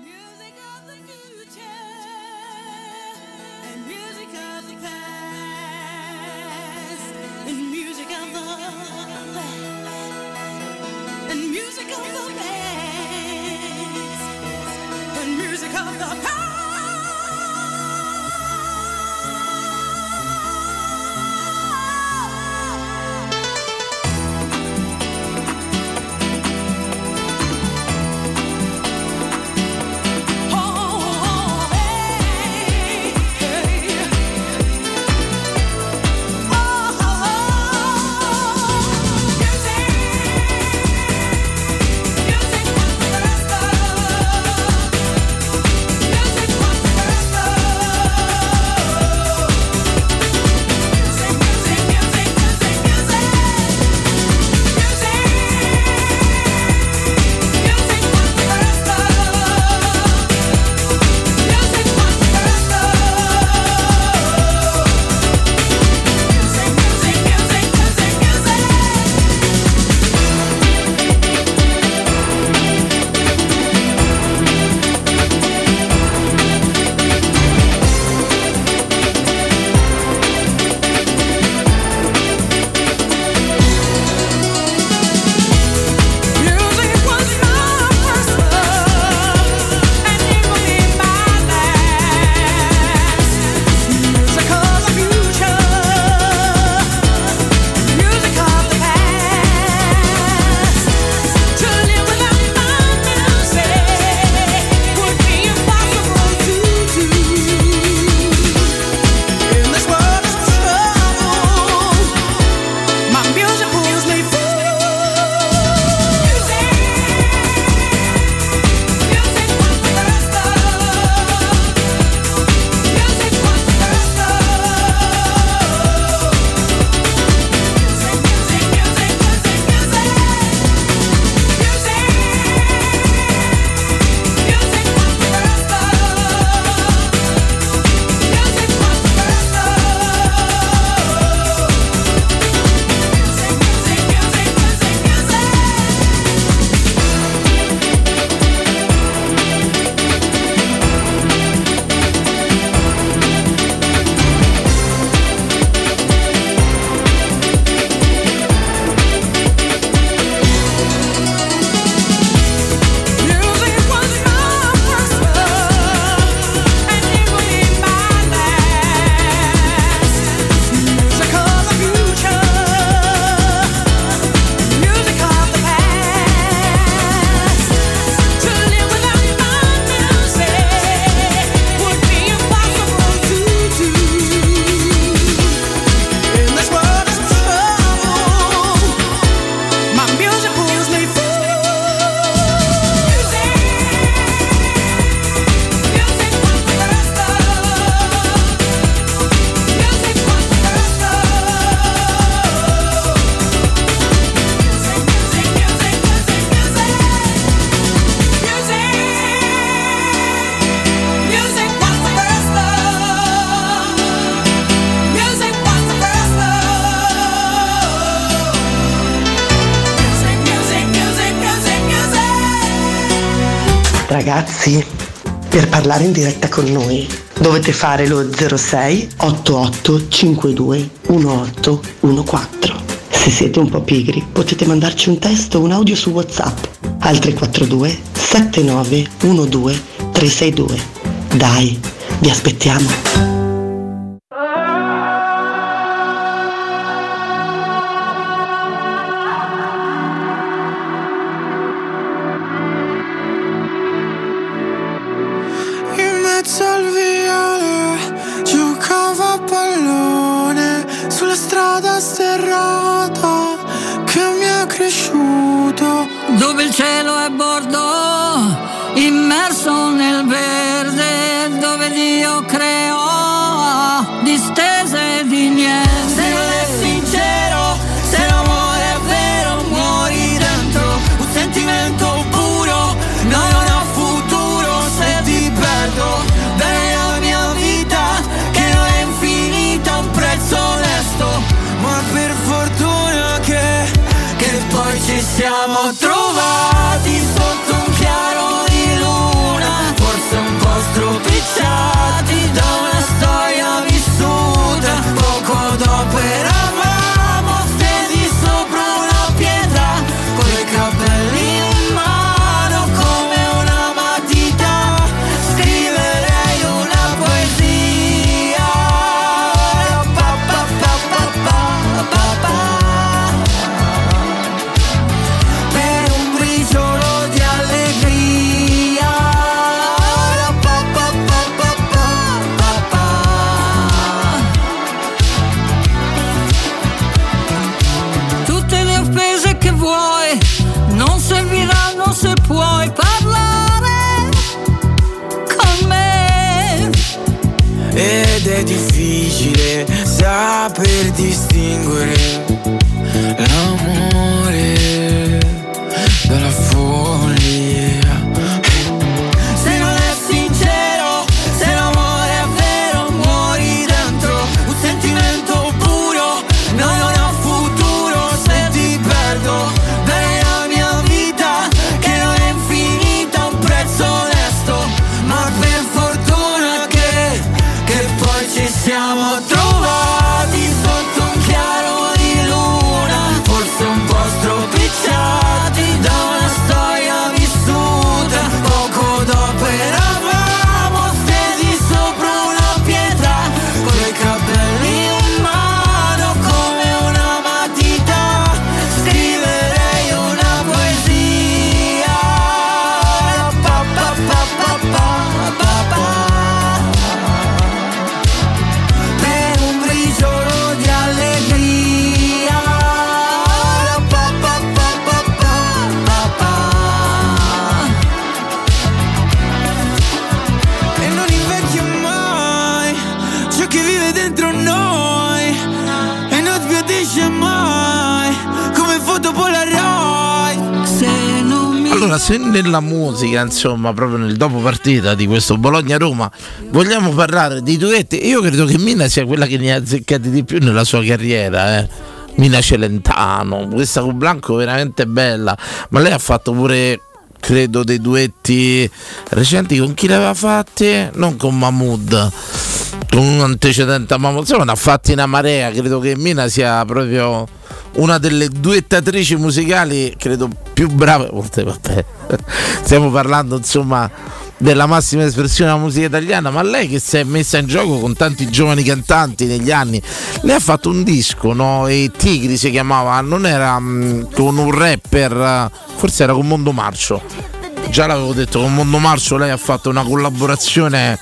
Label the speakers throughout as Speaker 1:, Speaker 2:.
Speaker 1: Music of the future and music of the past and music of the past and music of the past and music of the past. Oh, hey, hey. Oh, music, music was the best love. Music was the best love. Music, music, music, music, music, music. Music was the best love. Music was the best love. Music, music, music, music, music. Music was my first love, and it will be my last. Music of the future, music of the past. To live without my music would be impossible to do. In this world of trouble, my music pulls me Oh Music, music, music, music, music. Music was my first love, and it will be my last. Music of the future, music of the past. To live without my music would be impossible to do. In this world of trouble, my music pulls me Music was the first love. Music, music, music, music, music.
Speaker 2: Ragazzi, per parlare in diretta con noi dovete fare lo 06 88 52 1814. Se siete un po' pigri, potete mandarci un testo o un audio su WhatsApp al 342 7912 362. Dai, vi aspettiamo.
Speaker 3: In mezzo al viale giocava a pallone sulla strada serrata che mi è cresciuto.
Speaker 1: Dove il cielo è bordeaux, immerso nel verde, dove Dio creò distese di niente. Se non è sincero, se l'amore è vero, muori dentro. Un sentimento puro, no, non ho futuro se ti perdo. Dai la mia vita, che non è infinita, un prezzo onesto. Ma per fortuna che, che poi ci siamo trovati sotto un chiaro di luna, forse un po' stropicciati da una storia vissuta. Poco dopo eravamo stesi sopra una pietra, con i capelli in mano come una matita. Scriverei una poesia. Pa, pa, pa, pa, pa, pa, pa. Per un briciolo di allegria. Pa, pa, pa, pa, pa, pa, pa. Tutte le offese che vuoi non serviranno se puoi parlare con me.
Speaker 3: Ed è difficile saper distinguere l'amore dalla follia.
Speaker 1: Se non è sincero, se l'amore è vero, muori dentro. Un sentimento puro, no, non ho futuro se ti perdo. Dai la mia vita, che non è infinita, un prezzo onesto. Ma per fortuna che, che poi ci siamo trovati sotto un chiaro di luna. Forse un po' stropicciati da una storia vissuta. Poco dopo eravamo stesi sopra una pietra, con i capelli in mano come una matita. Scriverei una poesia. Pa, pa, pa, pa, pa, pa, pa. Per un briciolo di allegria. Pa, pa, pa, pa, pa, pa, pa.
Speaker 3: e non invecchia mai ciò che vive dentro noi e non sbiadisce mai come foto polaroid
Speaker 1: Se non mi
Speaker 4: Allora, se nella musica, insomma, proprio nel dopo partita di questo Bologna-Roma, vogliamo parlare di duetti, io credo che Mina sia quella che ne ha azzeccati di più nella sua carriera, eh. Mina Celentano, questa con Blanco veramente bella, ma lei ha fatto pure credo dei duetti recenti con chi l'aveva fatti? Non con Mahmood, con un antecedente a Mahmood, insomma ne ha fatti una marea, credo che Mina sia proprio una delle duettatrici musicali, credo più brave, oltre vabbè, stiamo parlando insomma della massima espressione della musica italiana, ma lei che si è messa in gioco con tanti giovani cantanti negli anni, lei ha fatto un disco, no? E Tigri si chiamava, non era mm, con un rapper, eh, forse era con Mondo Marcio. Già l'avevo detto, con Mondo Marcio lei ha fatto una collaborazione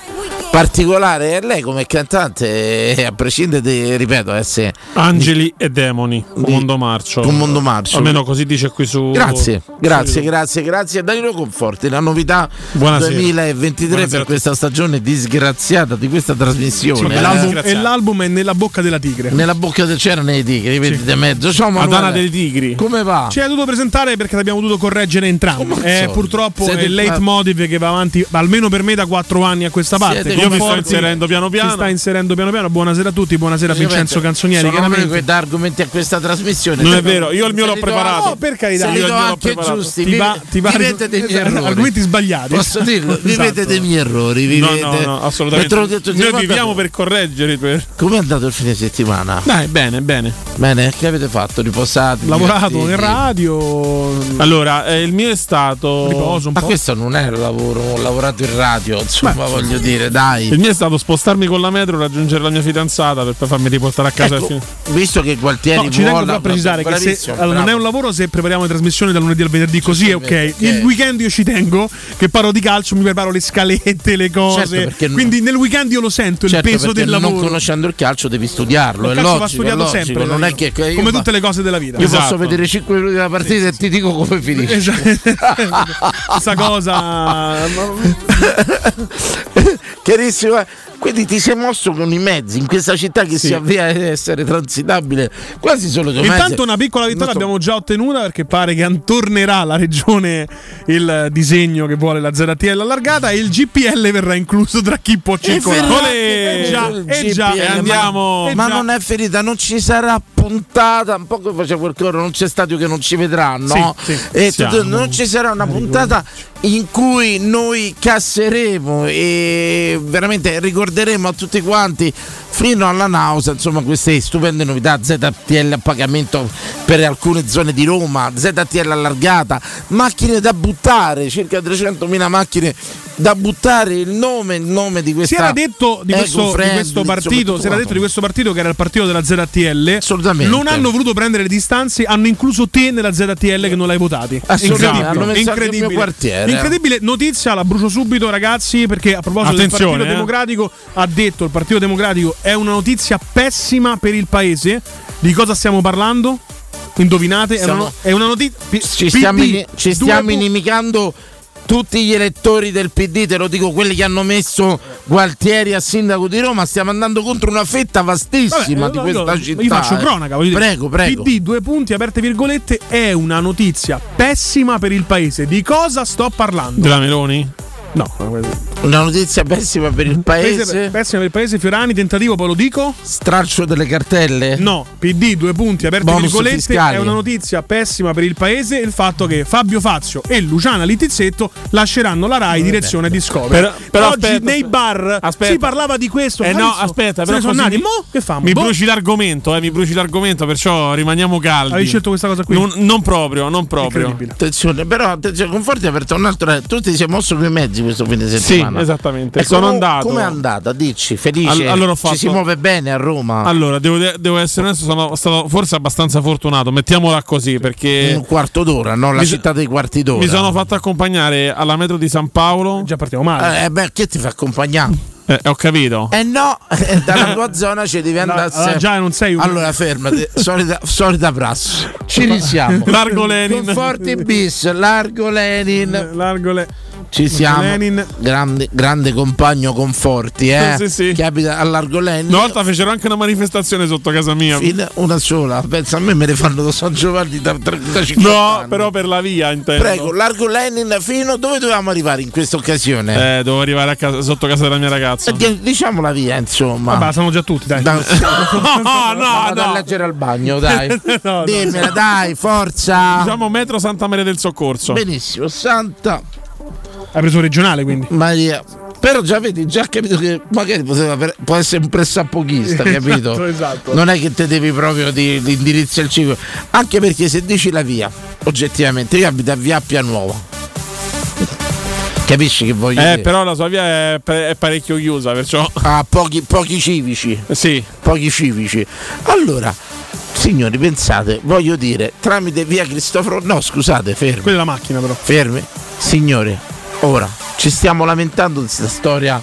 Speaker 4: particolare e lei come cantante, eh, a prescindere, di- ripeto, eh, se
Speaker 5: Angeli e demoni, un
Speaker 4: Di-
Speaker 5: mondo marcio.
Speaker 4: con Mondo Marcio.
Speaker 5: Almeno così dice qui su.
Speaker 4: Grazie, grazie,
Speaker 5: su-
Speaker 4: grazie, grazie. Danilo Conforti, la novità
Speaker 5: Buonasera.
Speaker 4: 2023
Speaker 5: Buonasera
Speaker 4: per
Speaker 5: a
Speaker 4: questa stagione disgraziata di questa trasmissione. eh.
Speaker 5: l'album-
Speaker 6: e l'album è nella bocca della tigre.
Speaker 4: Nella bocca del c'era nei tigri, vedete mezzo. Ciao Manuele.
Speaker 5: Adana dei Tigri.
Speaker 4: Come va?
Speaker 6: Ci Cioè, hai dovuto presentare perché l'abbiamo dovuto correggere entrambi.
Speaker 4: Come al
Speaker 6: Eh,
Speaker 4: solito.
Speaker 6: purtroppo
Speaker 4: Siete
Speaker 6: è il
Speaker 4: fa-
Speaker 6: leitmotiv che va avanti almeno per me da 4 anni a questa parte.
Speaker 4: Siete
Speaker 5: Io mi sto
Speaker 6: conforti.
Speaker 5: inserendo piano
Speaker 6: Si sta
Speaker 5: piano.
Speaker 6: inserendo piano piano. Buonasera a tutti, buonasera a Vincenzo Canzonieri.
Speaker 4: Sono uno
Speaker 6: Chiaramente.
Speaker 4: che dà argomenti a questa trasmissione.
Speaker 5: Non è
Speaker 4: Se-
Speaker 5: vero, io il mio
Speaker 4: se
Speaker 5: l'ho
Speaker 4: li do-
Speaker 5: preparato.
Speaker 6: No, per carità.
Speaker 4: Se
Speaker 5: Io
Speaker 4: li do
Speaker 5: gliel'ho
Speaker 4: anche
Speaker 5: preparato.
Speaker 4: giusti.
Speaker 6: Ti
Speaker 4: vi-
Speaker 6: va- ti va-
Speaker 4: vivete dei miei
Speaker 6: esatto,
Speaker 4: errori.
Speaker 6: argomenti sbagliati.
Speaker 4: Posso dirlo? Vivete
Speaker 6: Esatto.
Speaker 4: dei miei errori.
Speaker 5: No,
Speaker 4: Vivete.
Speaker 5: no, no, assolutamente.
Speaker 4: Mentre ho detto,
Speaker 5: Noi
Speaker 4: guarda-
Speaker 5: viviamo per correggere. Per...
Speaker 4: Come è andato il fine settimana?
Speaker 5: Dai, bene, bene.
Speaker 4: Bene, che avete fatto? Riposate?
Speaker 6: Lavorato in
Speaker 4: divertiti?
Speaker 6: radio.
Speaker 5: Allora, eh, il mio è stato.
Speaker 6: Riposo un
Speaker 4: Ma
Speaker 6: po'.
Speaker 4: questo non è il lavoro, ho lavorato in radio, insomma voglio dire, dai.
Speaker 5: Il mio è stato spostarmi con la metro, raggiungere la mia fidanzata per poi farmi riportare a casa. al
Speaker 4: Ecco,
Speaker 5: fine-
Speaker 4: visto che Gualtieri
Speaker 6: No, ci tengo
Speaker 4: vuole-
Speaker 6: però a precisare che se,
Speaker 4: bravissimo,
Speaker 6: allora, non è
Speaker 4: bravo.
Speaker 6: un lavoro se prepariamo le trasmissioni dal lunedì al venerdì, così è ok.
Speaker 4: Giustamente,
Speaker 6: Il
Speaker 4: ok.
Speaker 6: weekend io ci tengo, che parlo di calcio, mi preparo le scalette, le
Speaker 4: Certo,
Speaker 6: cose.
Speaker 4: perché non-
Speaker 6: Quindi nel weekend io lo sento il
Speaker 4: Certo,
Speaker 6: peso
Speaker 4: perché
Speaker 6: del lavoro.
Speaker 4: Non conoscendo il calcio devi studiarlo,
Speaker 6: il
Speaker 4: è
Speaker 6: calcio va
Speaker 4: logico, è
Speaker 6: studiato
Speaker 4: logico,
Speaker 6: sempre,
Speaker 4: non è che, che io,
Speaker 6: come
Speaker 4: fa-
Speaker 6: tutte le cose della vita.
Speaker 4: io
Speaker 5: Esatto.
Speaker 4: posso vedere 5 minuti della partita e ti dico come finisce.
Speaker 6: Esatto. Questa cosa
Speaker 4: Chiarissimo. eh? Quindi ti sei mosso con i mezzi in questa città che si avvia ad essere transitabile quasi solo con i mezzi.
Speaker 6: Intanto una piccola vittoria l'abbiamo già ottenuta perché pare che tornerà alla regione il disegno che vuole la ZTL allargata e il GPL verrà incluso tra chi può circolare.
Speaker 4: verrà
Speaker 6: Olè!
Speaker 4: anche
Speaker 6: Eh già,
Speaker 4: il
Speaker 6: eh già,
Speaker 4: GPL,
Speaker 6: eh
Speaker 4: ma-
Speaker 6: andiamo.
Speaker 4: Ma
Speaker 6: Eh già.
Speaker 4: non è ferita, non ci sarà puntata, un po' come faceva quel coro, non c'è stadio che non ci vedrà, no?
Speaker 6: Sì, Eh, sì,
Speaker 4: E
Speaker 5: siamo
Speaker 4: tutto- non ci sarà una puntata in cui noi casseremo e veramente ricorderemo a tutti quanti fino alla nausea, insomma, queste stupende novità, ZTL a pagamento per alcune zone di Roma, ZTL allargata, macchine da buttare, circa 300.000 macchine da buttare, il nome, il nome di
Speaker 6: Si
Speaker 4: questa
Speaker 6: era detto di questo, di
Speaker 4: eco-friendly,
Speaker 6: questo
Speaker 4: Ecco, insomma,
Speaker 6: partito, si era
Speaker 4: tutto
Speaker 6: detto di
Speaker 4: quanto.
Speaker 6: questo partito che era il partito della ZTL.
Speaker 4: Assolutamente.
Speaker 6: Non hanno voluto prendere le distanze, hanno incluso te nella ZTL che non l'hai votati.
Speaker 4: Assolutamente, hanno messo anche il
Speaker 6: incredibile.
Speaker 4: mio quartiere.
Speaker 6: incredibile notizia, la brucio subito ragazzi, perché a proposito
Speaker 5: Attenzione,
Speaker 6: del Partito
Speaker 5: eh.
Speaker 6: Democratico ha detto il Partito Democratico è una notizia pessima per il paese. Di cosa stiamo parlando? Indovinate, È
Speaker 4: Stiamo-
Speaker 6: una- è una notizia
Speaker 4: ci stiamo, ini- ci stiamo inimicando tutti gli elettori del PD, te lo dico, quelli che hanno messo Gualtieri a sindaco di Roma, stiamo andando contro una fetta vastissima
Speaker 6: Vabbè,
Speaker 4: di
Speaker 6: no,
Speaker 4: questa
Speaker 6: io-
Speaker 4: città.
Speaker 6: Io faccio
Speaker 4: eh.
Speaker 6: cronaca, voglio dire.
Speaker 4: Prego, prego.
Speaker 6: PD, due punti, aperte virgolette, è una notizia pessima per il paese. Di cosa sto parlando?
Speaker 5: Della Meloni?
Speaker 6: No,
Speaker 4: Una notizia pessima per il
Speaker 6: paese,
Speaker 4: paese.
Speaker 6: pessima per il paese, Fiorani, tentativo, poi lo dico?
Speaker 4: Stralcio delle cartelle.
Speaker 6: No, PD, due punti, aperte
Speaker 4: Bonus
Speaker 6: virgolette,
Speaker 4: fiscali.
Speaker 6: è una notizia pessima per il paese il fatto che Fabio Fazio e Luciana Littizzetto lasceranno la
Speaker 4: Eh
Speaker 6: RAI direzione Discovery.
Speaker 5: Però- però
Speaker 6: Oggi
Speaker 5: aspetta,
Speaker 6: nei bar
Speaker 5: aspetta.
Speaker 6: si parlava di questo.
Speaker 5: Eh no,
Speaker 6: Fabrizio,
Speaker 5: aspetta,
Speaker 6: se
Speaker 5: però
Speaker 6: ne sono
Speaker 5: così
Speaker 6: nati.
Speaker 5: mi-
Speaker 6: Mo che famo?
Speaker 5: Mi
Speaker 6: Boh.
Speaker 5: bruci l'argomento, eh, mi bruci l'argomento, perciò rimaniamo caldi.
Speaker 6: Avevi scelto questa cosa qui?
Speaker 5: Non, non proprio, non proprio.
Speaker 6: Incredibile.
Speaker 4: Attenzione, però attenzione, conforti aperto un altro. eh, Tu ti sei mosso con i mezzi questo fine
Speaker 5: Sì,
Speaker 4: settimana.
Speaker 5: esattamente.
Speaker 4: Ecco,
Speaker 5: Sono
Speaker 4: com-
Speaker 5: andato.
Speaker 4: Com'è andata? Dici, felice.
Speaker 5: All- allora ho
Speaker 4: Ci si
Speaker 5: fatto-
Speaker 4: muove bene a Roma.
Speaker 5: Allora, devo, de- devo essere onesto, sono stato forse abbastanza fortunato, mettiamola così, perché
Speaker 4: un quarto d'ora, no? La
Speaker 5: mi so-
Speaker 4: città dei quarti d'ora.
Speaker 5: mi sono fatto accompagnare alla metro di San Paolo.
Speaker 6: Già partiamo male.
Speaker 4: Eh, eh, beh, che ti fa accompagnare?
Speaker 5: Eh, ho capito.
Speaker 4: Eh no, eh, dalla tua zona ci devi andare
Speaker 6: allora
Speaker 4: sempre.
Speaker 6: già non sei un-
Speaker 4: Allora fermati, solita, solita prassi. Ci risiamo.
Speaker 5: Largo Lenin.
Speaker 4: Conforti bis, largo Lenin.
Speaker 6: Largo le-
Speaker 4: Ci siamo.
Speaker 6: Lenin.
Speaker 4: Grande, grande compagno Conforti, eh.
Speaker 5: Sì, sì.
Speaker 4: Che abita a largo Lenin.
Speaker 5: Una volta fecero anche una manifestazione sotto casa mia.
Speaker 4: Fino- una sola. Pensa a me me ne fanno da San Giovanni da 35
Speaker 5: No,
Speaker 4: anni.
Speaker 5: però per la via,
Speaker 6: eh,
Speaker 5: intendo.
Speaker 4: Prego, largo Lenin fino dove dovevamo arrivare in questa occasione?
Speaker 5: Eh, devo arrivare a casa- sotto casa della mia ragazza.
Speaker 4: Eh, di- Diciamola via, insomma.
Speaker 6: Vabbè, sono già tutti,
Speaker 4: Da-
Speaker 6: dai.
Speaker 5: No, no,
Speaker 4: vado a
Speaker 5: no.
Speaker 4: leggere al bagno, dai.
Speaker 6: no.
Speaker 4: Dimmela, dai, forza.
Speaker 5: Diciamo metro Santa Maria del Soccorso.
Speaker 4: Ah. Benissimo, Santa
Speaker 6: Hai preso regionale, quindi.
Speaker 4: Maria. Però già vedi, già capito che magari poteva per- può essere un pressappochista, capito?
Speaker 6: esatto.
Speaker 4: Non è che te devi proprio di, di indirizzo al ciclo. Anche perché se dici la via, oggettivamente, io abito a via Appia Nuova. Capisci che voglio
Speaker 5: Eh,
Speaker 4: dire?
Speaker 5: però la sua via è, pa- è parecchio chiusa, perciò.
Speaker 4: Ah, pochi, pochi civici.
Speaker 5: Sì.
Speaker 4: pochi civici. Allora, signori, pensate, voglio dire, tramite via Cristoforo. No, scusate, fermi,
Speaker 6: Quella è la macchina, però.
Speaker 4: fermi. Signori, ora ci stiamo lamentando di questa storia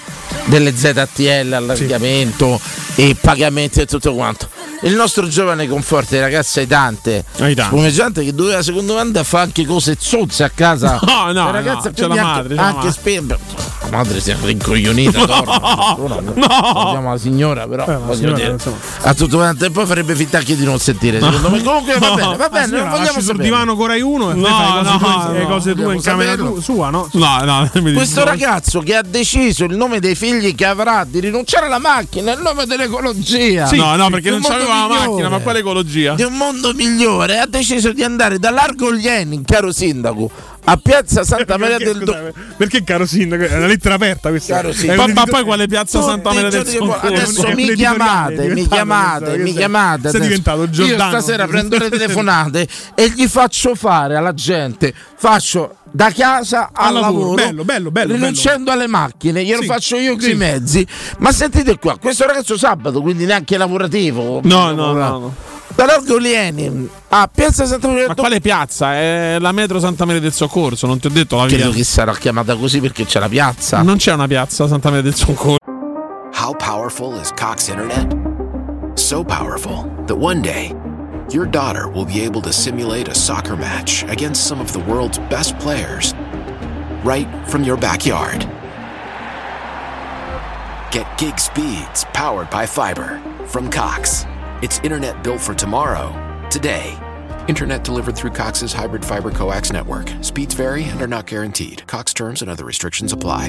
Speaker 4: delle ZTL, allargamento e pagamenti e tutto quanto. Il nostro giovane conforte, ragazzi, Aitante,
Speaker 5: Aitante.
Speaker 4: spumeggiante che doveva secondo me andare a fare anche cose zozze a casa.
Speaker 5: No, no,
Speaker 4: La Eh, ragazza
Speaker 5: no, c'è la
Speaker 4: quindi Anche,
Speaker 5: madre, c'è la
Speaker 4: anche
Speaker 5: madre.
Speaker 4: spe- la madre si è rincoglionita, torna. No, no. Vogliamo la signora, però
Speaker 6: Eh, la
Speaker 4: voglio
Speaker 6: signora,
Speaker 4: dire,
Speaker 6: insomma.
Speaker 4: a tutto quanto e poi farebbe finta anche di non sentire. Secondo me comunque va bene, va
Speaker 6: Ah,
Speaker 4: bene,
Speaker 6: signora,
Speaker 4: non
Speaker 6: lasci
Speaker 4: vogliamo
Speaker 6: sul
Speaker 4: sapere.
Speaker 6: divano con Rai 1 e
Speaker 5: No,
Speaker 6: no, fai le cose,
Speaker 5: no,
Speaker 6: tue, le
Speaker 5: no.
Speaker 6: cose tue in
Speaker 4: Vogliamo
Speaker 6: camera
Speaker 4: saperlo.
Speaker 6: tu- sua, no?
Speaker 5: Ah, No, no, mi-
Speaker 4: Questo
Speaker 5: no.
Speaker 4: ragazzo che ha deciso il nome dei figli che avrà di rinunciare alla macchina, il nome dell'ecologia.
Speaker 5: Sì, no, no,
Speaker 4: di
Speaker 5: perché
Speaker 4: un
Speaker 5: non
Speaker 4: mondo
Speaker 5: c'aveva la
Speaker 4: migliore,
Speaker 5: macchina, ma quale ecologia?
Speaker 4: Di un mondo migliore, ha deciso di andare da Largo Glienin, caro sindaco, a Piazza Santa Maria
Speaker 6: Perché,
Speaker 4: del Do...
Speaker 6: scusate, perché caro sindaco? È una lettera aperta questa.
Speaker 4: Caro
Speaker 6: È
Speaker 4: sindaco.
Speaker 5: Ma,
Speaker 6: un
Speaker 5: ma
Speaker 6: edito-
Speaker 5: poi quale piazza
Speaker 4: Tutti
Speaker 5: Santa
Speaker 4: i
Speaker 5: Maria del
Speaker 4: giorni che vuole- Adesso
Speaker 6: È un
Speaker 4: mi
Speaker 6: editoriale, è
Speaker 4: chiamate, mi
Speaker 6: diventato,
Speaker 4: chiamate,
Speaker 6: penso,
Speaker 4: mi
Speaker 6: che
Speaker 4: chiamate.
Speaker 6: sei
Speaker 4: adesso.
Speaker 6: diventato
Speaker 4: Io
Speaker 6: Giordano.
Speaker 4: stasera prendo le telefonate e gli faccio fare alla gente, faccio da casa al,
Speaker 6: Al lavoro. Bello, bello, bello,
Speaker 4: rinunciando alle macchine, glielo
Speaker 6: Sì,
Speaker 4: faccio io con i
Speaker 6: sì.
Speaker 4: mezzi. Ma sentite qua, questo ragazzo sabato, quindi neanche lavorativo.
Speaker 5: No, no, no, no.
Speaker 4: Da Largo Lieni a Piazza Santa Maria
Speaker 5: Ma
Speaker 4: del Do-
Speaker 5: quale piazza? È la metro Santa Maria del Soccorso, non ti ho detto la via.
Speaker 4: Credo che sarà chiamata così perché c'è la piazza.
Speaker 5: Non c'è una piazza Santa Maria del Soccorso.
Speaker 7: How powerful is Cox Internet? So powerful that one day, your daughter will be able to simulate a soccer match against some of the world's best players right from your backyard. Get gig speeds powered by fiber from Cox. It's internet built for tomorrow, today. Internet delivered through Cox's hybrid fiber coax network. Speeds vary and are not guaranteed. Cox terms and other restrictions apply.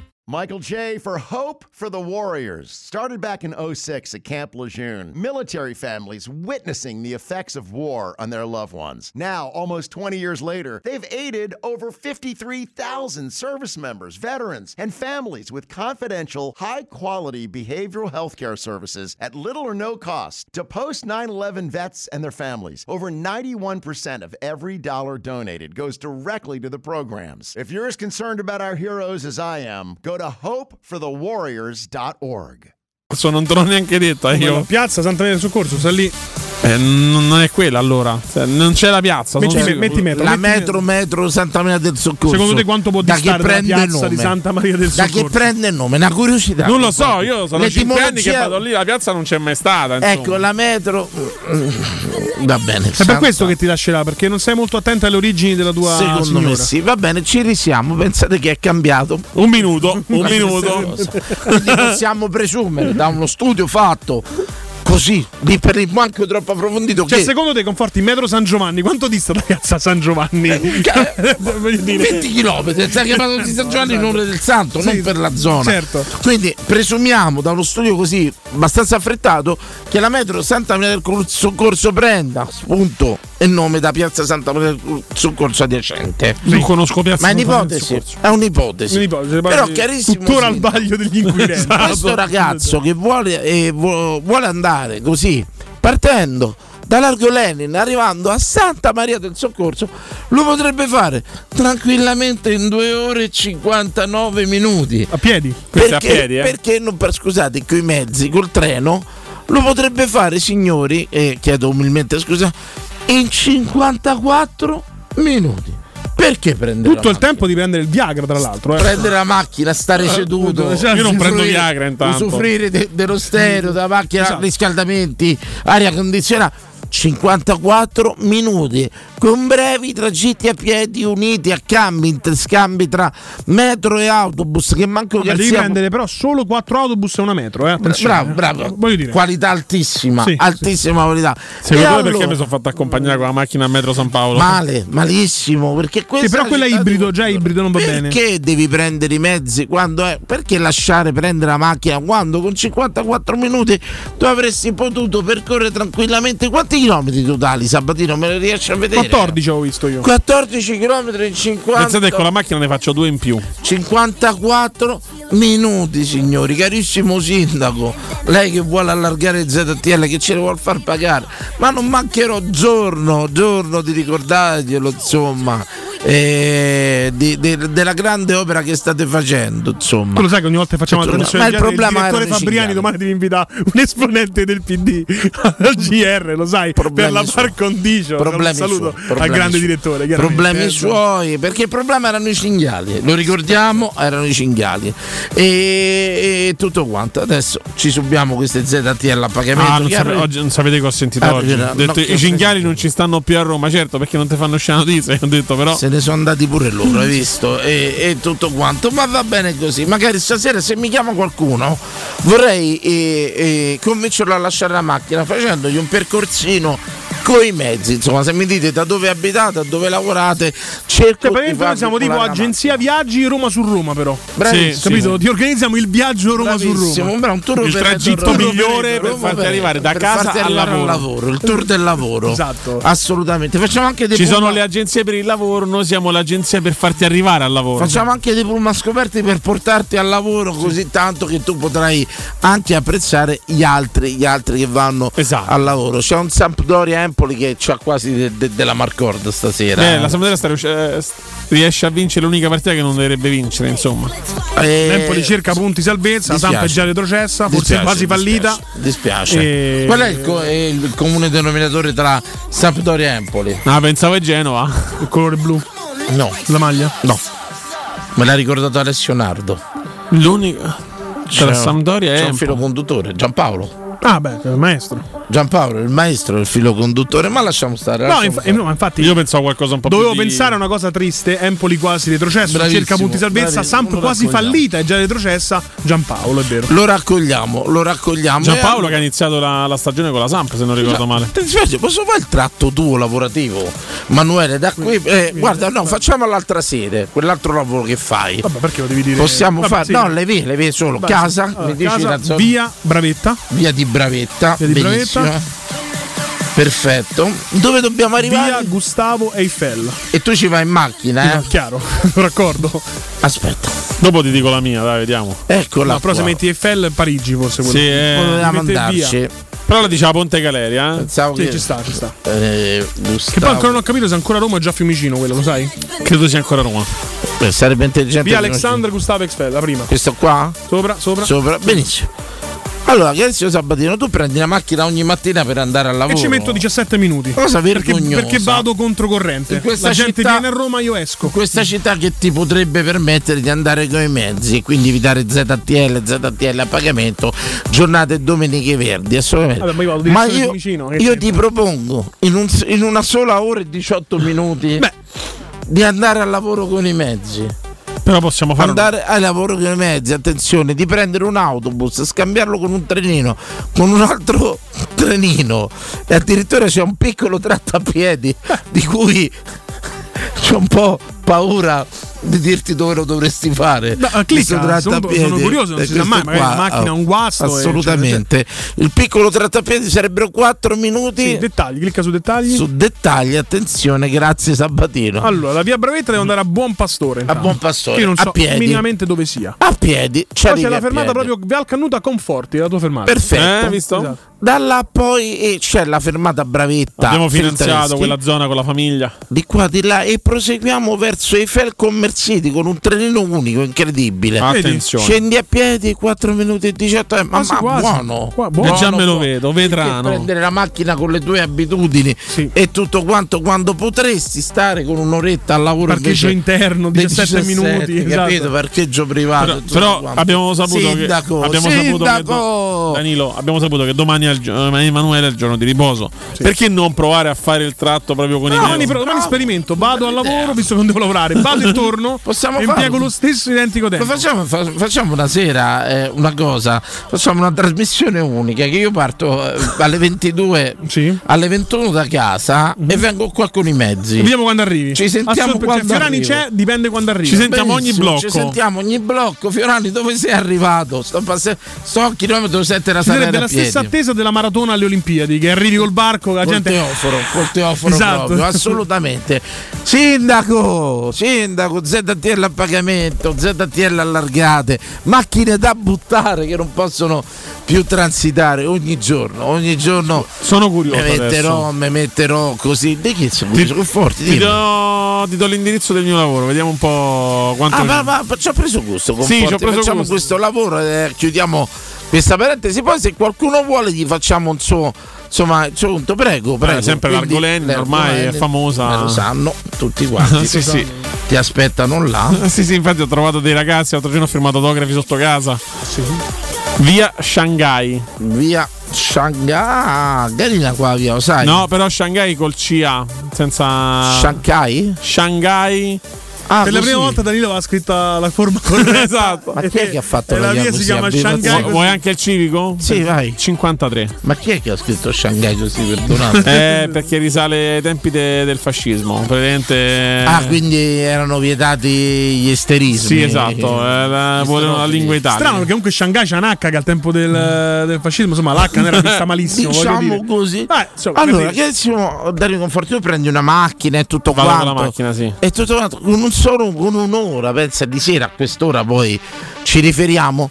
Speaker 8: Michael J. for Hope for the Warriors. Started back in 06 at Camp Lejeune. Military families witnessing the effects of war on their loved ones. Now, almost 20 years later, they've aided over 53,000 service members, veterans, and families with confidential, high quality behavioral health care services at little or no cost to post 9 11 vets and their families. Over 91% of every dollar donated goes directly to the programs. If you're as concerned about our heroes as I am, go to hopeforthewarriors.org.
Speaker 5: Non te l'ho neanche detto eh,
Speaker 6: Quella
Speaker 5: io.
Speaker 6: Piazza Santa Maria del Soccorso, sta lì.
Speaker 5: Eh, n- non è quella allora. Cioè, non c'è la piazza. sono
Speaker 6: Metti, me-
Speaker 5: sicuro.
Speaker 6: metti metro.
Speaker 4: La
Speaker 6: metti
Speaker 4: metro, metro Santa Maria del Soccorso.
Speaker 6: Secondo te quanto può
Speaker 4: Da chi
Speaker 6: distare dalla
Speaker 4: prende il
Speaker 6: piazza
Speaker 4: nome?
Speaker 6: di Santa Maria del
Speaker 4: Da chi
Speaker 6: Soccorso?
Speaker 4: prende il nome? Una curiosità.
Speaker 5: Non lo so, io sono 5 anni che
Speaker 4: L'etimologia-
Speaker 5: vado lì, la piazza non c'è mai stata. Insomma.
Speaker 4: Ecco, la metro. Mm, Va bene.
Speaker 6: È per
Speaker 4: Santa-
Speaker 6: questo che ti lascerà, perché non sei molto attento alle origini della tua
Speaker 4: Secondo
Speaker 6: signora.
Speaker 4: me sì, va bene, ci risiamo. Pensate che è cambiato.
Speaker 5: Un minuto, un minuto.
Speaker 4: Quindi possiamo presumere da uno studio fatto così, lì per il manco troppo approfondito.
Speaker 6: Cioè,
Speaker 4: che
Speaker 6: secondo te, conforti metro San Giovanni, quanto dista da piazza San Giovanni?
Speaker 4: Eh, ca-
Speaker 6: Voglio dire-
Speaker 4: 20 km, sta chiamato di San Giovanni in nome del santo,
Speaker 6: Eh, esatto. Sì,
Speaker 4: non per la zona.
Speaker 6: certo.
Speaker 4: Quindi presumiamo da uno studio così abbastanza affrettato che la metro Santa Maria del Cor- Soccorso prenda spunto e nome da piazza Santa Maria del Cor- Soccorso adiacente.
Speaker 5: Non conosco piazza.
Speaker 4: Ma è
Speaker 5: Santa Maria del
Speaker 4: un'ipotesi,
Speaker 5: Soccorso.
Speaker 4: è un'ipotesi.
Speaker 6: Un'ipotesi,
Speaker 4: Però
Speaker 6: parli-
Speaker 4: chiarissimo.
Speaker 6: Tuttora al
Speaker 4: sindaco,
Speaker 6: baglio degli inquirenti.
Speaker 5: Esatto.
Speaker 4: questo ragazzo che vuole, eh, vu- vuole andare così, partendo da Largo Lenin, arrivando a Santa Maria del Soccorso, lo potrebbe fare tranquillamente in 2 ore e 59 minuti.
Speaker 6: A piedi.
Speaker 5: Questo è a piedi, eh.
Speaker 4: perché non, per- scusate, con i mezzi, col treno, lo potrebbe fare, signori, e chiedo umilmente scusa, in 54 minuti. Perché prendere
Speaker 6: Tutto
Speaker 4: la
Speaker 6: il tempo di prendere il Viagra, tra l'altro. Eh.
Speaker 4: prendere la macchina, stare seduto.
Speaker 6: cioè,
Speaker 5: io non prendo
Speaker 4: usufruire-
Speaker 5: Viagra intanto.
Speaker 4: Usufruire de- dello stereo, della macchina,
Speaker 6: Esatto.
Speaker 4: riscaldamenti, aria condizionata. 54 minuti con brevi tragitti a piedi uniti a cambi, interscambi tra metro e autobus che manco
Speaker 6: Ma devi
Speaker 4: calziamo-
Speaker 6: prendere però solo quattro autobus e una metro. Eh. attenzione,
Speaker 4: Bravo,
Speaker 6: eh.
Speaker 4: bravo.
Speaker 6: Voglio dire,
Speaker 4: Qualità altissima,
Speaker 6: Sì,
Speaker 4: altissima qualità.
Speaker 5: Secondo
Speaker 4: E
Speaker 5: te
Speaker 4: allora-
Speaker 5: perché mi sono fatto accompagnare con la macchina a metro San Paolo?
Speaker 4: Male, malissimo, perché questo
Speaker 6: Sì, però quello è ibrido, già ibrido non va bene.
Speaker 4: Perché devi prendere i mezzi quando è perché lasciare prendere la macchina quando con 54 minuti tu avresti potuto percorrere tranquillamente quanti chilometri totali Sabatino me lo riesci a vedere?
Speaker 6: 14 ho visto io. ecco,
Speaker 4: 14 km in 50
Speaker 5: Pensate che con la macchina ne faccio due in più.
Speaker 4: 54 minuti, signori, carissimo sindaco. Lei che vuole allargare il ZTL, che ce le vuol far pagare, ma non mancherò giorno, giorno di ricordarglielo, insomma. eh, di- de- della grande opera che state facendo. Insomma,
Speaker 6: Tu lo sai che ogni volta che facciamo la
Speaker 4: Ma-
Speaker 6: trasmissione
Speaker 4: ma
Speaker 6: del
Speaker 4: il
Speaker 6: genere,
Speaker 4: problema
Speaker 6: il
Speaker 4: erano
Speaker 6: direttore
Speaker 4: i cinghiali.
Speaker 6: Fabriani domani devi invitare un esponente del PD al GR, lo sai, per la
Speaker 4: Mm. suoi.
Speaker 6: par condicio.
Speaker 4: problemi
Speaker 6: Saluto
Speaker 4: suoi,
Speaker 6: al
Speaker 4: problemi
Speaker 6: grande
Speaker 4: suoi.
Speaker 6: direttore. chiaramente.
Speaker 4: problemi
Speaker 6: Eh,
Speaker 4: suoi perché il problema erano i cinghiali lo ricordiamo erano i cinghiali e, e tutto quanto adesso ci subiamo queste ZTL a pagamento
Speaker 5: Ah, non
Speaker 4: chiaro?
Speaker 5: sape- oggi non sapete che ho sentito
Speaker 4: Ah,
Speaker 5: oggi.
Speaker 4: no,
Speaker 5: Ho detto,
Speaker 4: no, che
Speaker 5: I cinghiali non ci stanno più a Roma, certo, perché non ti fanno uscire la notizia. Ho detto, però. Mm.
Speaker 4: se ne sono andati pure loro hai visto e, e tutto quanto ma va bene così magari stasera se mi chiama qualcuno vorrei eh, eh, convincerlo a lasciare la macchina facendogli un percorsino con i mezzi insomma se mi dite da dove abitate a dove lavorate cerco di
Speaker 6: Cioè, praticamente noi
Speaker 4: farvi
Speaker 6: siamo tipo
Speaker 4: volare la
Speaker 6: agenzia viaggi Roma su Roma, però.
Speaker 4: Bravissimo.
Speaker 5: Sì,
Speaker 6: Capito? Ti organizziamo il viaggio Roma su
Speaker 4: Bravissimo,
Speaker 6: Roma.
Speaker 4: bravo, un tour
Speaker 5: Il
Speaker 4: operator-
Speaker 5: tragitto
Speaker 4: tour
Speaker 5: migliore
Speaker 4: operator,
Speaker 5: per
Speaker 4: tour
Speaker 5: farti
Speaker 4: operator,
Speaker 5: arrivare da
Speaker 4: per
Speaker 5: casa
Speaker 4: farti
Speaker 5: al
Speaker 4: arrivare
Speaker 5: lavoro.
Speaker 4: il tour del lavoro.
Speaker 6: Esatto.
Speaker 4: Assolutamente. Facciamo anche dei
Speaker 5: Ci sono
Speaker 4: pullman-
Speaker 5: le agenzie per il lavoro, noi siamo l'agenzia per farti arrivare al lavoro.
Speaker 4: Facciamo anche dei pullman scoperti per portarti al lavoro così tanto che tu potrai anche apprezzare gli altri, gli altri che vanno
Speaker 5: Esatto.
Speaker 4: al lavoro. C'è un Sampdoria Empoli che c'ha quasi de- de- della Marcord stasera.
Speaker 5: Eh, la Sampdoria sta riusci- eh, st- riesce a vincere l'unica partita che non dovrebbe vincere, insomma.
Speaker 4: Eh,
Speaker 6: L'Empoli cerca punti salvezza, la
Speaker 4: dispiace.
Speaker 6: Samp è già retrocessa, forse
Speaker 4: Dispiace,
Speaker 6: quasi fallita.
Speaker 4: Dispiace. dispiace.
Speaker 6: E-
Speaker 4: Qual è il, co- eh, il comune denominatore tra Sampdoria e Empoli?
Speaker 5: Ah, pensavo a Genova.
Speaker 6: Il colore blu,
Speaker 4: No.
Speaker 6: la maglia.
Speaker 4: No, me l'ha ricordato Alessio Nardo.
Speaker 5: L'unica tra
Speaker 4: C'è-
Speaker 5: Sampdoria
Speaker 4: C'è
Speaker 5: e
Speaker 4: un filo conduttore, Giampaolo.
Speaker 6: Ah, beh, il maestro.
Speaker 4: Giampaolo, il maestro, il filo conduttore, ma lasciamo stare.
Speaker 6: No,
Speaker 4: lasciamo
Speaker 6: inf-
Speaker 4: stare.
Speaker 6: no, ma infatti.
Speaker 5: Io pensavo a qualcosa un po'
Speaker 6: Dovevo
Speaker 5: più di-
Speaker 6: pensare a una cosa triste, Empoli quasi retrocessa,
Speaker 4: Bravissimo,
Speaker 6: cerca punti salvezza,
Speaker 4: bravissimo,
Speaker 6: Samp
Speaker 4: lo
Speaker 6: quasi
Speaker 4: raccogliamo.
Speaker 6: fallita, è già retrocessa, Giampaolo, è vero.
Speaker 4: Lo raccogliamo, lo raccogliamo.
Speaker 5: Giampaolo che
Speaker 4: E-
Speaker 5: ha iniziato la, la stagione con la Samp, se non ricordo male.
Speaker 4: Ti dispiace, posso fare il tratto tuo lavorativo, Manuele? Da qui, eh, guarda, no, facciamo all'altra sede, quell'altro lavoro che fai.
Speaker 6: Vabbè, perché lo devi dire?
Speaker 4: Possiamo
Speaker 6: Vabbè,
Speaker 4: fare,
Speaker 6: sì.
Speaker 4: no, le vie, le vie solo.
Speaker 6: Basta.
Speaker 4: Casa,
Speaker 6: Allora,
Speaker 4: mi dici
Speaker 6: casa,
Speaker 4: la zona-
Speaker 6: via Bravetta,
Speaker 4: via di Bravetta,
Speaker 6: Via di
Speaker 4: benissimo.
Speaker 6: Bravetta.
Speaker 4: Perfetto. Dove dobbiamo arrivare?
Speaker 6: via Gustavo Eiffel.
Speaker 4: E tu ci vai in macchina, eh?
Speaker 6: Chiaro, lo raccordo.
Speaker 4: Aspetta,
Speaker 5: Dopo ti dico la mia, dai, vediamo.
Speaker 4: eccola.
Speaker 6: No, però se
Speaker 4: qua.
Speaker 6: metti Eiffel Parigi forse quello.
Speaker 5: Sì, eh,
Speaker 4: Come
Speaker 6: Dovevamo
Speaker 4: dovevamo
Speaker 6: mette
Speaker 4: andarci.
Speaker 6: via. Eh,
Speaker 5: Però la diceva Ponte Galeria, eh?
Speaker 4: Pensavo
Speaker 6: Sì,
Speaker 4: che.
Speaker 6: ci sta, ci sta.
Speaker 4: eh, Gustavo-
Speaker 6: Che poi ancora non ho capito se ancora Roma o già Fiumicino quello, lo sai?
Speaker 5: Credo sia ancora Roma.
Speaker 4: Eh, Sarebbe intelligente.
Speaker 6: Via
Speaker 4: che non ci-
Speaker 6: Alexander Gustavo Eiffel, la prima.
Speaker 4: Questo qua?
Speaker 6: Sopra, sopra.
Speaker 4: Sopra. Benissimo. Allora, Alessio Sabatino, tu prendi la macchina ogni mattina per andare al
Speaker 6: E
Speaker 4: lavoro.
Speaker 6: ci metto 17 minuti.
Speaker 4: Cosa
Speaker 6: Perché,
Speaker 4: vergognosa.
Speaker 6: perché vado controcorrente.
Speaker 4: In questa
Speaker 6: La gente
Speaker 4: città-
Speaker 6: viene a Roma, io esco.
Speaker 4: Questa città che ti potrebbe permettere di andare con i mezzi e quindi evitare ZTL, ZTL a pagamento, giornate e domeniche verdi, assolutamente.
Speaker 6: Vabbè, ma io vado
Speaker 4: Eh. ma
Speaker 6: direzione
Speaker 4: io,
Speaker 6: Fiumicino, che
Speaker 4: io
Speaker 6: c'entra?
Speaker 4: ti propongo in, un- in una sola ora e 18 minuti
Speaker 6: Beh.
Speaker 4: di andare al lavoro con i mezzi.
Speaker 5: Però possiamo fare una-
Speaker 4: andare al lavoro con i mezzi, attenzione, di prendere un autobus, scambiarlo con un trenino, con un altro trenino e addirittura c'è un piccolo trattapiedi di cui c'ho un po' paura di dirti dove lo dovresti fare.
Speaker 6: No, clicca,
Speaker 4: Questo
Speaker 6: sono-
Speaker 4: trattapiedi,
Speaker 6: sono curioso, non
Speaker 4: eh,
Speaker 6: si sa mai,
Speaker 4: questo
Speaker 6: magari la macchina ha un guasto e
Speaker 4: Assolutamente. Il piccolo trattapiedi sarebbero 4 minuti
Speaker 6: Sì, dettagli, clicca su dettagli.
Speaker 4: su dettagli, attenzione, grazie Sabatino.
Speaker 6: Allora, la via Bravetta devo andare a Buon Pastore.
Speaker 4: a
Speaker 6: intanto.
Speaker 4: buon pastore,
Speaker 6: Io non
Speaker 4: a
Speaker 6: so
Speaker 4: piedi.
Speaker 6: minimamente dove sia.
Speaker 4: A piedi, ci
Speaker 6: Poi
Speaker 4: arrivi
Speaker 6: c'è la
Speaker 4: a
Speaker 6: fermata
Speaker 4: piedi.
Speaker 6: proprio Vial Cannuta Conforti, la tua fermata.
Speaker 4: Perfetto.
Speaker 5: Eh, visto?
Speaker 6: Esatto.
Speaker 4: Da là poi eh, c'è la fermata Bravetta.
Speaker 5: Abbiamo
Speaker 4: Feltreschi,
Speaker 5: finanziato quella zona con la famiglia.
Speaker 4: Di qua di là e proseguiamo verso Eiffel Commersiti con un trenino unico, incredibile.
Speaker 5: Attenzione.
Speaker 4: Scendi a piedi 4 minuti e 18 eh, ma,
Speaker 6: Quasi,
Speaker 4: ma
Speaker 6: quasi.
Speaker 4: buono.
Speaker 6: Qua- buono.
Speaker 5: E Eh, già me lo
Speaker 4: buono.
Speaker 5: vedo,
Speaker 4: Perché
Speaker 5: vetrano.
Speaker 4: prendere la macchina con le tue abitudini
Speaker 6: Sì.
Speaker 4: e tutto quanto quando potresti stare con un'oretta al lavoro
Speaker 6: Parcheggio
Speaker 4: invece
Speaker 6: interno,
Speaker 4: dei
Speaker 6: 17 minuti, esatto.
Speaker 4: capito? parcheggio privato
Speaker 5: Però,
Speaker 4: e tutto
Speaker 5: però
Speaker 4: quanto.
Speaker 5: abbiamo saputo
Speaker 4: Ah, sindaco,
Speaker 5: che abbiamo saputo che
Speaker 4: sindaco!
Speaker 5: do- Danilo, abbiamo saputo che domani al gio- eh, Emanuele è il giorno di riposo. Perché non provare a fare il tratto proprio con i
Speaker 6: Domani,
Speaker 5: mezzi?
Speaker 6: però, domani
Speaker 4: Bravo.
Speaker 6: esperimento, vado al
Speaker 4: Bella idea.
Speaker 6: lavoro visto che non devo lavorare, vado e torno
Speaker 4: Possiamo
Speaker 6: e
Speaker 4: farlo.
Speaker 6: impiego lo stesso identico
Speaker 4: Ma
Speaker 6: tempo.
Speaker 4: facciamo, fa- facciamo una sera, eh, una cosa, facciamo una trasmissione unica che io parto eh, alle 22,
Speaker 6: Sì.
Speaker 4: alle 21 da casa e vengo qua con i mezzi.
Speaker 6: Vediamo quando arrivi.
Speaker 4: Ci sentiamo
Speaker 6: Assolutamente,
Speaker 4: quando
Speaker 6: cioè, Fiorani
Speaker 4: arrivo.
Speaker 6: c'è, dipende quando arrivi.
Speaker 5: Ci sentiamo ogni
Speaker 4: Benissimo, Ci
Speaker 5: blocco.
Speaker 4: sentiamo ogni blocco. Fiorani, dove sei arrivato? Sto, passe- sto a chilometro 7 da
Speaker 6: Ci sarebbe
Speaker 4: Sanera a
Speaker 6: la
Speaker 4: piedi.
Speaker 6: stessa attesa della maratona alle Olimpiadi, che arrivi col barco, la
Speaker 4: Col
Speaker 6: gente
Speaker 4: teoforo, col teoforo
Speaker 6: Esatto.
Speaker 4: proprio, assolutamente. Sindaco, sindaco ZTL a pagamento, ZTL allargate, macchine da buttare che non possono più transitare ogni giorno, ogni giorno
Speaker 5: Sono curioso.
Speaker 4: mi metterò,
Speaker 5: adesso.
Speaker 4: mi metterò così. Di chi sono
Speaker 5: Ti-
Speaker 4: curioso? Che forti,
Speaker 5: Ti
Speaker 4: dimmi.
Speaker 5: do, ti do l'indirizzo del mio lavoro, vediamo un po' quanto.
Speaker 4: Ah, ma, ma ci ho preso gusto.
Speaker 5: Sì,
Speaker 4: Conforti.
Speaker 5: ci ho preso
Speaker 4: facciamo
Speaker 5: gusto.
Speaker 4: questo lavoro eh. e chiudiamo questa parentesi. Poi, se qualcuno vuole, gli facciamo un suo. Insomma, il suo conto, prego, prego.
Speaker 5: sempre
Speaker 4: Quindi,
Speaker 5: l'Argolenni, ormai è
Speaker 4: l'Argolenni,
Speaker 5: famosa.
Speaker 4: eh, Lo sanno tutti quanti.
Speaker 5: Sì, sì.
Speaker 4: Ti aspettano là.
Speaker 5: Sì, sì, infatti ho trovato dei ragazzi, l'altro giorno ho firmato autografi sotto casa. Via Shanghai.
Speaker 4: Via Shanghai. Carina qua, via, lo sai?
Speaker 5: No, però Shanghai col CA, senza
Speaker 4: Shanghai?
Speaker 5: Shanghai.
Speaker 4: Ah,
Speaker 6: Per la
Speaker 4: così.
Speaker 6: prima volta Danilo aveva scritta la forma corretta.
Speaker 5: Esatto.
Speaker 4: Ma chi è che ha fatto
Speaker 6: E la
Speaker 4: via
Speaker 6: via
Speaker 4: così
Speaker 6: si
Speaker 4: a
Speaker 6: chiama
Speaker 4: Beirut?
Speaker 6: Shanghai.
Speaker 5: Vuoi- Vuoi anche il civico?
Speaker 4: Sì, vai.
Speaker 5: 53.
Speaker 4: Ma chi è che ha scritto Shanghai così, perdonate?
Speaker 5: Eh, perché risale ai tempi de- del fascismo. Praticamente.
Speaker 4: Ah, quindi erano vietati gli esterismi.
Speaker 5: Eh. Sì, esatto. Era, volevano la lingua italiana.
Speaker 6: Strano, perché comunque Shanghai c'è un H che al tempo del, del fascismo, insomma, l'H non era vista malissimo. voglio
Speaker 4: Diciamo
Speaker 6: dire.
Speaker 4: così.
Speaker 6: Beh, insomma,
Speaker 4: allora,
Speaker 6: capito.
Speaker 4: che siamo Dario Conforti, tu prendi una macchina e tutto
Speaker 5: Vado
Speaker 4: quanto.
Speaker 5: con la macchina, sì.
Speaker 4: E tutto quanto, con un solo con un'ora, pensa di sera a quest'ora poi ci riferiamo.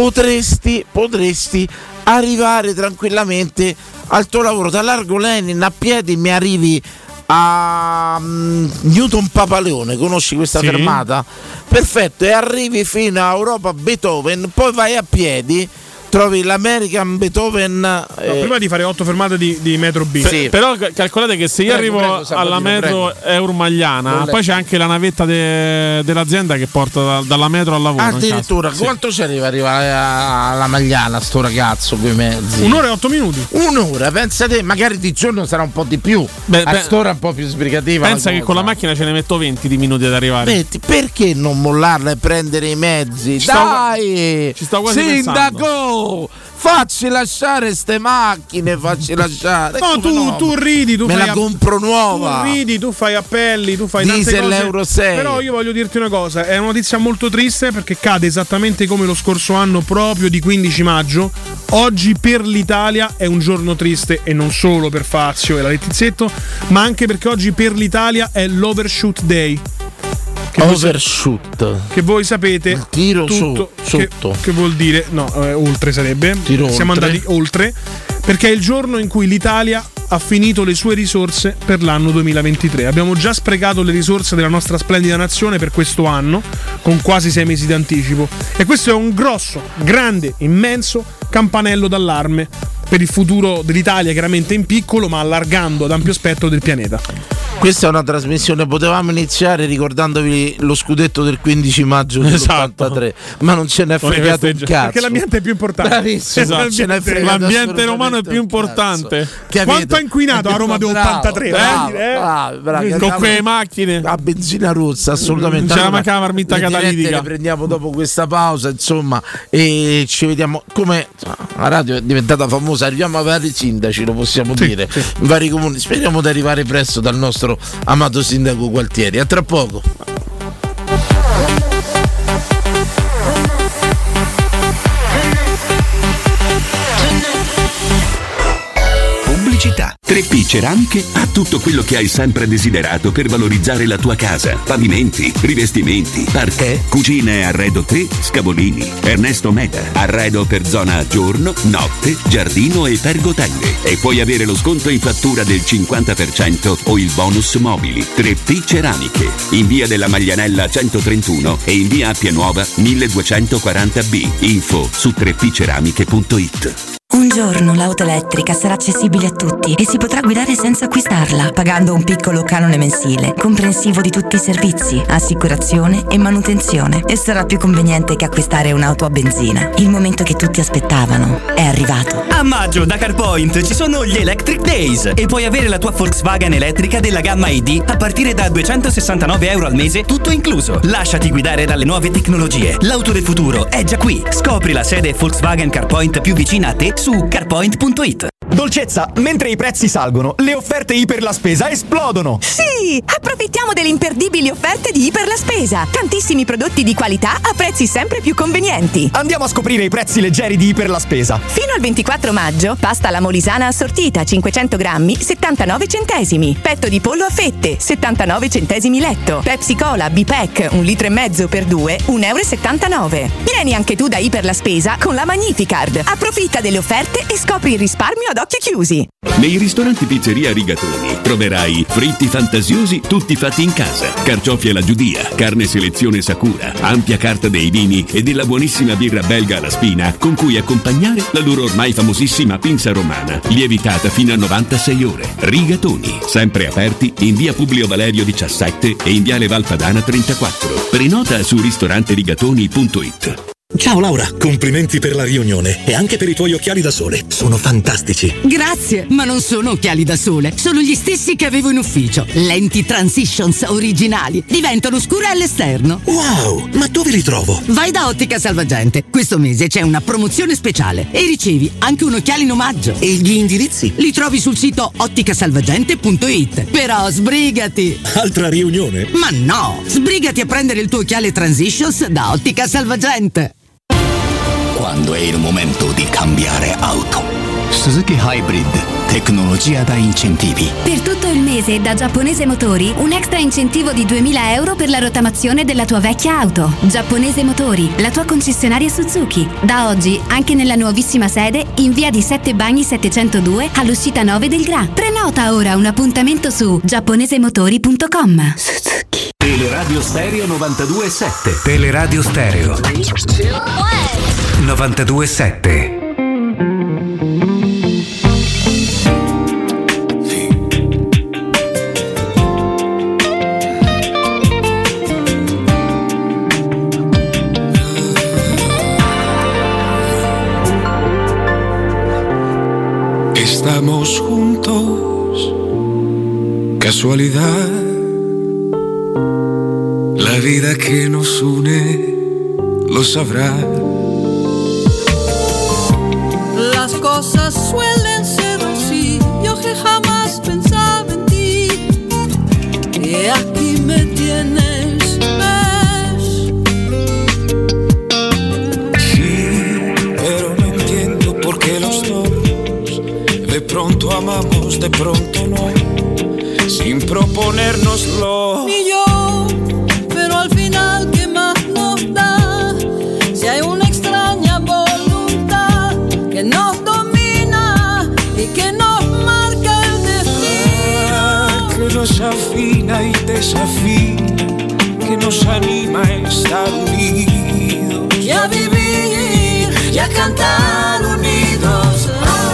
Speaker 4: Potresti, potresti arrivare tranquillamente al tuo lavoro da Largo Lenin a piedi mi arrivi a mm, Newton Papaleone, conosci questa
Speaker 5: Sì.
Speaker 4: fermata? Perfetto, e arrivi fino a Europa Beethoven, poi vai a piedi, trovi l'American Beethoven
Speaker 6: No,
Speaker 4: eh,
Speaker 6: prima di fare otto fermate di, di metro B.
Speaker 4: Sì.
Speaker 5: Però ca- calcolate che se io
Speaker 4: Prego,
Speaker 5: arrivo
Speaker 4: prego, Sabotino,
Speaker 5: alla metro Euromagliana,
Speaker 4: Volevo.
Speaker 5: poi c'è anche la navetta de- dell'azienda che porta da- dalla metro
Speaker 6: Oh,
Speaker 5: al lavoro.
Speaker 4: Addirittura,
Speaker 5: in caso.
Speaker 4: quanto ci arriva arrivare alla Magliana sto ragazzo coi mezzi?
Speaker 6: Un'ora e otto minuti.
Speaker 4: Un'ora, pensa te, magari di giorno sarà un po' di più.
Speaker 5: Beh,
Speaker 4: a
Speaker 5: beh,
Speaker 4: st'ora Ah, è un po' più sbrigativa.
Speaker 5: Pensa che con la
Speaker 4: cosa.
Speaker 5: macchina ce ne metto 20 di minuti ad arrivare.
Speaker 4: Vedi, perché non mollarla e prendere i mezzi?
Speaker 5: stavo-
Speaker 4: Dai!
Speaker 5: ci stavo quasi
Speaker 4: Sindaco! Facci lasciare ste macchine, facci lasciare. Come
Speaker 6: No, tu, tu ridi, tu
Speaker 4: Me
Speaker 6: fai
Speaker 4: la
Speaker 6: app-
Speaker 4: compro nuova.
Speaker 6: Tu ridi, tu fai appelli, tu fai
Speaker 4: Diesel
Speaker 6: tante cose.
Speaker 4: Euro 6.
Speaker 6: Però io voglio dirti una cosa, è una notizia molto triste perché cade esattamente come lo scorso anno proprio di 15 maggio. Oggi per l'Italia è un giorno triste e non solo per Fazio e la Lettizietto, ma anche perché oggi per l'Italia è l'Overshoot Day. Che voi, sa-
Speaker 4: Overshoot.
Speaker 6: che voi sapete
Speaker 4: Il tiro
Speaker 6: tutto
Speaker 4: su-
Speaker 6: che,
Speaker 4: sotto.
Speaker 6: che vuol dire no, eh, oltre sarebbe.
Speaker 4: Tiro
Speaker 6: Siamo
Speaker 4: oltre.
Speaker 6: andati oltre perché è il giorno in cui l'Italia ha finito le sue risorse per l'anno 2023. Abbiamo già sprecato le risorse della nostra splendida nazione per questo anno con quasi sei mesi d'anticipo e questo è un grosso, grande, immenso campanello d'allarme per il futuro dell'Italia, chiaramente in piccolo, ma allargando ad ampio spettro del pianeta.
Speaker 4: Questa è una trasmissione, potevamo iniziare ricordandovi lo scudetto del 15 maggio
Speaker 5: Esatto.
Speaker 4: dell'83, ma non ce n'è fregato un
Speaker 5: festeggia-
Speaker 4: cazzo.
Speaker 6: Perché l'ambiente è più importante.
Speaker 4: Bravissimo,
Speaker 6: Esatto.
Speaker 4: non ce n'è fregato
Speaker 5: L'ambiente romano è
Speaker 4: assolutamente
Speaker 5: più
Speaker 4: un cazzo.
Speaker 5: importante.
Speaker 4: Capito?
Speaker 6: Quanto ha inquinato a Roma del
Speaker 4: Bravo,
Speaker 6: 83,
Speaker 4: bravo,
Speaker 6: eh? Eh?
Speaker 4: bravo, bravo, che
Speaker 5: Con
Speaker 4: andiamo-
Speaker 5: quelle macchine.
Speaker 4: a benzina rossa assolutamente
Speaker 5: C'era manca la marmitta
Speaker 4: le dirette
Speaker 5: catalitica.
Speaker 4: le prendiamo dopo questa pausa insomma e ci vediamo come la radio è diventata famosa arriviamo a vari sindaci lo possiamo dire in vari comuni speriamo di arrivare presto dal nostro amato sindaco Gualtieri a tra poco
Speaker 9: Pubblicità. 3P Ceramiche ha tutto quello che hai sempre desiderato per valorizzare la tua casa. Pavimenti, rivestimenti, parquet, cucina e arredo 3, Scavolini, Ernesto Meda. Arredo per zona giorno, notte, giardino e pergotende. E puoi avere lo sconto in fattura del 50% o il bonus mobili. 3P Ceramiche. In via della Maglianella 131 e in via Appia Nuova 1240B. Info su 3pceramiche.it.
Speaker 10: Un giorno l'auto elettrica sarà accessibile a tutti e si potrà guidare senza acquistarla, pagando un piccolo canone mensile, comprensivo di tutti i servizi, assicurazione e manutenzione. E sarà più conveniente che acquistare un'auto a benzina. Il momento che tutti aspettavano è arrivato.
Speaker 11: A maggio da CarPoint ci sono gli Electric Days e puoi avere la tua Volkswagen elettrica della gamma ID a partire da 269 euro al mese, tutto incluso. Lasciati guidare dalle nuove tecnologie. L'auto del futuro è già qui. Scopri la sede Volkswagen CarPoint più vicina a te su carpoint.it.
Speaker 12: Dolcezza, mentre i prezzi salgono, le offerte Iper la spesa esplodono.
Speaker 13: Sì, approfittiamo delle imperdibili offerte di Iper la Spesa. Tantissimi prodotti di qualità a prezzi sempre più convenienti.
Speaker 12: Andiamo a scoprire i prezzi leggeri di Iper la spesa.
Speaker 13: Fino al 24 maggio, pasta alla molisana assortita 500 grammi, 79 centesimi. Petto di pollo a fette, 79 centesimi letto. Pepsi Cola B-Pack, un litro e mezzo per due, 1,79 euro. Vieni anche tu da Iper la Spesa con la Magnificard. Approfitta delle offerte e scopri il risparmio ad occhi chiusi.
Speaker 9: Nei ristoranti Pizzeria Rigatoni troverai fritti fantasiosi tutti fatti in casa, carciofi alla giudia, carne selezione Sakura, ampia carta dei vini e della buonissima birra belga alla spina con cui accompagnare la loro ormai famosissima pinza romana, lievitata fino a 96 ore. Rigatoni, sempre aperti in via Publio Valerio 17 e in viale Valpadana 34. Prenota su ristoranterigatoni.it.
Speaker 14: Ciao Laura, complimenti per la riunione e anche per i tuoi occhiali da sole. Sono fantastici.
Speaker 15: Grazie, ma non sono occhiali da sole, sono gli stessi che avevo in ufficio. Lenti Transitions originali, diventano scure all'esterno.
Speaker 14: Wow, ma dove li trovo?
Speaker 15: Vai da Ottica Salvagente. Questo mese c'è una promozione speciale e ricevi anche un occhiale in omaggio. E gli indirizzi? Li trovi sul sito otticasalvagente.it. Però sbrigati!
Speaker 14: Altra riunione?
Speaker 15: Ma no! Sbrigati a prendere il tuo occhiale Transitions da Ottica Salvagente.
Speaker 16: Quando è il momento di cambiare auto. Suzuki Hybrid, tecnologia da incentivi.
Speaker 17: Per tutto il mese da Giapponese Motori un extra incentivo di 2000 euro per la rotamazione della tua vecchia auto. Giapponese Motori, la tua concessionaria Suzuki. Da oggi anche nella nuovissima sede in via di 7 Bagni 702 all'uscita 9 del Gra. Prenota ora un appuntamento su giapponesemotori.com.
Speaker 16: Teleradio Stereo 92.7.
Speaker 18: Teleradio Stereo 927.
Speaker 19: Estamos juntos, casualidad, la vida que nos une lo sabrá.
Speaker 1: Las cosas suelen ser así, yo que jamás pensaba en ti. Y aquí me tienes, ves.
Speaker 19: Pero no entiendo por qué los dos de pronto amamos, de pronto no, sin proponérnoslo.
Speaker 1: Ni yo, pero al final qué más nos da si hay una extraña voluntad que nos domina y que nos marca el destino.
Speaker 19: Que nos afina y desafina, que nos anima a estar unidos.
Speaker 1: Y a vivir y a cantar unidos.
Speaker 19: Ah,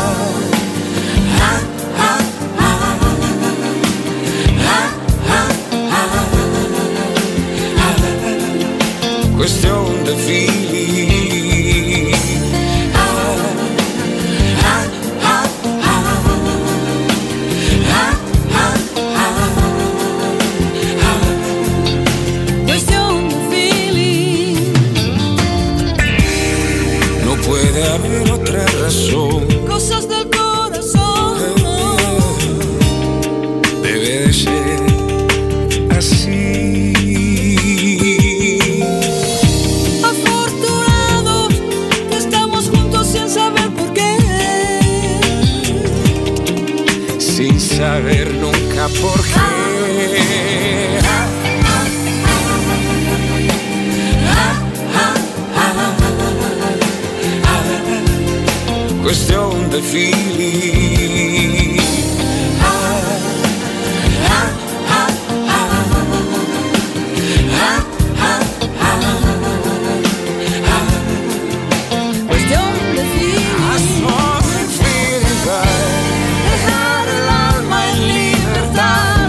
Speaker 19: Cuestión de feeling.
Speaker 1: Cuestión de feeling.
Speaker 19: No puede haber otra razón.
Speaker 1: Cosas del corazón.
Speaker 19: Debe de ser así.
Speaker 1: Afortunados que estamos juntos sin saber por qué.
Speaker 19: Sin saber nunca por qué. Cuestión de feeling.
Speaker 1: Pues Cuestión de feeling. Dejar el alma en libertad.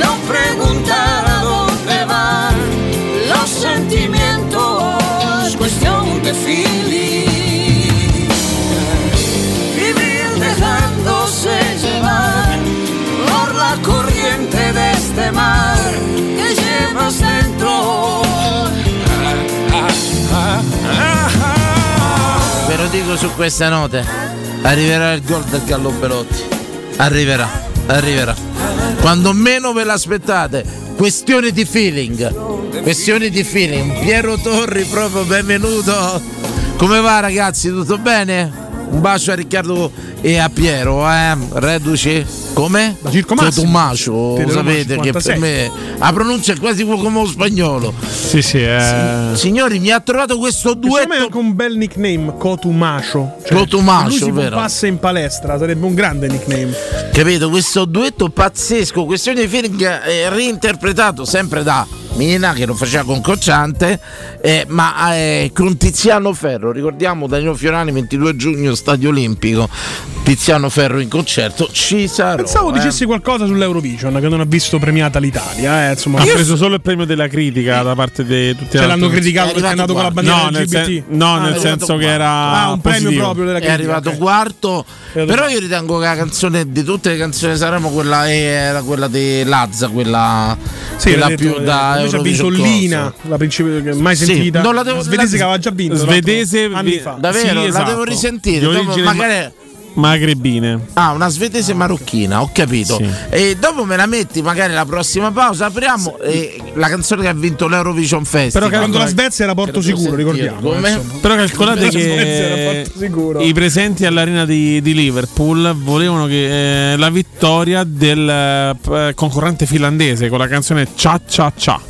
Speaker 1: No preguntar a dónde van los sentimientos. Pues Cuestión de feeling. Vivir dejándose llevar por la corriente de este mar que llevas dentro.
Speaker 4: Ve lo dico su questa nota. Arriverà il gol del Gallo Belotti. Arriverà, arriverà. Quando meno ve l'aspettate, questione di feeling. Questione di feeling. Piero Torri, proprio benvenuto. Come va ragazzi? Tutto bene? Un bacio a Riccardo e a Piero, eh? Reduce come?
Speaker 6: Circo Massimo.
Speaker 4: Cotumacio,
Speaker 6: Tele Roma
Speaker 4: sapete che per
Speaker 6: 56.
Speaker 4: me la pronuncia è quasi come lo spagnolo.
Speaker 5: Sì, sì, eh.
Speaker 4: Signori, mi ha trovato questo
Speaker 6: duetto. me è anche un bel nickname, Cotumacio.
Speaker 4: Cotumacio,
Speaker 6: lui si
Speaker 4: vero.
Speaker 6: passa in palestra, sarebbe un grande nickname.
Speaker 4: Capito? Questo duetto pazzesco, questione di feeling eh, reinterpretato sempre da Mina che lo faceva con Cocciante, eh, ma eh, con Tiziano Ferro. Ricordiamo Danilo Fiorani 22 giugno Stadio Olimpico. Tiziano Ferro in concerto, ci sarò.
Speaker 6: Pensavo
Speaker 4: eh.
Speaker 6: dicessi qualcosa sull'Eurovision, che non ha visto premiata l'Italia. Eh,
Speaker 4: Ah,
Speaker 6: insomma,
Speaker 5: Ha preso solo il premio della critica da parte di tutti
Speaker 6: Cioè, l'hanno criticato È perché è arrivato andato qua. con la bandiera
Speaker 5: no, nel
Speaker 6: LGBT?
Speaker 5: sen- no,
Speaker 6: Ah,
Speaker 5: nel
Speaker 6: è arrivato
Speaker 5: senso che
Speaker 6: qua.
Speaker 5: era
Speaker 6: Ah, un premio
Speaker 5: positivo.
Speaker 6: proprio della
Speaker 4: è arrivato quarto però io ritengo che la canzone di tutte le canzoni di Sanremo quella era quella di Lazza quella,
Speaker 6: Sì,
Speaker 4: quella
Speaker 6: l'ha detto,
Speaker 4: più
Speaker 6: eh,
Speaker 4: da
Speaker 6: invece ha vinto
Speaker 4: Eurovision
Speaker 6: Lina, la principe che mai
Speaker 4: Sì,
Speaker 6: sentita.
Speaker 4: non la devo-
Speaker 6: La svedese
Speaker 4: la-
Speaker 6: che aveva già vinto. tra l'altro,
Speaker 5: Svedese esatto.
Speaker 6: anni fa.
Speaker 4: davvero la devo risentire
Speaker 5: Di
Speaker 4: dopo
Speaker 5: origine
Speaker 4: magari
Speaker 5: Magrebine.
Speaker 4: Ah, una svedese marocchina, ho capito. E dopo me la metti, magari la prossima pausa apriamo eh, la canzone che ha vinto l'Eurovision Festival.
Speaker 6: Però che quando la Svezia era porto sicuro, ricordiamo. eh, insomma.
Speaker 5: Però calcolate
Speaker 6: La Svezia era
Speaker 5: che
Speaker 6: porto sicuro.
Speaker 5: i presenti all'arena di, di Liverpool volevano che eh, la vittoria del eh, concorrente finlandese con la canzone Cia Cia Cia.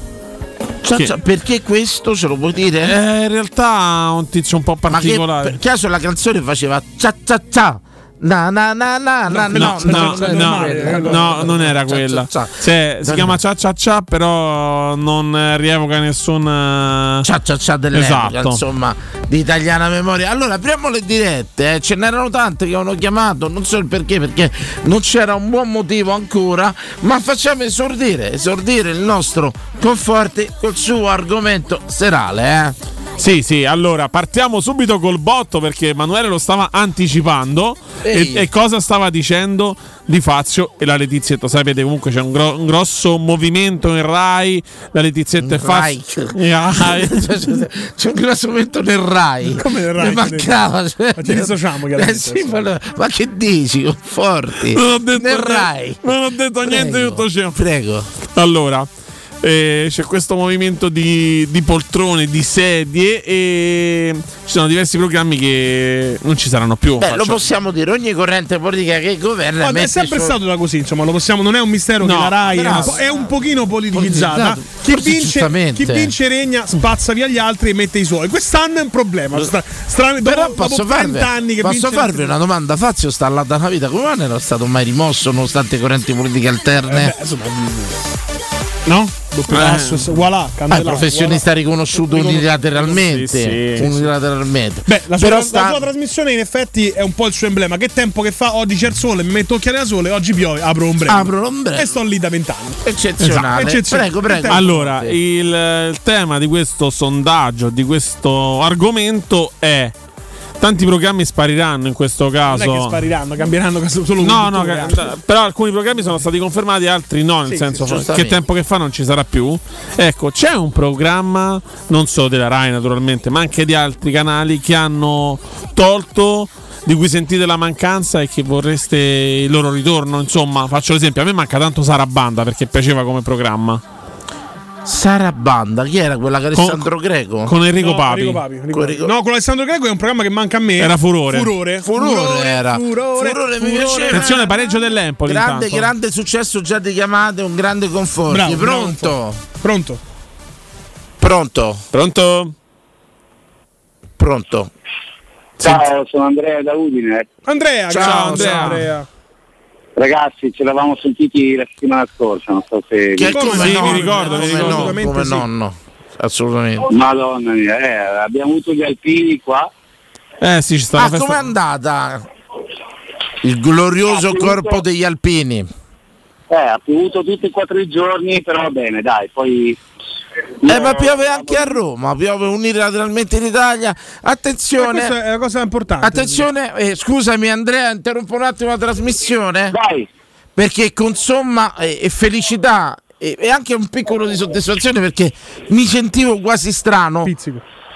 Speaker 4: Cia
Speaker 5: Che-
Speaker 4: Cia, perché questo ce lo puoi dire?
Speaker 5: Eh, in realtà un tizio un po'
Speaker 4: Ma
Speaker 5: particolare.
Speaker 4: che per caso la canzone faceva cia cia cia. Na na na na na
Speaker 5: No, no, no, no, non era quella.
Speaker 4: Cia, cia, cia.
Speaker 5: Cioè, si
Speaker 4: Non-
Speaker 5: chiama Cia Cia Cia, però non eh, rievoca nessun. eh, Esatto.
Speaker 4: Cia Cia Cia dell'epoca, insomma, di italiana memoria. Allora, apriamo le dirette, eh. ce n'erano tante che avevano chiamato, non so il perché, perché non c'era un buon motivo ancora, ma facciamo esordire, esordire il nostro Conforti col suo argomento serale, eh.
Speaker 5: Sì, sì, allora partiamo subito col botto perché Emanuele lo stava anticipando e,
Speaker 4: Ehi.
Speaker 5: e cosa stava dicendo di Fazio e la Letizietta. Sapete comunque c'è un, gro- un grosso movimento in Rai, la Letizietta e
Speaker 4: Rai. cioè.
Speaker 5: Fazio. Ah, eh. Rai.
Speaker 4: C'è un grosso movimento nel Rai.
Speaker 5: Come nel Rai?
Speaker 4: Mi mancava. cioè.
Speaker 5: Ma ci dissociamo, chiaramente,
Speaker 4: Eh sì, ma, allora- ma che dici, Conforti?
Speaker 5: Non ho detto
Speaker 4: nel
Speaker 5: niente-
Speaker 4: Rai.
Speaker 5: Non ho detto niente di tutto ciò.
Speaker 4: Prego.
Speaker 5: Allora, eh, c'è questo movimento di, di poltrone, di sedie e ci sono diversi programmi che non ci saranno più.
Speaker 4: Beh, lo
Speaker 5: Faccio-
Speaker 4: possiamo dire, ogni corrente politica che governa
Speaker 6: Ma
Speaker 4: mette
Speaker 6: è sempre
Speaker 4: il suo-
Speaker 6: stata così, insomma, lo possiamo, non è un mistero che
Speaker 4: No,
Speaker 6: la RAI è
Speaker 4: bravo.
Speaker 6: un po- è un pochino politicizzata.
Speaker 4: Politizzato.
Speaker 6: Chi
Speaker 4: Forse
Speaker 6: vince,
Speaker 4: giustamente.
Speaker 6: chi vince regna spazza via gli altri e mette i suoi. Quest'anno è un problema. Stra- stra- dopo-
Speaker 4: Però
Speaker 6: dopo
Speaker 4: posso,
Speaker 6: 30
Speaker 4: farvi,
Speaker 6: anni che
Speaker 4: posso
Speaker 6: vince-
Speaker 4: farvi una domanda? Fazio sta là da una vita, come mai non era stato mai rimosso nonostante correnti politiche
Speaker 6: Eh,
Speaker 4: alterne? Eh.
Speaker 5: no?
Speaker 6: Doppio passo, s- voilà,
Speaker 4: Ah, è
Speaker 6: Candelà,
Speaker 4: professionista riconosciuto unilateralmente.
Speaker 6: Sì, sì.
Speaker 4: unilateralmente.
Speaker 6: Beh, la sua,
Speaker 4: Però
Speaker 6: la
Speaker 4: sta-
Speaker 6: sua trasmissione in effetti è un po' il suo emblema. Che tempo che fa? Oggi c'è il sole, mi metto occhiali da sole, oggi piove, apro l'ombrello.
Speaker 4: Apro l'ombrello.
Speaker 6: E sto lì da vent'anni. Esatto.
Speaker 4: Eccezionale. Prego, prego.
Speaker 5: Esatto, Allora, il, il tema di questo sondaggio, di questo argomento è tanti programmi spariranno in questo
Speaker 6: Non
Speaker 5: caso.
Speaker 6: è che spariranno, cambieranno solo un
Speaker 5: No, no,
Speaker 6: programma.
Speaker 5: ca- però alcuni programmi sono stati confermati, altri no, nel
Speaker 6: Sì,
Speaker 5: senso
Speaker 6: sì, giustamente.
Speaker 5: che tempo che fa non ci sarà più. Ecco, c'è un programma, non solo della Rai naturalmente, ma anche di altri canali che hanno tolto, di cui sentite la mancanza e che vorreste il loro ritorno. Insomma, faccio l'esempio, a me manca tanto Sarabanda perché piaceva come programma.
Speaker 4: Sarabanda, chi era quella che
Speaker 5: Con-
Speaker 4: Alessandro Greco?
Speaker 5: con Enrico
Speaker 6: No,
Speaker 5: Papi.
Speaker 6: Enrico Papi, Enrico Papi. No, con Alessandro Greco è un programma che manca a me.
Speaker 5: Era Furore.
Speaker 6: Furore.
Speaker 4: Furore era.
Speaker 6: Furore.
Speaker 4: Furore mi piaceva.
Speaker 5: Attenzione, pareggio dell'Empoli.
Speaker 4: Grande,
Speaker 5: intanto.
Speaker 4: grande successo già di chiamate, un grande conforto.
Speaker 5: Bravo, bravo
Speaker 4: Pronto?
Speaker 6: Pronto?
Speaker 4: Pronto?
Speaker 5: Pronto?
Speaker 4: Pronto?
Speaker 19: Ciao, sono Andrea da Udine.
Speaker 6: Andrea,
Speaker 19: Ciao,
Speaker 6: ciao,
Speaker 19: Andrea.
Speaker 6: ciao, Andrea.
Speaker 19: Ragazzi, ce l'avamo sentiti la settimana scorsa, non so se...
Speaker 4: Che come
Speaker 19: Come
Speaker 4: nonno,
Speaker 19: no?
Speaker 4: come nonno, come nonno. Assolutamente.
Speaker 19: Madonna mia, eh, abbiamo avuto gli alpini qua.
Speaker 5: Eh sì, ci sta
Speaker 4: Ma
Speaker 5: la festa-
Speaker 4: com'è andata? Il glorioso corpo degli alpini.
Speaker 19: Eh, ha piovuto tutti e quattro i giorni, però va bene, dai, poi...
Speaker 4: Eh, ma piove anche a Roma, piove unilateralmente in Italia.
Speaker 6: Eh,
Speaker 4: Attenzione,
Speaker 6: questa è una cosa importante.
Speaker 4: Attenzione, eh, scusami Andrea, interrompo un attimo la trasmissione.
Speaker 19: Vai.
Speaker 4: Perché con somma eh, e, eh, e felicità e, e anche un piccolo di soddisfazione perché mi sentivo quasi strano.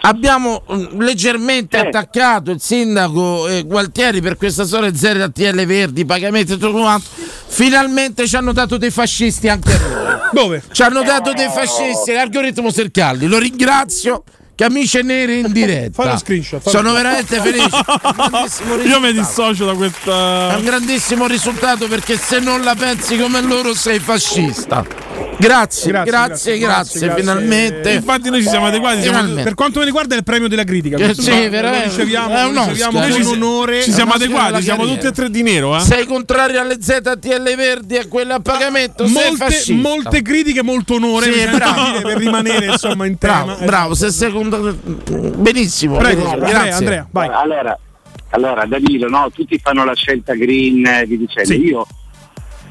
Speaker 4: Abbiamo mm, leggermente attaccato il sindaco eh, Gualtieri per questa storia di serie TL Verdi, pagamenti e tutto quanto. Finalmente ci hanno dato dei fascisti anche a noi.
Speaker 6: Dove?
Speaker 4: Ci hanno dato dei fascisti, l'algoritmo Sercalli. Lo ringrazio. Camice nere in diretta.
Speaker 5: Fai lo screenshot, fai lo
Speaker 4: Sono
Speaker 5: screenshot.
Speaker 4: veramente felice.
Speaker 5: Io mi dissocio da questa.
Speaker 4: È un grandissimo risultato perché se non la pensi come loro sei fascista. Grazie, grazie, grazie, grazie, finalmente.
Speaker 5: Infatti, noi ci
Speaker 6: Eh,
Speaker 5: siamo adeguati. siamo- per quanto mi riguarda, è il premio della critica.
Speaker 4: Eh,
Speaker 5: questo
Speaker 4: sì,
Speaker 5: va-
Speaker 4: veramente.
Speaker 5: Lo riceviamo,
Speaker 4: È
Speaker 5: lo
Speaker 4: un
Speaker 5: riceviamo
Speaker 4: Oscar.
Speaker 5: con
Speaker 4: Ci si-
Speaker 5: onore.
Speaker 4: ci
Speaker 5: Ci siamo
Speaker 4: È un Oscar
Speaker 5: adeguati.
Speaker 4: alla
Speaker 5: Siamo
Speaker 4: carriera.
Speaker 5: tutti e tre di nero. Eh?
Speaker 4: Sei contrario alle ZTL verdi e a quelle a pagamento? sei
Speaker 6: Molte,
Speaker 4: fascista.
Speaker 6: molte critiche, molto onore. mi
Speaker 4: Sì,
Speaker 6: sento
Speaker 4: bravo.
Speaker 6: di dire, per rimanere insomma in tema.
Speaker 4: Bravo, bravo, se sei contrario. Benissimo, benissimo, grazie.
Speaker 19: Allora, allora, Danilo, no, tutti fanno la scelta green eh, di dicembre. Io,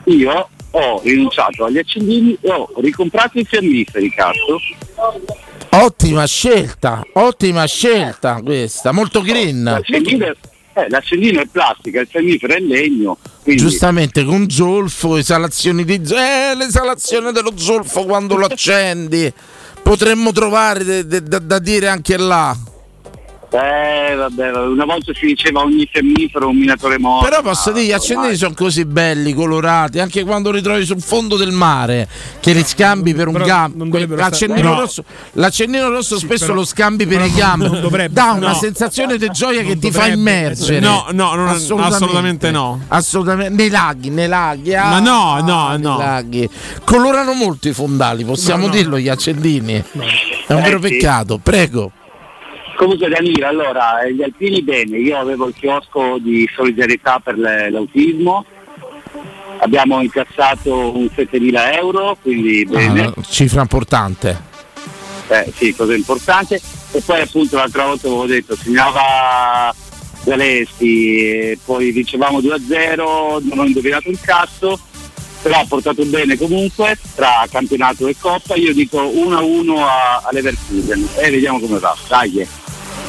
Speaker 19: io ho rinunciato agli accendini e ho ricomprato i fiammiferi, cazzo.
Speaker 4: Ottima scelta, ottima scelta questa, molto green.
Speaker 19: L'accendino, è- eh, l'accendino è plastica, il fiammifero è legno. Quindi,
Speaker 4: Giustamente con zolfo, esalazioni di zolfo. Eh, l'esalazione dello zolfo quando lo accendi. Potremmo trovare de- de- da- da dire anche là.
Speaker 19: eh, vabbè, una volta si diceva ogni fiammifero un minatore morto. Ah,
Speaker 4: Però posso dire, gli accendini sono così belli, colorati, anche quando li trovi sul fondo del mare, che li scambi per un
Speaker 6: però
Speaker 4: gambo.
Speaker 6: non dovrebbero
Speaker 4: L'accendino
Speaker 6: stare- no.
Speaker 4: rosso, l'accendino rosso spesso
Speaker 6: però-
Speaker 4: lo scambi per
Speaker 6: però
Speaker 4: i
Speaker 6: non-
Speaker 4: gambi.
Speaker 6: non dovrebbe-
Speaker 4: Dà una
Speaker 6: no.
Speaker 4: sensazione di gioia che ti fa
Speaker 6: dovrebbe-
Speaker 4: immergere.
Speaker 5: No, no, non- assolutamente no.
Speaker 4: Assolutamente. Nei laghi, nei laghi. ah,
Speaker 5: Ma no, no,
Speaker 4: nei
Speaker 5: no.
Speaker 4: laghi. Colorano molto i fondali, possiamo dirlo, gli accendini. È un
Speaker 19: Eh,
Speaker 4: vero
Speaker 19: sì.
Speaker 4: peccato, prego.
Speaker 19: Comunque Danilo, allora, eh, gli alpini bene, io avevo il chiosco di solidarietà per le- l'autismo, abbiamo incassato un 7.000 euro, quindi bene,
Speaker 4: Ah, cifra importante.
Speaker 19: Eh, sì, cosa importante. E poi appunto l'altra volta avevo detto, segnava Zaleschi, e poi vincevamo 2-0, non ho indovinato il cazzo, però ha portato bene comunque tra campionato e coppa, io dico 1-1 a, a Leverkusen e vediamo come va, dai. eh.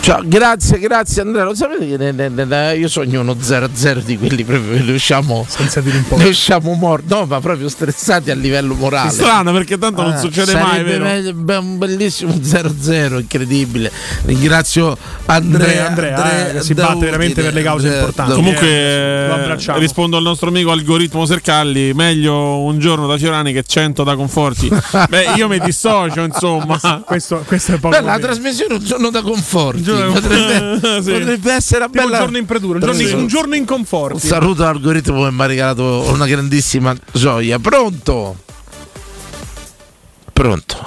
Speaker 4: Ciao, Cioè, grazie, grazie Andrea. Lo sapete che ne- ne- ne- ne- io sogno uno 0-0 di quelli proprio che ne usciamo, ne usciamo morti, no, ma proprio stressati a livello morale.
Speaker 5: Strano, perché tanto non succede mai,
Speaker 4: sarebbe
Speaker 5: vero?
Speaker 4: meglio- beh, un bellissimo 0-0, incredibile. Ringrazio Andrea,
Speaker 6: Andrea, eh, che si batte veramente per le cause importanti.
Speaker 5: Comunque
Speaker 6: Eh, lo
Speaker 5: eh,
Speaker 6: abbracciamo.
Speaker 5: rispondo al nostro amico algoritmo Sercalli, meglio un giorno da Fiorani che 100 da Conforti. Beh, io mi dissocio, insomma.
Speaker 6: Questo, è
Speaker 4: Beh, la trasmissione un giorno da conforti potrebbe,
Speaker 6: Sì.
Speaker 4: potrebbe essere una
Speaker 6: Tipo
Speaker 4: bella
Speaker 6: un giorno in predura, un giorno, in- un giorno in conforto.
Speaker 4: Un saluto all'algoritmo che mi ha regalato una grandissima gioia. Pronto? Pronto?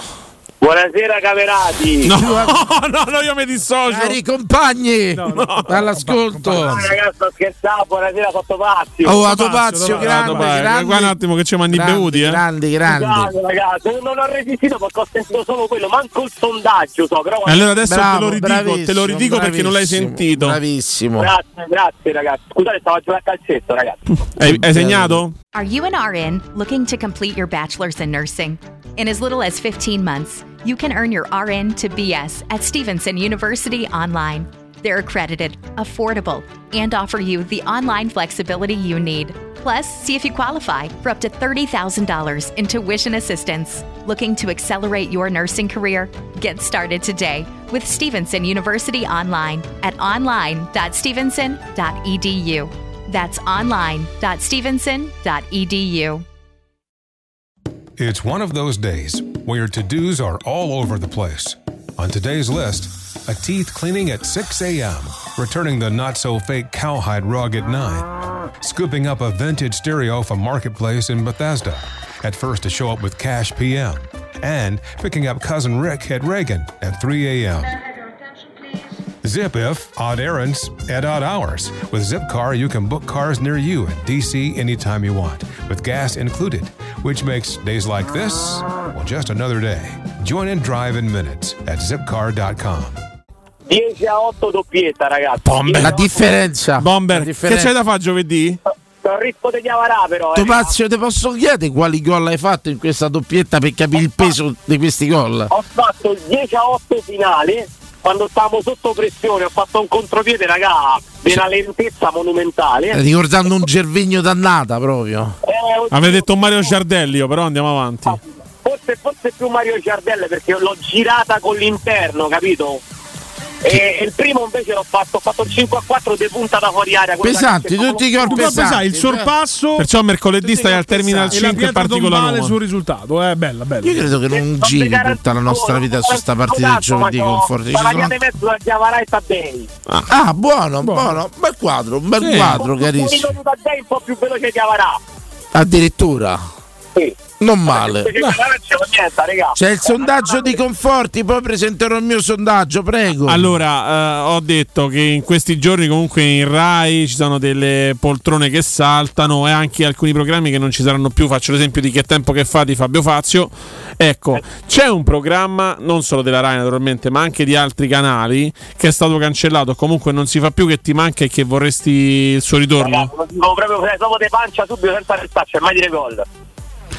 Speaker 19: Buonasera Caverati!
Speaker 5: No, no, no, io mi dissocio.
Speaker 4: Cari compagni, all'ascolto.
Speaker 19: Ah, ragazzi, sto scherzando, buonasera Sottopazio!
Speaker 4: Oh, Atopazio, grande,
Speaker 5: Atopazio,
Speaker 4: grande.
Speaker 5: guarda un attimo che ci mandi i
Speaker 4: Grandi,
Speaker 5: bevuti, eh.
Speaker 4: Grandi, grandi.
Speaker 19: Scusate, ragazzi, non ho resistito perché ho sentito solo quello, manco il sondaggio so, però...
Speaker 5: Allora adesso te
Speaker 4: Bravo,
Speaker 5: lo ridico, te lo
Speaker 4: bravissimo,
Speaker 5: ridico perché non l'hai
Speaker 4: bravissimo,
Speaker 5: sentito.
Speaker 4: Bravissimo.
Speaker 19: Grazie, grazie ragazzi. Scusate, stavo a giocare a calcetto, ragazzi.
Speaker 5: Hai, hai segnato?
Speaker 20: Are you an RN looking to complete your bachelor's in nursing? In as little as 15 months, you can earn your RN to BS at Stevenson University online. They're accredited, affordable, and offer you the online flexibility you need. Plus, see if you qualify for up to $30,000 in tuition assistance. Looking to accelerate your nursing career? Get started today with Stevenson University Online at E online.stevenson.edu. That's online.stevenson.edu.
Speaker 21: It's one of those days where your to dos are all over the place. On today's list, a teeth cleaning at 6 a.m., returning the not so fake cowhide rug at 9, scooping up a vintage stereo from Marketplace in Bethesda, at first to show up with Cash PM, and picking up cousin Rick at Reagan at 3 a.m. Zip if odd errands at odd hours. With Zipcar, you can book cars near you in DC anytime you want, with gas included, which makes days like this, well, just another day. Join and drive in minutes at zipcar.com.
Speaker 19: 10 a 8 doppietta, ragazzi.
Speaker 4: La differenza.
Speaker 5: Bomber,
Speaker 4: La
Speaker 5: che
Speaker 4: differenza.
Speaker 5: c'hai da fare giovedì?
Speaker 19: Sono ricco degli avarà, però. eh.
Speaker 4: Topazio, ti posso chiedere quali gol hai fatto in questa doppietta per capire il peso di questi gol?
Speaker 19: Ho fatto il 10 a 8 finale. Quando stavamo sotto pressione ho fatto un contropiede, raga, di una lentezza monumentale. Eh,
Speaker 4: Eh, Ricordando un gervigno dannata proprio.
Speaker 5: Avete detto Mario Giardelli, io, però andiamo avanti.
Speaker 19: Forse, forse più Mario Giardelle perché l'ho girata con l'interno, capito? E il primo invece l'ho fatto, ho fatto il 5 a 4 di punta da fuori area. quello da-
Speaker 6: Tu qua pesai il sorpasso.
Speaker 5: Perciò mercoledì
Speaker 6: Tutti
Speaker 5: stai
Speaker 6: i
Speaker 5: al
Speaker 6: gol
Speaker 5: Terminal
Speaker 6: pesati. E la
Speaker 5: 5 e
Speaker 6: pietra
Speaker 5: parti con la
Speaker 6: tombale
Speaker 5: Roma.
Speaker 6: sul risultato, eh, bella, bella.
Speaker 4: Io credo che non giri tutta la nostra vita su eh. sta partita del giovedì con Forte. Ci sono-
Speaker 19: Guadagnate mezzo da Giavarà e Taddei.
Speaker 4: Ah, buono, buono. Un bel quadro, un bel
Speaker 19: Sì.
Speaker 4: quadro,
Speaker 19: Un
Speaker 4: carissimo.
Speaker 19: minuto Taddei un po' più veloce di Avarà.
Speaker 4: Addirittura. Non male.
Speaker 19: Perché Giavarà non c'è niente, raga.
Speaker 4: C'è il sondaggio di Conforti, poi presenterò il mio sondaggio, prego.
Speaker 5: Allora, eh, ho detto che in questi giorni comunque in Rai ci sono delle poltrone che saltano e anche alcuni programmi che non ci saranno più. Faccio l'esempio di Che tempo che fa di Fabio Fazio. Ecco, c'è un programma, non solo della Rai naturalmente, ma anche di altri canali, che è stato cancellato. Comunque non si fa più che ti manca e che vorresti il suo ritorno.
Speaker 19: Lo dico proprio eh, proprio di pancia subito senza restaccio e mai dire gol.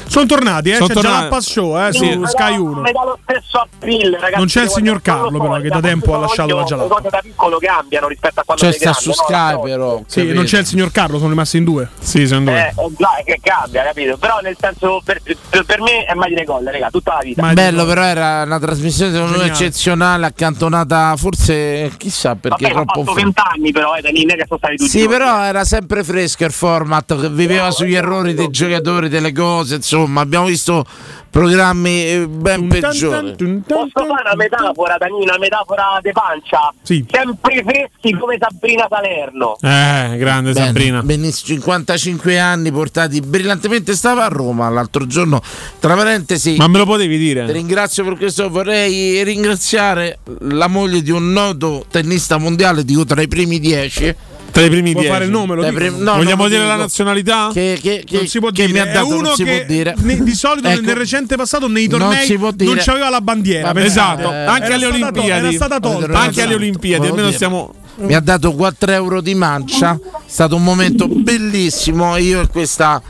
Speaker 6: Sono tornati, eh.
Speaker 5: Sono
Speaker 6: c'è già
Speaker 5: tornati.
Speaker 6: la pass show, eh,
Speaker 5: Sì.
Speaker 6: su Sky 1.
Speaker 19: Mi dà lo stesso appeal, ragazzi.
Speaker 6: Non c'è il
Speaker 19: Quando
Speaker 6: signor Carlo, però, che da tempo ha lasciato la
Speaker 19: Le
Speaker 6: gelata.
Speaker 19: cose da piccolo cambiano rispetto a quando
Speaker 6: Cioè,
Speaker 19: sei grande. no?
Speaker 4: però.
Speaker 6: Sì, non c'è il signor Carlo, sono rimasti in due.
Speaker 5: Sì, sono
Speaker 19: Eh, eh, già, che cambia, capito? Però nel senso, per, per- per me è mai dire gol, raga, tutta la vita.
Speaker 4: Bello, però era una trasmissione secondo me
Speaker 19: Geniale.
Speaker 4: eccezionale, accantonata forse chissà perché è
Speaker 19: Vabbè, ho
Speaker 4: troppo
Speaker 19: fatto
Speaker 4: fre-
Speaker 19: 20 anni però, eh, da lì, non è che sono stati tutti
Speaker 4: Sì,
Speaker 19: giorni.
Speaker 4: però era sempre fresco il format che
Speaker 19: Eh,
Speaker 4: viveva sugli errori dei giocatori, delle cose, insomma, abbiamo visto programmi eh, ben peggiori.
Speaker 19: Posso fare una metafora, Dani, una metafora di pancia? Sempre freschi come Sabrina Salerno.
Speaker 5: Eh, grande
Speaker 4: Bene,
Speaker 5: Sabrina.
Speaker 4: Benissimo, 55 anni portati brillantemente. Stava a Roma l'altro giorno. Tra parentesi,
Speaker 5: Ma me lo potevi
Speaker 4: ti
Speaker 5: dire?
Speaker 4: ringrazio per questo. Vorrei ringraziare la moglie di un noto tennista mondiale, dico tra i primi 10.
Speaker 5: Tra i primi 10.
Speaker 4: Tra i primi- no,
Speaker 5: Vogliamo
Speaker 4: non lo
Speaker 5: dire la
Speaker 4: dico.
Speaker 5: nazionalità?
Speaker 4: Che, che, che,
Speaker 5: Non si può
Speaker 4: che
Speaker 5: dire,
Speaker 4: mi ha
Speaker 5: è
Speaker 4: dato
Speaker 5: uno
Speaker 4: non si
Speaker 5: che
Speaker 4: può dire.
Speaker 6: Ne- di solito
Speaker 4: Ecco.
Speaker 6: nel recente passato nei
Speaker 4: Non
Speaker 6: tornei
Speaker 4: si può
Speaker 6: non,
Speaker 4: dire.
Speaker 6: c'aveva la bandiera.
Speaker 4: Ma pensate,
Speaker 5: Esatto,
Speaker 4: eh,
Speaker 5: anche
Speaker 6: era
Speaker 5: alle
Speaker 6: stata tolta-
Speaker 5: Olimpiadi.
Speaker 6: era stata tolta.
Speaker 5: Anche alle Olimpiadi,
Speaker 4: Esatto. Volevo
Speaker 5: almeno
Speaker 4: dire,
Speaker 5: stiamo
Speaker 4: Mi ha dato 4 euro di mancia, è stato un momento bellissimo. Io e questa,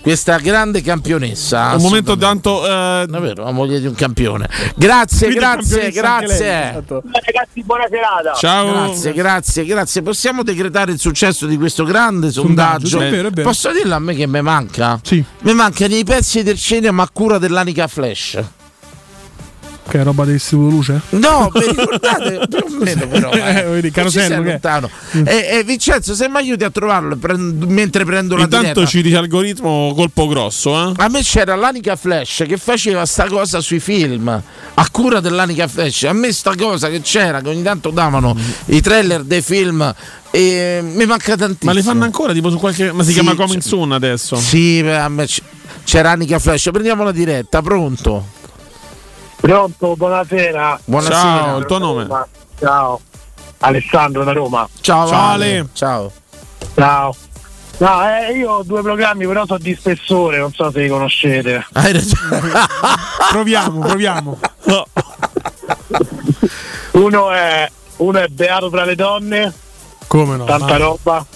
Speaker 4: questa grande campionessa.
Speaker 5: un momento
Speaker 4: assolutamente.
Speaker 5: tanto
Speaker 6: eh,
Speaker 4: davvero la moglie di un campione. Grazie,
Speaker 5: Quindi
Speaker 4: grazie,
Speaker 5: campionessa anche
Speaker 4: grazie.
Speaker 5: lei,
Speaker 19: Ragazzi, buona serata.
Speaker 4: Grazie, grazie, grazie. Possiamo decretare il successo di questo grande sondaggio?
Speaker 6: Sondaggio, sì, è vero, è vero.
Speaker 4: Posso dirlo a me che mi manca?
Speaker 6: Sì.
Speaker 4: Mi mancano i pezzi del cinema a cura dell'anica flash.
Speaker 6: Che roba di istituto luce?
Speaker 4: No, Oh, vi ricordate più o meno però. eh.
Speaker 6: Eh, vedi,
Speaker 4: Non ci sei
Speaker 6: carosello che è.
Speaker 4: lontano. E, e Vincenzo, se mi aiuti a trovarlo prendo- mentre prendo la diretta.
Speaker 5: Intanto ci dice algoritmo colpo grosso, eh?
Speaker 4: A me c'era l'Anica Flash che faceva sta cosa sui film a cura dell'Anica Flash. A me sta cosa che c'era, che ogni tanto davano
Speaker 5: Mm.
Speaker 4: i trailer dei film e mi manca tantissimo.
Speaker 5: Ma le fanno ancora? Tipo su qualche. Ma si
Speaker 4: Sì,
Speaker 5: chiama Coming
Speaker 4: c'è-
Speaker 5: Soon adesso?
Speaker 4: Sì, beh, a me c- c'era Anica Flash. Prendiamo la diretta, pronto?
Speaker 19: Pronto, buonasera.
Speaker 4: Buonasera. Ciao,
Speaker 5: il tuo nome?
Speaker 19: Ciao. Alessandro da Roma.
Speaker 4: Ciao, Ale. Ciao.
Speaker 19: Ciao. No, eh, io ho due programmi, però sono di spessore, non so se li conoscete.
Speaker 4: Hai ragione.
Speaker 6: proviamo, proviamo.
Speaker 19: Uno è, uno è Beato tra le donne,
Speaker 6: Come no?
Speaker 19: tanta
Speaker 6: ma-
Speaker 19: roba,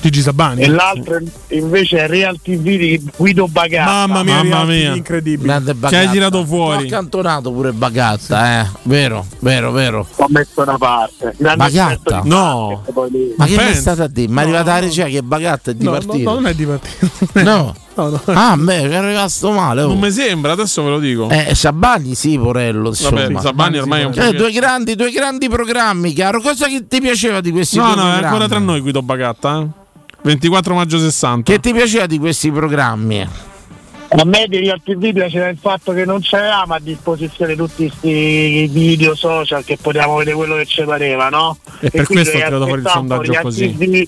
Speaker 6: Gigi Sabani.
Speaker 19: e l'altro invece è Real TV di Guido Bagazza.
Speaker 6: Mamma mia,
Speaker 5: Mamma
Speaker 6: Rialti,
Speaker 5: mia.
Speaker 6: incredibile.
Speaker 4: Grande
Speaker 5: Ci hai
Speaker 4: Bagatta.
Speaker 5: girato
Speaker 4: Ho
Speaker 5: fuori.
Speaker 4: accantonato pure Bagatta, eh. Vero, vero, vero.
Speaker 19: Ho messo da parte. Grande
Speaker 4: Bagatta?
Speaker 19: aspetto di
Speaker 5: No.
Speaker 19: basket, poi lì.
Speaker 4: Ma che mi è
Speaker 5: Pensa.
Speaker 4: stata a dire? Mi è arrivata la regia che Bagatta è di
Speaker 6: No, no,
Speaker 4: partito.
Speaker 6: no, non è di partito.
Speaker 4: No.
Speaker 6: No, no.
Speaker 4: Ah, a me mi è rimasto male. oh.
Speaker 5: Non mi sembra, adesso ve lo dico.
Speaker 4: Eh, Sabani sì, Porello. Insomma.
Speaker 5: Vabbè, Sabani ormai è un
Speaker 4: Eh, due, grandi, due grandi programmi, caro. Cosa che ti piaceva di questi
Speaker 5: No, no,
Speaker 4: programmi?
Speaker 5: è ancora tra noi Guido Bagatta. eh. 24 maggio 60.
Speaker 4: Che ti piaceva di questi programmi?
Speaker 19: A me di Real TV piaceva il fatto che non c'eravamo a disposizione tutti questi video social che potevamo vedere quello che ci pareva, no?
Speaker 5: E per
Speaker 19: quindi
Speaker 5: questo ho tirato fuori il
Speaker 19: aspettavo
Speaker 5: sondaggio
Speaker 19: Real
Speaker 5: così.
Speaker 19: TV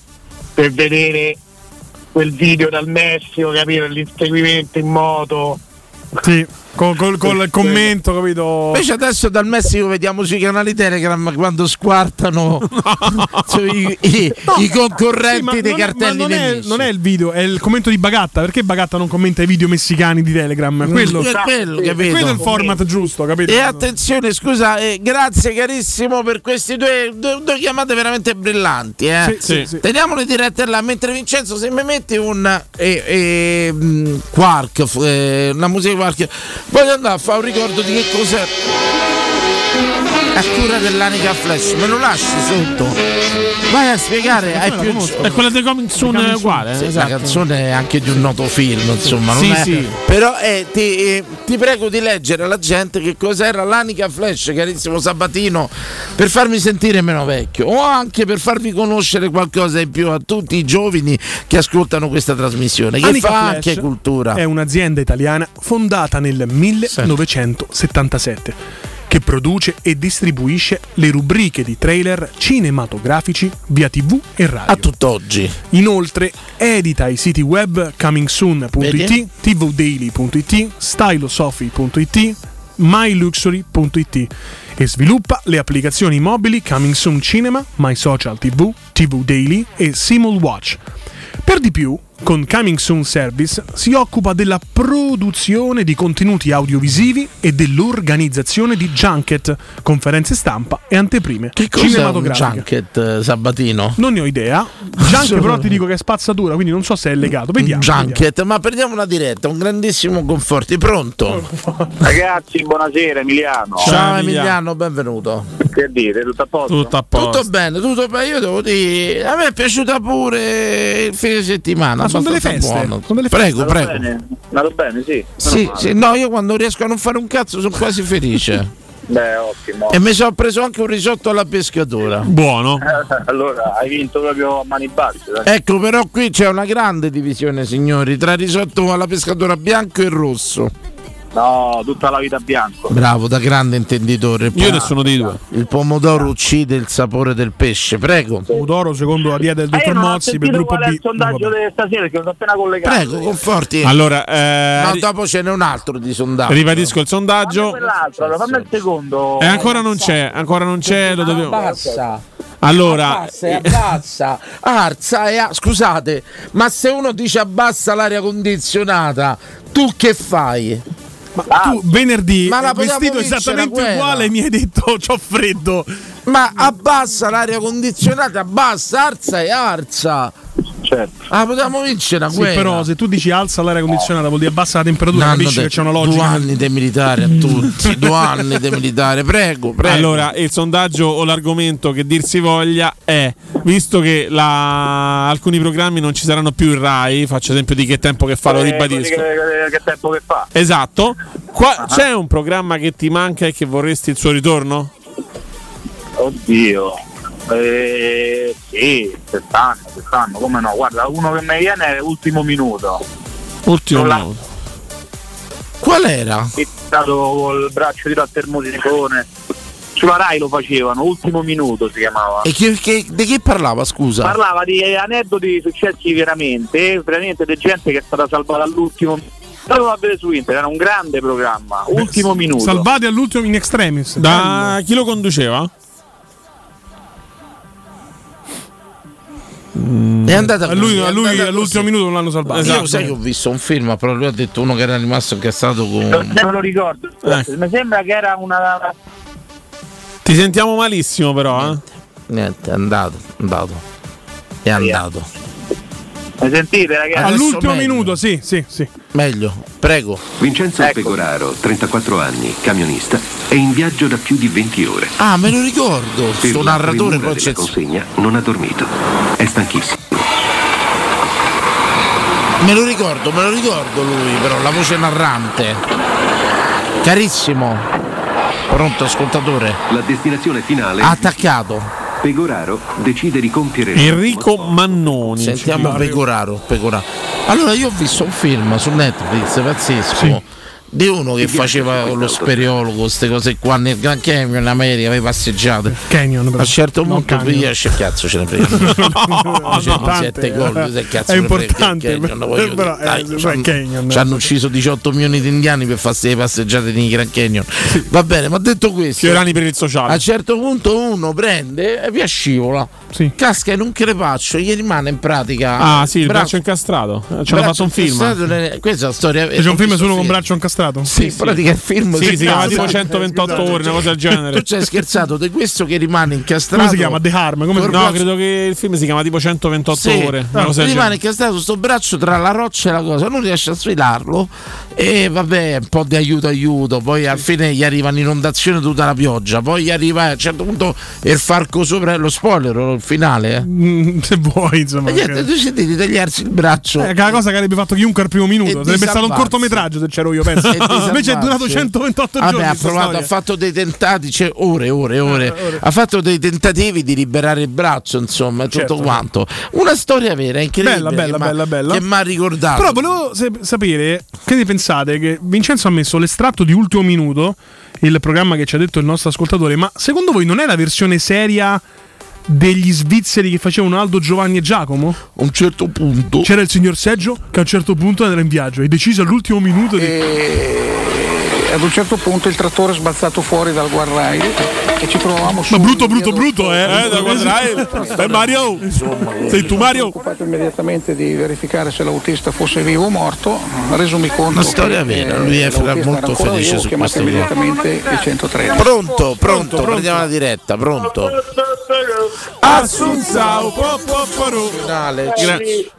Speaker 19: Per vedere quel video dal Messico, capire l'inseguimento in moto.
Speaker 6: Sì, col, col- col commento, capito?
Speaker 4: Invece adesso dal Messico vediamo sui canali Telegram quando squartano cioè, i, i- i
Speaker 6: Sì, ma
Speaker 4: concorrenti dei
Speaker 6: non è-
Speaker 4: cartelli
Speaker 6: ma non è,
Speaker 4: nemici.
Speaker 6: non è il video, è il commento di Bagatta. Perché Bagatta non commenta i video messicani di Telegram? Quello,
Speaker 4: Mm. È quello, capito?
Speaker 6: quello è il format giusto, capito?
Speaker 4: E attenzione, scusa, eh, grazie carissimo per queste due, due- due chiamate veramente brillanti. Eh.
Speaker 6: Sì, sì, sì.
Speaker 4: Teniamo le dirette là, mentre Vincenzo se mi metti un eh, eh, mh, quark, f- eh, una musica quark, voglio andare a fare un ricordo di che cos'è. a cura dell'anica flash, me lo lasci sotto. Vai a spiegare ai più
Speaker 5: È quella dei Coming Soon è uguale.
Speaker 4: Sì,
Speaker 5: esatto.
Speaker 4: La canzone è anche di un noto film, insomma, non
Speaker 5: Sì,
Speaker 4: è-
Speaker 5: sì.
Speaker 4: però eh, ti, eh, ti prego di leggere alla gente che cos'era l'anica flash, carissimo Sabatino, per farmi sentire meno vecchio o anche per farvi conoscere qualcosa in più a tutti i giovani che ascoltano questa trasmissione, che
Speaker 6: Anica
Speaker 4: fa
Speaker 6: Flash
Speaker 4: anche cultura.
Speaker 6: È un'azienda italiana fondata nel 1977 che produce e distribuisce le rubriche di trailer cinematografici via TV e radio. A
Speaker 4: tutt'oggi.
Speaker 6: Inoltre edita i siti web comingsoon.it,
Speaker 4: Vedi?
Speaker 6: tvdaily.it, stylosofi.it, myluxury.it e sviluppa le applicazioni mobili Coming Soon Cinema, My Social TV, TV Daily e Simul Watch. Per di più, con Coming Soon Service si occupa della produzione di contenuti audiovisivi e dell'organizzazione di junket, conferenze stampa e anteprime
Speaker 4: Cos'è un
Speaker 6: cinematografiche.
Speaker 4: junket eh, Sabatino?
Speaker 6: Non ne ho idea. Junket però ti dico che è spazzatura, quindi non so se è legato. Vediamo. vediamo.
Speaker 4: Junket, ma perdiamo una diretta, un grandissimo conforti, pronto?
Speaker 19: Ragazzi, buonasera Emiliano.
Speaker 4: Ciao, Emiliano, benvenuto.
Speaker 19: Che dire, tutto a posto?
Speaker 4: Tutto bene, tutto bene. Io devo dire, a me è piaciuta pure il fine settimana.
Speaker 19: Ma sono delle
Speaker 4: abbastanza
Speaker 19: feste,
Speaker 4: buono.
Speaker 19: sono delle feste.
Speaker 4: prego,
Speaker 19: Andato
Speaker 4: prego.
Speaker 19: bene? Andato bene, sì.
Speaker 4: Sì,
Speaker 19: Meno male.
Speaker 4: sì, no, io quando riesco a non fare un cazzo sono quasi felice.
Speaker 19: Beh, ottimo.
Speaker 4: e mi sono preso anche un risotto alla pescatura.
Speaker 5: Buono.
Speaker 19: Eh, allora, hai vinto proprio a mani basse. dai.
Speaker 4: Ecco, però qui c'è una grande divisione, signori, tra risotto alla pescatura bianco e rosso.
Speaker 19: No, tutta la vita bianco.
Speaker 4: Bravo, da grande intenditore.
Speaker 19: Io nessuno
Speaker 5: dei due.
Speaker 4: Il pomodoro uccide il sapore del pesce, prego.
Speaker 6: Pomodoro secondo la dieta del
Speaker 19: Ma Ah, io
Speaker 6: dottor
Speaker 19: non ho
Speaker 6: Mozzi per
Speaker 19: sentito
Speaker 6: gruppo
Speaker 19: qual è il
Speaker 6: B.
Speaker 19: sondaggio di stasera che l'ho appena collegato.
Speaker 4: Prego, conforti.
Speaker 5: Allora, eh,
Speaker 4: No,
Speaker 5: ri-
Speaker 4: dopo ce n'è un altro di sondaggio.
Speaker 5: Ribadisco il
Speaker 19: Fammi
Speaker 5: sondaggio.
Speaker 19: quell'altro, allora fammi il secondo.
Speaker 5: E ancora non c'è, ancora non
Speaker 6: Cioè,
Speaker 5: c'è, lo dobbiamo.
Speaker 4: Abbassa.
Speaker 5: Allora,
Speaker 4: abbassa e
Speaker 6: eh,
Speaker 4: abbassa, alza e a- scusate, ma se uno dice abbassa l'aria condizionata, tu che fai?
Speaker 6: Ma tu venerdì
Speaker 4: la
Speaker 6: eh,
Speaker 4: potevamo
Speaker 6: vestito
Speaker 4: vincere
Speaker 6: esattamente
Speaker 4: la guerra.
Speaker 6: uguale mi hai detto c'ho freddo.
Speaker 4: Ma abbassa l'aria condizionata, abbassa, alza e alza.
Speaker 19: Certo.
Speaker 4: Ah, potevamo vincere una
Speaker 6: Sì,
Speaker 4: guerra.
Speaker 6: però se tu dici alza l'aria condizionata vuol dire abbassa la temperatura,
Speaker 4: No, hanno
Speaker 6: capisci che
Speaker 4: detto
Speaker 6: c'è una
Speaker 4: Due
Speaker 6: logica.
Speaker 4: anni di militare a tutti, due anni di militare, prego, prego.
Speaker 5: Allora, il sondaggio o l'argomento che dir si voglia è, visto che la- alcuni programmi non ci saranno più in Rai, faccio esempio di che tempo che fa, lo
Speaker 19: Eh,
Speaker 5: ribadisco.
Speaker 19: quelli Che, che tempo che fa?
Speaker 5: Esatto, Qua- c'è un programma che ti manca e che vorresti il suo ritorno?
Speaker 19: Oddio. Eh, sì, quest'anno, quest'anno, come no? Guarda, uno che mi viene è ultimo minuto.
Speaker 5: Ultimo
Speaker 19: Non la-
Speaker 4: Qual era?
Speaker 19: È stato col braccio tirato al termosifone. Sulla Rai lo facevano, ultimo minuto si chiamava.
Speaker 4: E che- che- di che parlava, scusa?
Speaker 19: Parlava di aneddoti successi veramente, veramente di gente che è stata salvata all'ultimo Andatelo a vedere su internet, era un grande programma, ultimo minuto.
Speaker 6: Salvati all'ultimo in extremis.
Speaker 5: Da chi lo conduceva?
Speaker 6: Mm.
Speaker 4: È andata
Speaker 6: A lui-
Speaker 4: così, è
Speaker 6: a lui
Speaker 4: andata
Speaker 6: all'ultimo
Speaker 4: così.
Speaker 6: minuto non l'hanno salvato.
Speaker 4: Io
Speaker 6: Esatto.
Speaker 4: sai che ho visto un film, però lui ha detto uno che era rimasto incassato
Speaker 19: Non
Speaker 4: con.
Speaker 19: me lo ricordo, mi sembra che era una
Speaker 5: Ti sentiamo malissimo però, eh?
Speaker 4: Niente, è andato, è andato. È andato.
Speaker 19: Mi sentite ragazzi?
Speaker 6: All'ultimo
Speaker 19: Adesso
Speaker 6: minuto, sì, sì, sì.
Speaker 4: Meglio, prego. Ecco.
Speaker 22: Vincenzo Pegoraro, 34 anni, camionista, è in viaggio da più di 20 ore.
Speaker 4: Ah, me lo ricordo.
Speaker 22: Per
Speaker 4: Sto
Speaker 22: la
Speaker 4: narratore cioè,
Speaker 22: premura
Speaker 4: poi
Speaker 22: della
Speaker 4: c'è.
Speaker 22: consegna non ha dormito. È stanchissimo.
Speaker 4: Me lo ricordo, me lo ricordo lui, però la voce narrante. Carissimo. Pronto, ascoltatore.
Speaker 22: La destinazione finale.
Speaker 4: Attaccato.
Speaker 22: Pegoraro decide di compiere.
Speaker 5: Enrico Mannoni.
Speaker 4: Sentiamo Pecoraro, Pecoraro. Allora, io ho visto un film su Netflix pazzesco. Di uno che faceva lo speriologo, queste cose qua nel Grand Canyon in America, aveva passeggiate.
Speaker 6: Canyon, però.
Speaker 4: A un certo
Speaker 6: Non
Speaker 4: punto
Speaker 6: canyon.
Speaker 4: piglia e cazzo ce ne frega.
Speaker 6: No,
Speaker 4: Cioè,
Speaker 6: no.
Speaker 4: sette gol, se cazzo
Speaker 6: è
Speaker 4: ne frega,
Speaker 6: importante,
Speaker 4: il Canyon,
Speaker 6: però,
Speaker 4: voglio dire,
Speaker 6: però, eh,
Speaker 4: dai,
Speaker 6: cioè,
Speaker 4: c'hanno-
Speaker 6: Canyon.
Speaker 4: Ci hanno ucciso 18 milioni di indiani per farsi le passeggiate nei Grand Canyon. Va bene, ma detto questo,
Speaker 5: Fiorani per il
Speaker 4: a
Speaker 5: sociale.
Speaker 4: un certo punto uno prende e via scivola, casca in un crepaccio, gli rimane in pratica
Speaker 5: Ah sì, il braccio
Speaker 4: braccio-
Speaker 5: incastrato. Ci hanno
Speaker 4: braccio
Speaker 5: fatto un film.
Speaker 4: incastrato nel- Questa è la storia.
Speaker 6: C'è un film su uno
Speaker 4: braccio
Speaker 6: con braccio scherzato?
Speaker 4: Sì, pratica il film
Speaker 5: Sì, si chiama tipo
Speaker 4: Scusate,
Speaker 5: 128
Speaker 4: scusate.
Speaker 5: ore, una cosa del genere.
Speaker 4: Tu ci hai scherzato di questo che rimane incastrato.
Speaker 5: Come si chiama? The
Speaker 6: Harm?
Speaker 4: Col
Speaker 5: no,
Speaker 4: braccio-
Speaker 5: credo che il film si chiama tipo 128
Speaker 4: Sì,
Speaker 5: ore.
Speaker 4: no,
Speaker 5: una cosa del
Speaker 4: rimane
Speaker 5: genere.
Speaker 4: incastrato sto braccio tra la roccia e la cosa, non riesce a sfilarlo e vabbè, un po' di aiuto aiuto, poi alla fine gli arriva un'inondazione tutta la pioggia, poi gli arriva a un certo punto il farco sopra lo spoiler, il finale. eh.
Speaker 6: Mm, se vuoi, insomma.
Speaker 4: E niente,
Speaker 6: perché-
Speaker 4: decide di tagliarsi il braccio.
Speaker 6: Eh, che è la cosa che avrebbe fatto chiunque al primo minuto.
Speaker 4: E
Speaker 6: Sarebbe stato un
Speaker 4: disarmarsi.
Speaker 6: cortometraggio se c'ero io, penso.
Speaker 4: E di
Speaker 6: Invece è durato
Speaker 4: salvarsi.
Speaker 6: 128
Speaker 4: Vabbè,
Speaker 6: giorni.
Speaker 4: Ha
Speaker 6: sta
Speaker 4: provato, ha
Speaker 6: storia. Ah,
Speaker 4: fatto dei tentati, cioè, ore, ore, ore. Ha fatto dei tentativi di liberare il braccio, insomma, tutto
Speaker 6: Certo.
Speaker 4: quanto. Una storia vera, incredibile.
Speaker 6: Bella, bella,
Speaker 4: che m'ha-
Speaker 6: bella, bella.
Speaker 4: Che mi ha ricordato.
Speaker 6: Però volevo se- sapere che ne pensate che Vincenzo ha messo l'estratto di ultimo minuto, il programma che ci ha detto il nostro ascoltatore, ma secondo voi non è la versione seria degli svizzeri che facevano Aldo, Giovanni e Giacomo?
Speaker 4: A un certo punto
Speaker 6: c'era il signor Seggio che a un certo punto era in viaggio e decise all'ultimo minuto di
Speaker 23: Ad un certo punto il trattore è sbalzato fuori dal guardrail e ci trovavamo su.
Speaker 5: Ma brutto, brutto, brutto, eh, eh, da guardrail. Beh, Eh, Mario, sei tu Mario?
Speaker 23: Ho occupato immediatamente di verificare se l'autista fosse vivo o morto, resomi conto.
Speaker 4: Una storia
Speaker 23: che,
Speaker 4: vera,
Speaker 23: eh,
Speaker 4: lui era
Speaker 23: l'autista
Speaker 4: molto
Speaker 23: era ancora
Speaker 4: felice
Speaker 23: vivo, ho
Speaker 4: su
Speaker 23: chiamato
Speaker 4: questo
Speaker 23: immediatamente il 113.
Speaker 4: Pronto, pronto, prendiamo la diretta, pronto. Ecco.
Speaker 5: Assunzao, po, po, po, ru. Gra-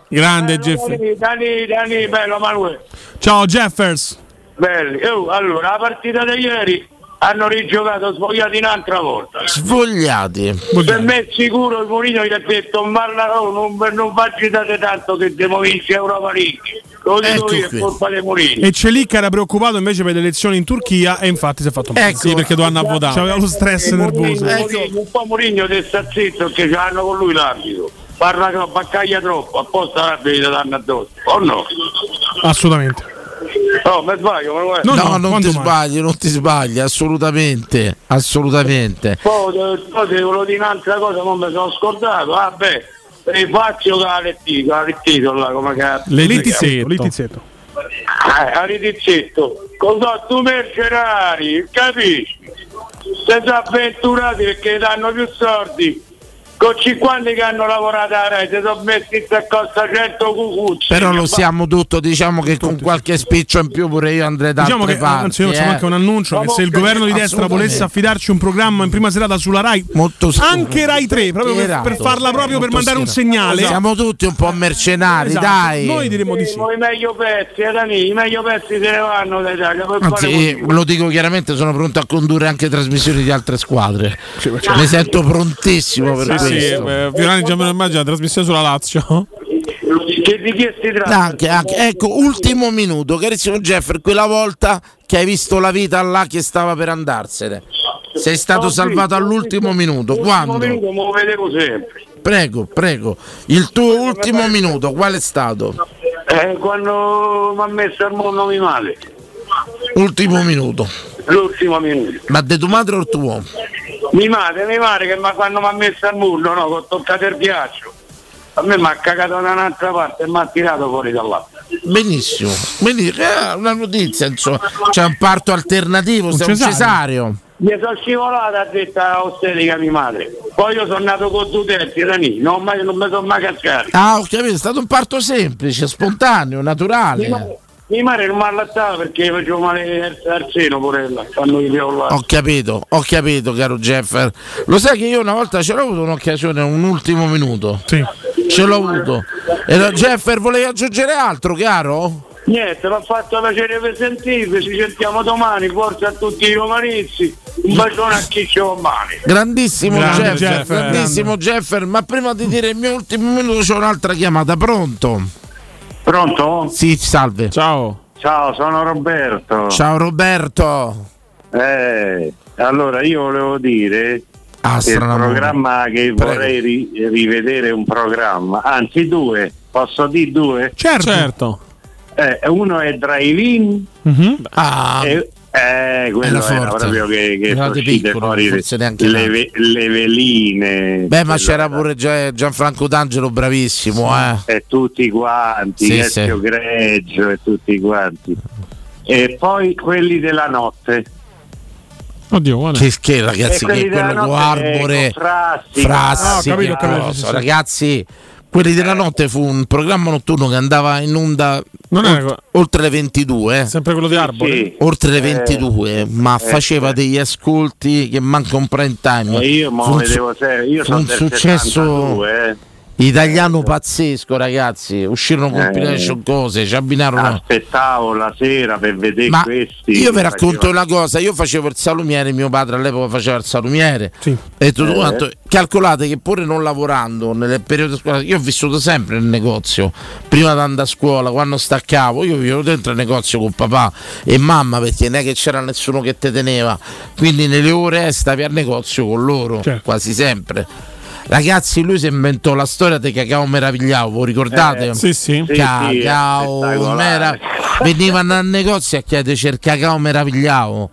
Speaker 5: grande Jeff.
Speaker 7: Dani, Dani, bello Manuel.
Speaker 6: Ciao Jeffers.
Speaker 7: Belli. Oh, allora, la partita di ieri hanno rigiocato svogliati un'altra volta.
Speaker 4: Svogliati.
Speaker 7: Per me è sicuro il Mourinho gli ha detto Marlarò non, non vi agitate tanto che devo vincere Europa League. Lo dico io, è colpa di Mourinho.
Speaker 6: Eh, E Celic era preoccupato invece per le elezioni in Turchia e infatti si è fatto male.
Speaker 7: Ecco. Sì, perché dovevano
Speaker 4: Esatto.
Speaker 7: votare.
Speaker 6: C'aveva lo stress
Speaker 4: Ecco.
Speaker 6: nervoso. Ecco.
Speaker 7: Mourinho- Un po' Mourinho che sta zitto perché ce l'hanno con lui l'arbitro. Parla troppo, baccaglia troppo, apposta l'arbitro gli danno addosso. O no?
Speaker 6: Assolutamente.
Speaker 7: No, mi sbaglio, Manuel.
Speaker 4: No, non ti sbagli, non ti sbagli, assolutamente, assolutamente.
Speaker 7: Poi eh, poi se volevo dire un'altra cosa, non mi sono scordato. Vabbè, e faccio con la Lettito, la Lettito, là, come cazzo.
Speaker 6: Litizzetto.
Speaker 7: Eh, la Letizzetto. Cosa tu mercenari, capisci? Siete avventurati perché danno più soldi. Con 50 che hanno lavorato a Rai, si sono messi in costa 100 cucucci.
Speaker 4: Però lo siamo tutto, diciamo che con qualche spiccio in più pure io andrei da
Speaker 6: Diciamo
Speaker 4: altre
Speaker 6: che anzi, io
Speaker 4: parti.
Speaker 6: facciamo
Speaker 4: eh.
Speaker 6: anche un annuncio: che se il governo di destra
Speaker 4: Assolutamente.
Speaker 6: volesse affidarci un programma in prima serata sulla Rai, anche Rai 3, proprio per, per
Speaker 4: Schierato.
Speaker 6: farla proprio per
Speaker 4: Molto
Speaker 6: mandare un
Speaker 4: schierato.
Speaker 6: segnale.
Speaker 4: Esatto. Siamo tutti un po' mercenari,
Speaker 6: Esatto.
Speaker 4: dai.
Speaker 6: Noi diremo di sì.
Speaker 7: Eh, I meglio pezzi, eh, Dani, i meglio pezzi se ne vanno dall'Italia. per
Speaker 4: Anzi,
Speaker 7: fare
Speaker 4: eh, lo dico chiaramente, sono pronto a condurre anche trasmissioni di altre squadre. Mi sento prontissimo per
Speaker 5: certo. Sì, sì,
Speaker 4: questo.
Speaker 5: eh, Fiorani già me lo immagino, la trasmissione sulla Lazio.
Speaker 7: Che di chi si
Speaker 4: Anche, anche- ecco, ultimo minuto, carissimo Jeffer, quella volta che hai visto la vita là che stava per andarsene. Sei stato
Speaker 7: Ho
Speaker 4: salvato
Speaker 7: visto,
Speaker 4: all'ultimo minuto.
Speaker 7: L'ultimo
Speaker 4: Quando?
Speaker 7: minuto me lo vedevo sempre.
Speaker 4: Prego, prego. Il tuo ultimo minuto, qual è stato?
Speaker 7: Eh, quando mi ha messo al mondo mi male,
Speaker 4: Ultimo minuto.
Speaker 7: l'ultimo minuto.
Speaker 4: Ma de tua madre o tuo?
Speaker 7: Mi male, mi male che ma quando mi ha messo al muro, no, che ho toccato il ghiaccio. A me mi ha cagato da un'altra parte e mi ha tirato fuori dall'altra.
Speaker 4: Benissimo. Benissimo. Eh, una notizia, insomma. C'è un parto alternativo, sei un cesario.
Speaker 7: Mi sono scivolata a detta ostetica mia madre. Poi io sono nato con due terzi da lì, non, mai- non mi sono mai cascato.
Speaker 4: Ah, ho capito, è stato un parto semplice, spontaneo, naturale.
Speaker 7: Mia madre non mi allattava perché facevo male al, al seno, porella, quando mi piavo là.
Speaker 4: Ho capito, ho capito, caro Jeffer. Lo sai che io una volta ce l'ho avuto un'occasione, un ultimo minuto. Ce l'ho avuto. E la Jeffer volevi aggiungere altro, caro?
Speaker 7: Niente, mi ha fatto piacere per sentirvi, ci sentiamo domani, forza a tutti i romanizzi, un bacione a chi ci ho male.
Speaker 4: Grandissimo
Speaker 7: Grande
Speaker 4: Jeffer,
Speaker 7: Jeffer,
Speaker 4: grandissimo Jeffer, ma prima di dire il mio ultimo minuto c'è un'altra chiamata, pronto?
Speaker 7: Pronto?
Speaker 4: Sì, salve.
Speaker 5: Ciao.
Speaker 7: Ciao, sono Roberto.
Speaker 4: Ciao Roberto.
Speaker 7: Eh, allora io volevo dire
Speaker 4: Ah,
Speaker 7: che il
Speaker 4: stranamore.
Speaker 7: programma che vorrei ri- rivedere è un programma, anzi due, posso dire due?
Speaker 6: Certo.
Speaker 7: Eh, uno è Drive-In
Speaker 4: ah,
Speaker 7: e eh, quello
Speaker 4: Era
Speaker 7: era,
Speaker 4: forte.
Speaker 7: proprio che, che
Speaker 4: Eravate
Speaker 7: uscite
Speaker 4: piccoli,
Speaker 7: fuori le,
Speaker 4: forse neanche
Speaker 7: le
Speaker 4: nati.
Speaker 7: ve- le veline
Speaker 4: Beh, ma c'era pure Gia- Gianfranco D'Angelo, bravissimo, eh.
Speaker 7: e tutti quanti,
Speaker 4: Sì,
Speaker 7: Ezio
Speaker 4: sì.
Speaker 7: Greggio e tutti quanti. E poi quelli della notte. Eh,
Speaker 5: Oddio, guarda.
Speaker 4: Che, che ragazzi,
Speaker 7: E quelli
Speaker 4: che
Speaker 7: della
Speaker 4: quello con
Speaker 7: notte
Speaker 4: Arbore,
Speaker 7: con Frassi.
Speaker 4: Frassi,
Speaker 7: No, Ah, ho capito,
Speaker 4: che
Speaker 7: ho capito,
Speaker 4: cosa,
Speaker 7: sì, sì.
Speaker 4: ragazzi. Quelli della notte fu un programma notturno che andava in onda olt- oltre le 22.
Speaker 5: Sempre quello di Arbore? Sì.
Speaker 4: Oltre le
Speaker 5: Eh,
Speaker 4: 22, ma
Speaker 5: eh,
Speaker 4: faceva degli ascolti che manca un prime time.
Speaker 19: Ma io mo
Speaker 4: Fu un
Speaker 19: vedevo
Speaker 4: su-
Speaker 19: se- io
Speaker 4: fu
Speaker 19: sono
Speaker 4: un
Speaker 19: del
Speaker 4: successo
Speaker 19: 72, eh.
Speaker 4: italiano pazzesco, ragazzi. Uscirono compilation cose, ci
Speaker 19: Ah.
Speaker 4: abbinarono.
Speaker 19: aspettavo la sera per vedere
Speaker 4: Ma
Speaker 19: questi.
Speaker 4: io vi
Speaker 19: Facevano-
Speaker 4: racconto una cosa, io facevo il salumiere, mio padre all'epoca faceva il salumiere e tutto
Speaker 19: Eh.
Speaker 4: quanto. Calcolate che pure non lavorando nel periodo di scuola, io ho vissuto sempre nel negozio, prima di andare a scuola, quando staccavo, io vivevo dentro il negozio con papà e mamma perché non è che c'era nessuno che te teneva, quindi nelle ore eh, stavi al negozio con loro, quasi sempre. Ragazzi, lui si inventò la storia di cacao meravigliavo, ricordate?
Speaker 5: Eh, sì, sì. Sì, sì, è
Speaker 4: Cacao
Speaker 5: spettacolare.
Speaker 4: meravigliavo venivano al negozio a chiederci il cacao meravigliavo.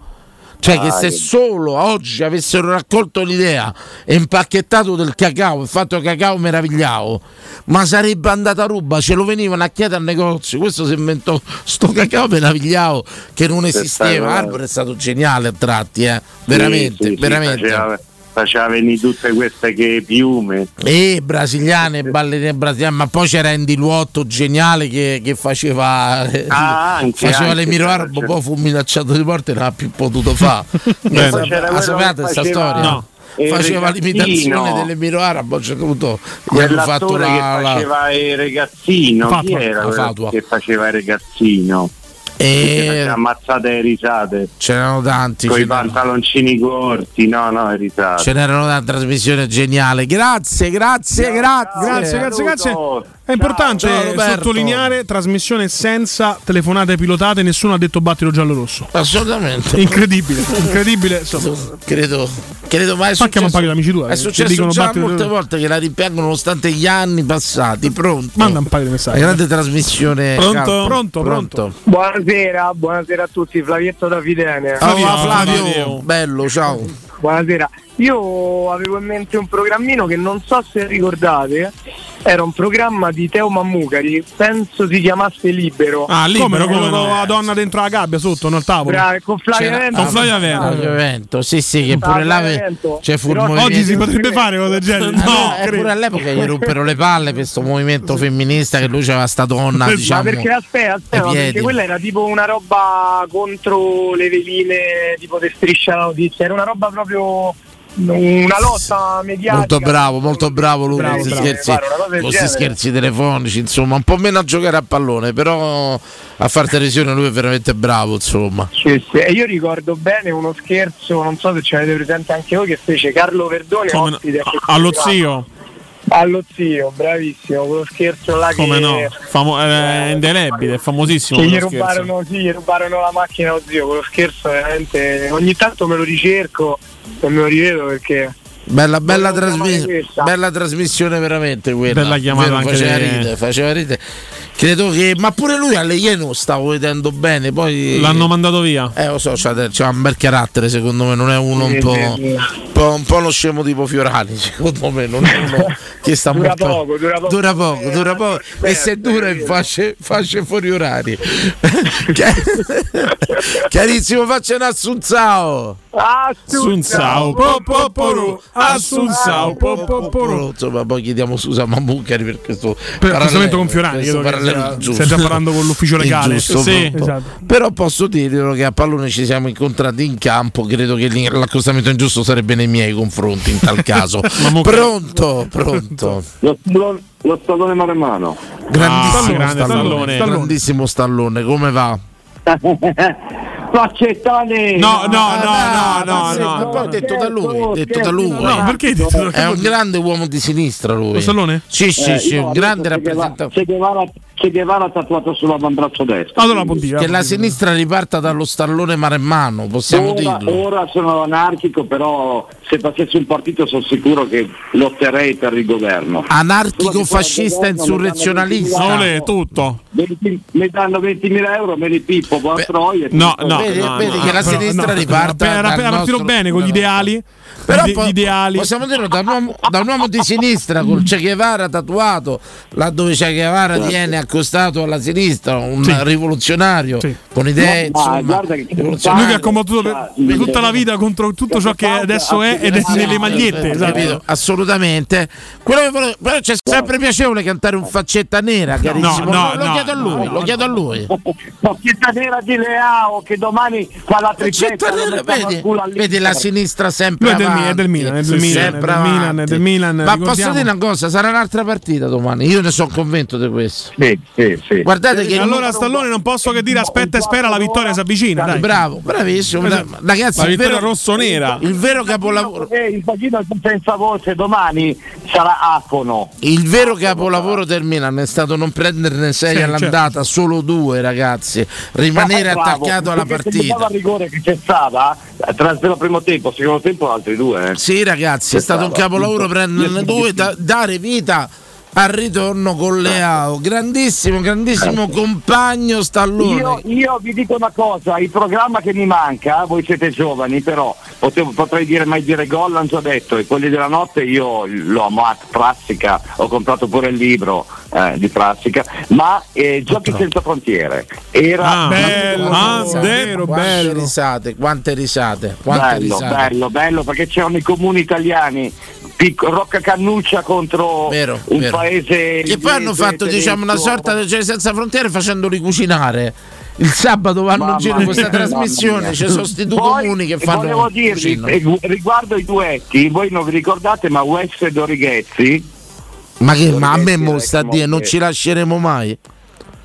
Speaker 4: Cioè, che
Speaker 5: Ah,
Speaker 4: se
Speaker 5: che-
Speaker 4: solo oggi avessero raccolto l'idea e impacchettato del cacao e fatto cacao meravigliavo, ma sarebbe andata a ruba, ce lo venivano a chiedere al negozio. Questo si inventò sto cacao meravigliavo che non esisteva.
Speaker 19: Spettacolare.
Speaker 4: Arbor è stato geniale a tratti, eh.
Speaker 19: Sì,
Speaker 4: veramente,
Speaker 19: sì, sì,
Speaker 4: veramente.
Speaker 19: faceva, faceva venire tutte queste che piume.
Speaker 4: E brasiliane, ballerine brasiliane, ma poi c'era Andy Luotto, geniale, che, che faceva,
Speaker 19: Ah, anche,
Speaker 4: faceva
Speaker 19: anche,
Speaker 4: le miro
Speaker 19: c'era,
Speaker 4: arbo, poi fu minacciato di morte, non ha più potuto fare.
Speaker 19: Bene.
Speaker 4: Ma
Speaker 19: C'era
Speaker 4: la
Speaker 19: quello
Speaker 4: sapete
Speaker 19: che
Speaker 4: questa
Speaker 19: faceva-
Speaker 4: storia?
Speaker 19: No. Eh,
Speaker 4: Faceva
Speaker 19: Rigattino.
Speaker 4: l'imitazione delle miro arabo, a un certo punto gli hanno fatto
Speaker 19: Quell'attore che
Speaker 4: la... la-
Speaker 19: faceva il ragazzino, chi
Speaker 4: Fatua.
Speaker 19: era
Speaker 4: La
Speaker 19: quello
Speaker 4: Fatua.
Speaker 19: che faceva il ragazzino?
Speaker 4: E...
Speaker 19: ammazzate le risate.
Speaker 4: C'erano tanti.
Speaker 19: Con i
Speaker 4: c'erano-
Speaker 19: pantaloncini corti, no, no, le risate.
Speaker 4: Ce n'erano una trasmissione geniale. Grazie, grazie, grazie.
Speaker 6: Grazie, grazie, grazie.
Speaker 4: Ciao,
Speaker 6: È importante
Speaker 4: Roberto.
Speaker 6: sottolineare trasmissione senza telefonate pilotate, nessuno ha detto battilo giallo-rosso.
Speaker 4: Assolutamente.
Speaker 6: Incredibile, incredibile. insomma.
Speaker 4: Credo, credo mai
Speaker 6: Facciamo un paio di amici tuoi,
Speaker 4: È
Speaker 6: che
Speaker 4: successo
Speaker 6: dicono
Speaker 4: già
Speaker 6: battiti-
Speaker 4: molte volte che la rimpiangono nonostante gli anni passati. Pronto?
Speaker 6: Manda un paio di
Speaker 4: La
Speaker 6: messaggi.
Speaker 4: grande trasmissione.
Speaker 6: Pronto?
Speaker 4: Calcio.
Speaker 6: Pronto, pronto.
Speaker 10: Buonasera, buonasera a tutti, Flavietto da Fidene.
Speaker 4: Ciao, Flavio. bello, ciao.
Speaker 10: Buonasera, io avevo in mente un programmino che non so se ricordate, era un programma di Teo Mammucari, penso si chiamasse Libero.
Speaker 4: Ah,
Speaker 6: Come quello con
Speaker 4: eh.
Speaker 6: la donna dentro la gabbia sotto, nel tavolo.
Speaker 10: Bravo, con Flavia
Speaker 6: C'era-
Speaker 10: Vento.
Speaker 6: Con Flavia
Speaker 4: Ah, Flavio
Speaker 6: Vento.
Speaker 4: Vento, sì, sì, che
Speaker 10: Flavio
Speaker 4: pure là
Speaker 10: Vento.
Speaker 4: c'è fu il
Speaker 6: Però
Speaker 4: movimento.
Speaker 6: oggi si potrebbe fare cosa del genere.
Speaker 4: Ah,
Speaker 6: No,
Speaker 4: eh, pure all'epoca gli ruppero le palle per questo movimento femminista che lui c'aveva sta donna, diciamo.
Speaker 10: ma perché aspetta, aspetta,
Speaker 4: ai
Speaker 10: ma perché
Speaker 4: piedi.
Speaker 10: quella era tipo una roba contro le veline, tipo di striscia la notizia, era una roba proprio una lotta mediatica.
Speaker 4: Molto bravo, molto bravo lui con
Speaker 10: Bravo,
Speaker 4: questi
Speaker 10: bravo.
Speaker 4: scherzi,
Speaker 10: Guarda, una cosa del
Speaker 4: con questi
Speaker 10: genere.
Speaker 4: scherzi telefonici, insomma, un po' meno a giocare a pallone, però a far televisione lui è veramente bravo, insomma.
Speaker 10: Sì, sì, E Eh, io ricordo bene uno scherzo, non so se ce l'avete presente anche voi, che fece Carlo Verdone
Speaker 5: Come-
Speaker 10: ospite a questo
Speaker 5: Allo
Speaker 10: programma.
Speaker 5: zio,
Speaker 10: Allo zio, bravissimo, quello scherzo là
Speaker 5: come
Speaker 10: che,
Speaker 5: no? Famo- è indelebile, è famosissimo.
Speaker 10: che gli
Speaker 5: quello scherzo.
Speaker 10: rubarono, sì, gli rubarono la macchina allo zio, quello scherzo veramente ogni tanto me lo ricerco e me lo rivedo perché
Speaker 4: Bella, bella,
Speaker 10: Volevo
Speaker 4: trasmis-
Speaker 10: chiamare questa.
Speaker 4: bella trasmissione veramente quella.
Speaker 5: Bella chiamata
Speaker 4: Vero,
Speaker 5: anche
Speaker 4: faceva
Speaker 5: di-
Speaker 4: ridere, faceva ridere. Credo che ma pure lui alle Ieno stavo vedendo bene, poi
Speaker 5: L'hanno mandato via.
Speaker 4: Eh, lo so, c'ha, c'ha un bel carattere, secondo me, non è uno un
Speaker 10: Sì,
Speaker 4: po',
Speaker 10: sì, sì.
Speaker 4: un po'- un po' lo scemo tipo Fiorani, secondo me, non è uno che sta
Speaker 10: Dura
Speaker 4: molto
Speaker 10: poco, dura poco. Eh,
Speaker 4: dura poco, dura poco. e se dura in fasce, fasce fuori orari. Chi- Chiarissimo, faccia un assunzao.
Speaker 7: Ah,
Speaker 5: Assunzao, po, po, poru. Assunzao, po, po,
Speaker 4: poru. Insomma, poi chiediamo scusa a Mambucari per questo
Speaker 6: Per questo
Speaker 4: parallelo-
Speaker 6: momento con Fiorani,
Speaker 4: questo
Speaker 6: credo che
Speaker 4: parallelo
Speaker 6: sia-
Speaker 4: ingiusto.
Speaker 6: stia già parlando con l'ufficio legale.
Speaker 4: Ingiusto,
Speaker 6: Sì,
Speaker 4: brutto.
Speaker 6: esatto.
Speaker 4: Però posso dirvelo che a pallone ci siamo incontrati in campo. Credo che l'in- l'accostamento ingiusto sarebbe nei miei confronti in tal caso. pronto, pronto.
Speaker 19: Lo, lo, lo stallone maremano.
Speaker 5: Ah,
Speaker 4: Grandissimo
Speaker 19: Ah, grande
Speaker 4: stallone,
Speaker 19: Stallone.
Speaker 4: grandissimo stallone, come va?
Speaker 19: Faccettate!
Speaker 5: No, no, no, no, no,
Speaker 4: Ah, Ma
Speaker 5: no.
Speaker 4: poi detto da lui, detto da lui. eh.
Speaker 5: No, perché hai detto da lui?
Speaker 4: È un grande uomo di sinistra lui.
Speaker 5: Stallone?
Speaker 4: Sì, sì,
Speaker 19: Eh,
Speaker 4: sì,
Speaker 19: io
Speaker 4: un
Speaker 19: ho
Speaker 4: grande
Speaker 19: detto Che
Speaker 4: rappresentante.
Speaker 19: Guevara- Che Guevara, che Guevara tatuato sull'avambraccio destro.
Speaker 4: che la sinistra riparta dallo stallone maremmano, possiamo
Speaker 19: ora,
Speaker 4: dirlo.
Speaker 19: ora sono anarchico, però se facessi un partito sono sicuro che lotterei per il governo.
Speaker 4: Anarchico fascista insurrezionalista.
Speaker 19: Ole,
Speaker 5: tutto.
Speaker 19: 20 mi danno 20.000 euro, me li pippo, va a troia.
Speaker 4: vedi, vedi che la
Speaker 6: Però,
Speaker 4: sinistra
Speaker 6: no,
Speaker 4: riparta.
Speaker 6: era- era
Speaker 4: dal
Speaker 6: partito
Speaker 4: nostro-
Speaker 6: bene con gli ideali,
Speaker 4: Però
Speaker 6: gli-
Speaker 4: po-
Speaker 6: gli ideali.
Speaker 4: possiamo dirlo da un, uomo, da un uomo di sinistra col Che Guevara tatuato, laddove Che Guevara
Speaker 6: Certo.
Speaker 4: tiene a accostato alla sinistra, un
Speaker 6: Sì.
Speaker 4: rivoluzionario con idee
Speaker 6: No, ma
Speaker 4: insomma,
Speaker 6: guarda che-
Speaker 4: rivoluzionarie.
Speaker 6: Lui che ha combattuto per, per tutta la vita contro tutto ciò che adesso è ed è nelle magliette. esatto.
Speaker 4: Capito? assolutamente. Quello che volevo- però c'è sempre piacevole cantare un faccetta nera, carissimo.
Speaker 5: no,
Speaker 4: lo
Speaker 5: no,
Speaker 4: chiedo a lui, lo chiedo a lui.
Speaker 19: Cittadina di
Speaker 7: Eh, ah, oh,
Speaker 19: Leao che domani fa la tripletta lo mettiamo al culo all'Inter.
Speaker 4: Vedi la sinistra sempre
Speaker 6: Lui è del Mi-
Speaker 4: avanti.
Speaker 6: è del Milan, è del
Speaker 4: Sì,
Speaker 6: Milan,
Speaker 4: sempre
Speaker 6: è del Milan,
Speaker 4: avanti.
Speaker 6: è del Milan,
Speaker 4: Ma
Speaker 6: ricordiamo.
Speaker 4: posso dire una cosa, sarà un'altra partita domani. Io ne sono convinto di questo. Guardate che
Speaker 6: Eh, allora Stallone non posso che dire aspetta e spera la vittoria si avvicina. dai.
Speaker 4: Bravo, bravissimo.
Speaker 6: Esatto.
Speaker 4: Ragazzi,
Speaker 6: la
Speaker 4: il
Speaker 6: vittoria
Speaker 4: vero
Speaker 6: rosso-nera.
Speaker 4: Il vero capolavoro.
Speaker 19: Eh, il bacino senza voce domani sarà Afono.
Speaker 4: Il vero capolavoro del Milan è stato non prenderne sei
Speaker 19: Sì,
Speaker 6: certo.
Speaker 4: all'andata, solo due ragazzi, rimanere
Speaker 19: Ma Ah, bravo,
Speaker 4: attaccato alla
Speaker 19: perché se
Speaker 4: partita.
Speaker 19: guardava il rigore che c'è stata, eh, tra il primo tempo, secondo tempo altri due. eh.
Speaker 4: Sì, ragazzi, è stato un capolavoro prenderne due, da- dare vita al ritorno con Leao. Grandissimo, grandissimo compagno
Speaker 19: Io,
Speaker 4: Stallone.
Speaker 19: io vi dico una cosa, il programma che mi
Speaker 7: eh.
Speaker 19: manca, voi siete giovani, però potevo- potrei dire mai dire gol, l'hanno già detto, e quelli della notte io l'ho amato, Prassica, ho comprato pure il libro eh, di Prassica, ma eh, Giochi senza frontiere.
Speaker 6: Ah,
Speaker 19: Era
Speaker 4: Quante quante risate, quante risate, quante
Speaker 19: bello,
Speaker 4: risate.
Speaker 19: bello, bello, perché c'erano i comuni italiani. pic- Rocca Cannuccia contro un
Speaker 4: vero.
Speaker 19: paese
Speaker 4: Che poi hanno
Speaker 19: inglese,
Speaker 4: fatto diciamo una
Speaker 19: tedesco.
Speaker 4: sorta di Cioè senza frontiere facendoli cucinare. Il sabato vanno in giro in questa
Speaker 19: Mamma mia.
Speaker 4: trasmissione, c'è sostituti comuni che fanno
Speaker 19: Volevo dirvi,
Speaker 4: cucinano.
Speaker 19: eh, gu- riguardo i duetti, voi non vi ricordate, ma West e Dorighezzi,
Speaker 4: Ma che ma a me mo sta a dire non ci lasceremo mai.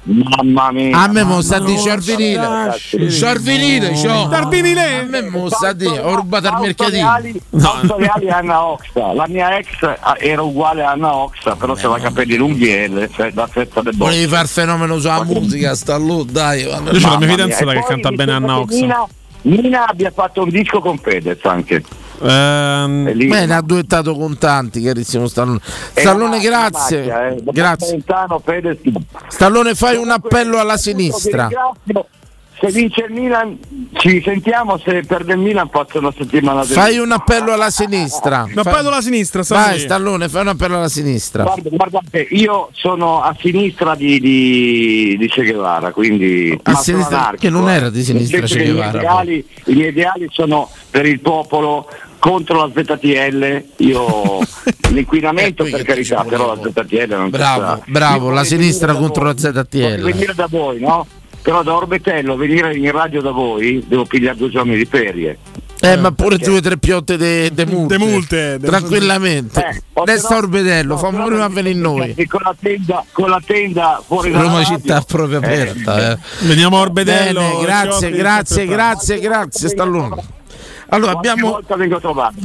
Speaker 19: Mamma mia.
Speaker 4: A me mo sta a
Speaker 19: Mamma
Speaker 4: dire
Speaker 19: mia.
Speaker 4: Ciarvinile.
Speaker 19: Lasceremo.
Speaker 4: Ciarvinile, ciò. A me mo sta a dire orba dal mercatino.
Speaker 19: Otto Reali e Anna Oxa. La mia ex eh, era uguale a Anna Oxa, però aveva i capelli lunghi e le- se- la festa del bosco.
Speaker 4: Volevi far fenomeno sulla musica, sta lù, dai.
Speaker 19: Mamma
Speaker 4: Io
Speaker 19: mia. E poi mi sembra che Mina, Mina abbia fatto un disco con Fedez anche. È lì. Eh,
Speaker 4: Bene, ha duettato con tanti, carissimo Stallone. Stallone, grazie. Grazie. Stallone, fai un appello alla sinistra.
Speaker 19: Se vince il Milan, ci sentiamo. Se perde il Milan, possono sentirmi alla
Speaker 4: Fai un appello alla sinistra.
Speaker 19: Un appello alla sinistra, Stallone.
Speaker 4: Vai, Stallone, fai un appello alla sinistra.
Speaker 19: Guarda- Guardate, io sono a sinistra di, di, di Che Guevara, quindi
Speaker 4: A
Speaker 19: ma sono
Speaker 4: sinistra-
Speaker 19: anarchico.
Speaker 4: che non era di sinistra
Speaker 19: Nel
Speaker 4: Che
Speaker 19: senso eh. che i miei
Speaker 4: Guevara,
Speaker 19: ideali- I miei ideali sono per il popolo, contro la ZTL, io l'inquinamento
Speaker 4: Eh,
Speaker 19: per carità, però la ZTL
Speaker 4: diciamo
Speaker 19: non
Speaker 4: Bravo,
Speaker 19: c'è.
Speaker 4: bravo, la sinistra contro la
Speaker 19: Voglio
Speaker 4: ZTL.
Speaker 19: venire da voi, no? Però da Orbetello venire in radio da voi devo pigliare due giorni di ferie.
Speaker 4: Eh, ma pure due o tre piotte de, de multe. Tranquillamente.
Speaker 19: Eh,
Speaker 4: Resta Orbedello, fammi prima a venire noi.
Speaker 19: E con la tenda, con la tenda fuori dalla
Speaker 4: Roma
Speaker 19: radio.
Speaker 4: città proprio aperta. Eh.
Speaker 5: Veniamo a Orbedello.
Speaker 4: Bene, grazie,
Speaker 5: Ciotti,
Speaker 4: grazie,
Speaker 5: sempre
Speaker 4: grazie, grazie, Stallone. Allora abbiamo,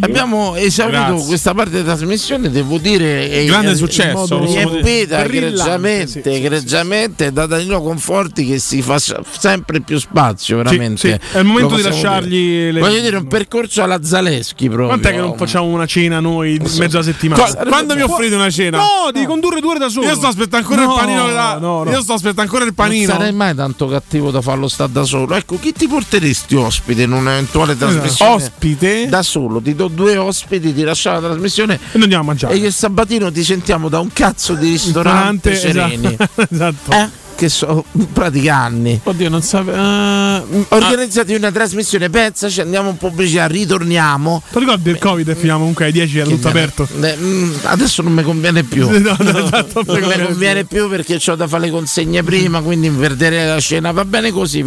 Speaker 4: abbiamo esaurito
Speaker 5: Grazie.
Speaker 4: questa parte della trasmissione, devo dire eh,
Speaker 5: Grande
Speaker 4: in- in
Speaker 5: successo,
Speaker 4: modo
Speaker 5: possiamo dire.
Speaker 4: riempita,
Speaker 5: Brillante,
Speaker 4: egregiamente, egregiamente da Danilo Conforti che si fa s- sempre più spazio, veramente.
Speaker 6: Sì, sì, è il
Speaker 4: Lo
Speaker 6: momento di
Speaker 4: possiamo
Speaker 6: lasciargli
Speaker 4: dire.
Speaker 6: le-
Speaker 4: Voglio dire un percorso alla Zaleschi proprio.
Speaker 6: Quant'è che non facciamo una cena noi in mezzo alla settimana?
Speaker 5: Qua- quando mi offrite una cena?
Speaker 6: No, di condurre due ore da solo.
Speaker 5: Io sto aspettando ancora
Speaker 6: No,
Speaker 5: il panino. della-
Speaker 6: no, no.
Speaker 5: Io sto aspettando ancora il
Speaker 4: Non
Speaker 5: panino.
Speaker 4: sarei mai tanto cattivo da farlo stare da solo. Ecco, chi ti porteresti ospite in un'eventuale trasmissione?
Speaker 5: Eh, Ospite?
Speaker 4: Da solo, ti do due ospiti, ti lascio la trasmissione. E
Speaker 6: noi andiamo a mangiare.
Speaker 4: E io e sabatino ti sentiamo da un cazzo di ristorante sereni.
Speaker 6: esatto.
Speaker 4: Eh? Che so, praticanni.
Speaker 5: Oddio, non sapevo.
Speaker 6: eh,
Speaker 4: Organizzati una trasmissione, pensaci, andiamo in pubblicità, ritorniamo.
Speaker 6: Ti ricordi il Covid e finiamo comunque alle 10 era tutto aperto?
Speaker 4: Eh, mm, adesso non mi conviene più.
Speaker 6: No, no, esatto,
Speaker 4: non mi conviene più perché ho da fare le consegne prima, quindi perderei la scena. Va bene così,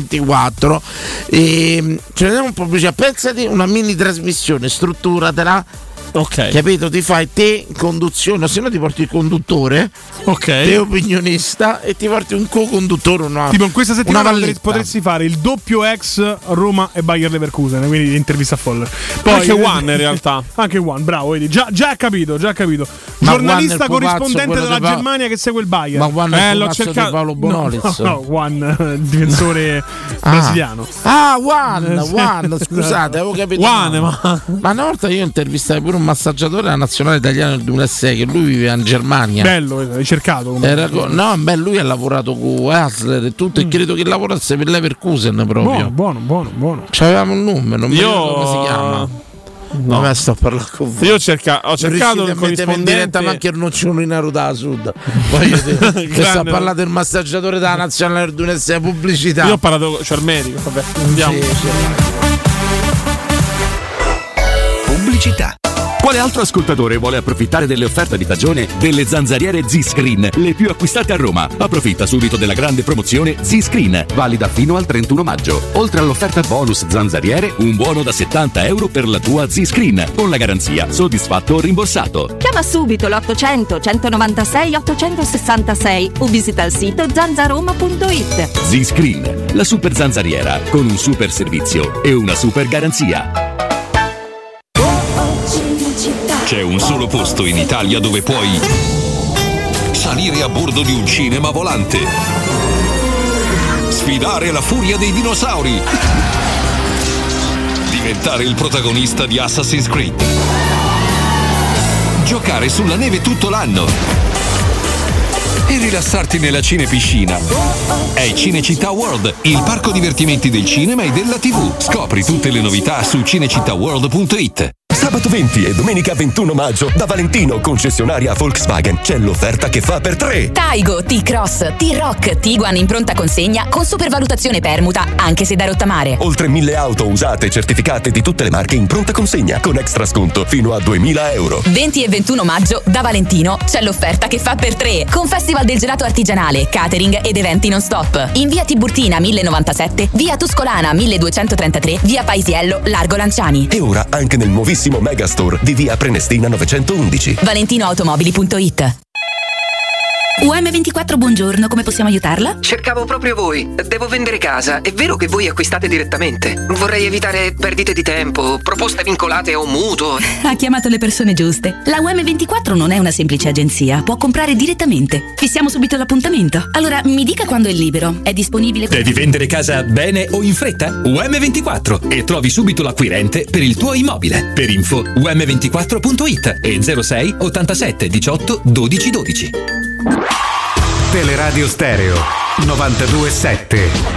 Speaker 4: 22-24. E, ce ne diamo un po' più. cioè, Pensati una mini trasmissione, strutturatela.
Speaker 5: Ok.
Speaker 4: Capito? Ti fai te in conduzione, o se no ti porti il conduttore,
Speaker 5: ok.
Speaker 4: te opinionista e ti porti un co-conduttore. Una,
Speaker 6: Tipo in questa settimana
Speaker 4: una
Speaker 6: potre-
Speaker 4: valletta.
Speaker 6: potresti fare il doppio ex Roma e Bayer Leverkusen, quindi intervista a Foller.
Speaker 5: Anche One, in realtà.
Speaker 6: Anche One, bravo, vedi. Già, già ha capito, già ha capito.
Speaker 4: Ma
Speaker 6: Giornalista
Speaker 4: Juan è il pupazzo,
Speaker 6: corrispondente
Speaker 4: quello
Speaker 6: della
Speaker 4: di Pa-
Speaker 6: Germania che segue il Bayer.
Speaker 4: Ma Juan è il pupazzo di Paolo Bonolis.
Speaker 6: Eh, No, no, Juan, eh, difensore
Speaker 4: Ah.
Speaker 6: brasiliano.
Speaker 4: Ah, Juan,
Speaker 6: Sì,
Speaker 4: Juan,
Speaker 6: esatto.
Speaker 4: scusate, avevo capito.
Speaker 6: Juan,
Speaker 4: male.
Speaker 6: ma-
Speaker 4: Ma una volta io intervistai pure un massaggiatore della nazionale italiana del 2006 che lui viveva in Germania.
Speaker 6: Bello, eh, ricercato. come-
Speaker 4: Era co- no, beh, lui ha lavorato con Hasler e
Speaker 5: Mm.
Speaker 4: tutto e credo che lavorasse per l'Everkusen proprio.
Speaker 5: Boh.
Speaker 4: Cioè,
Speaker 6: buono, buono, buono, buono.
Speaker 4: C'avevamo un numero, non mi ricordo come si chiama. No. Ma sto a parlare con voi.
Speaker 5: Io cerca- ho cercato
Speaker 4: Riuscite
Speaker 5: il
Speaker 4: a mettermi in diretta ma anche
Speaker 5: corrispondente.
Speaker 4: il nocciolo in Naruto da Sud. Voglio dire, che sta
Speaker 5: Grande.
Speaker 4: parlando il massaggiatore della nazionale del 2006 pubblicità.
Speaker 5: Io ho parlato, c'è il medico, vabbè, andiamo.
Speaker 14: Pubblicità. Quale altro ascoltatore vuole approfittare delle offerte di stagione delle zanzariere Z-Screen, le più acquistate a Roma? Approfitta subito della grande promozione Z-Screen, valida fino al 31 maggio. Oltre all'offerta bonus zanzariere, un buono da 70 euro per la tua Z-Screen, con la garanzia soddisfatto o rimborsato.
Speaker 24: Chiama subito l'800 196 866 o visita il sito zanzaroma.it.
Speaker 14: Z-Screen, la super zanzariera, con un super servizio e una super garanzia.
Speaker 25: C'è un solo posto in Italia dove puoi salire a bordo di un cinema volante, sfidare la furia dei dinosauri, diventare il protagonista di Assassin's Creed, giocare sulla neve tutto l'anno e rilassarti nella cinepiscina. È Cinecittà World, il parco divertimenti del cinema e della TV. Scopri tutte le novità su cinecittàworld.it.
Speaker 26: Sabato 20 e domenica 21 maggio da Valentino, concessionaria Volkswagen, c'è l'offerta che fa per tre.
Speaker 27: Taigo, T-Cross, T-Rock, Tiguan in pronta consegna con supervalutazione permuta, anche se da rottamare.
Speaker 26: Oltre 1000 auto usate e certificate di tutte le marche in pronta consegna con extra sconto fino a 2000 euro.
Speaker 27: 20 e 21 maggio da Valentino c'è l'offerta che fa per tre con Festival del Gelato Artigianale, catering ed eventi non stop. In via Tiburtina 1097, via Tuscolana 1233, via Paisiello, Largo Lanciani.
Speaker 26: E ora anche nel nuovissimo Megastore di via Prenestina 911.
Speaker 27: ValentinoAutomobili.it
Speaker 28: UM24, buongiorno, come possiamo aiutarla?
Speaker 29: Cercavo proprio voi. Devo vendere casa. È vero che voi acquistate direttamente. Vorrei evitare perdite di tempo, proposte vincolate o mutuo.
Speaker 28: Ha chiamato le persone giuste. La UM24 non è una semplice agenzia, può comprare direttamente. Fissiamo subito l'appuntamento. Allora, mi dica quando è libero. È disponibile
Speaker 30: Devi vendere casa bene o in fretta? UM24 e trovi subito l'acquirente per il tuo immobile. Per info um24.it e 06 87 18 12 12.
Speaker 31: Teleradio Stereo 927.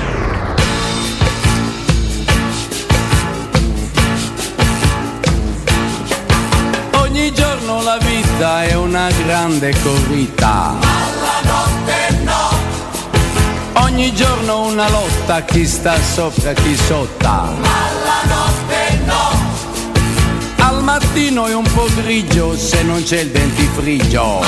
Speaker 1: Ogni giorno la vita è una grande corrida. Ogni giorno una lotta, chi sta sopra, chi sotta. Al mattino è un po' grigio se non c'è il dentifrigio.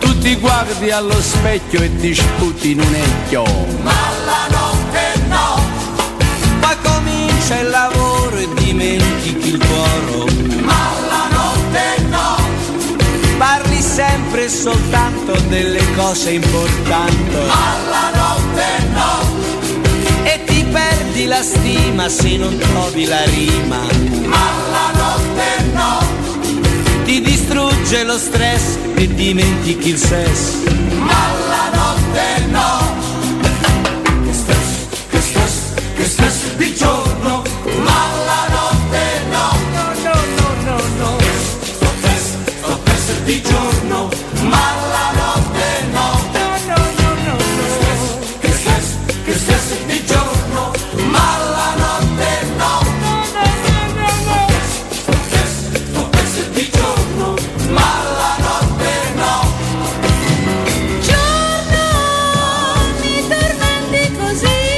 Speaker 1: Tu ti guardi allo specchio e ti sputi in un ecchio.
Speaker 32: Ma comincia il lavoro e dimentichi il cuoro.
Speaker 1: Ma la notte no!
Speaker 32: Parli sempre e soltanto delle cose importanti.
Speaker 1: Ma la notte no!
Speaker 32: E ti perdi la stima se non trovi la rima.
Speaker 1: Ma la notte no!
Speaker 32: Ti distrugge lo stress e dimentichi il sesso.
Speaker 1: Ma la notte no! Che stress, che stress, che stress di giorno! Ma la notte no! No, no, no, no, no! Sto stress, sto stress di giorno! Ma la notte no! No, no, no, no! Che stress, che stress di giorno! Ma la notte no! No, no, no, no! Sto stress di giorno! Ma la notte no!
Speaker 33: Giorno mi tormenti così,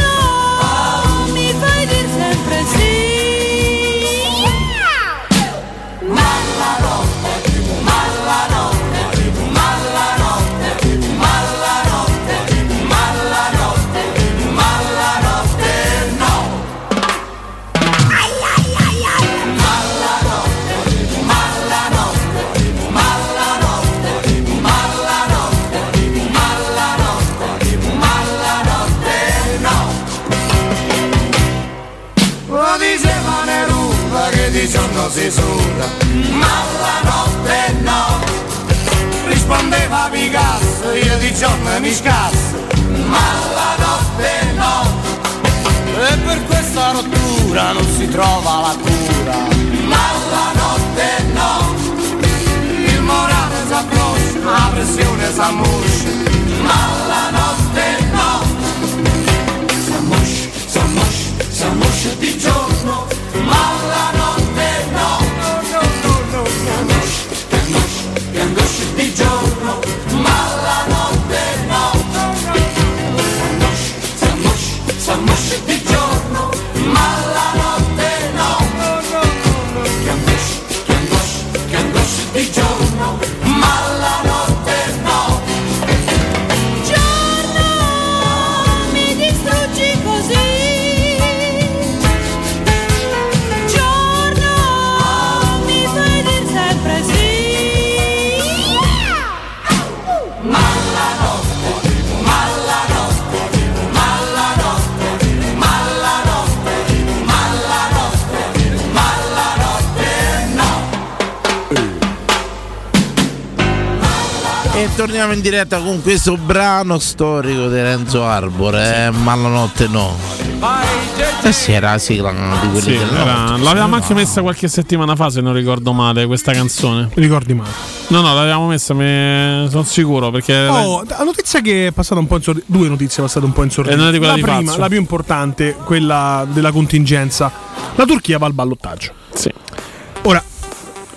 Speaker 33: giorno mi fai dir sempre sì.
Speaker 1: Ma la notte, ma la notte, ma la notte, ma la notte, ma la notte, ma la notte no. Ma la notte, ma la notte, ma la notte, ma la notte, ma la notte, ma la notte no. Lo diceva Neruda che di giorno si suda, ma la notte no. Rispondeva Picasso, io di giorno mi scasso, ma la notte no. E per questa rottura non si trova la cura, ma la notte no. Il morale s'approccia, la pressione s'ammuscia, ma la notte no.
Speaker 32: di giorno, ma la notte no. No, no, no, no, no. Che angoscia, che angoscia di giorno, ma la notte no. Si angoscia, si angoscia di giorno, ma la notte no. Che angoscia, che angoscia, che angoscia di giorno, ma la notte no.
Speaker 1: Giorno mi distruggi così Giorno mi fai dir sempre sì
Speaker 32: Ma la notte, ma la notte, ma la notte, ma la notte, ma la notte, ma la notte no.
Speaker 4: E torniamo in diretta con questo brano storico di Renzo Arbor, eh, Malanotte no. Eh sì, era la sigla di quelli
Speaker 5: Sì,
Speaker 4: del
Speaker 5: era-
Speaker 4: Nord.
Speaker 5: l'avevamo anche messa qualche settimana fa, se non ricordo male, questa canzone.
Speaker 6: Ricordi male.
Speaker 5: No, no, l'avevamo messa, me... sono sicuro, perché...
Speaker 6: Oh, la notizia che è passata un po' in sordi- due notizie passate un po' in
Speaker 4: Eh,
Speaker 5: E non è
Speaker 6: sordina.
Speaker 5: di quella
Speaker 6: La
Speaker 5: di
Speaker 6: prima,
Speaker 5: Fazio.
Speaker 6: la più importante, quella della contingenza. La Turchia va al ballottaggio.
Speaker 5: Sì.
Speaker 6: Ora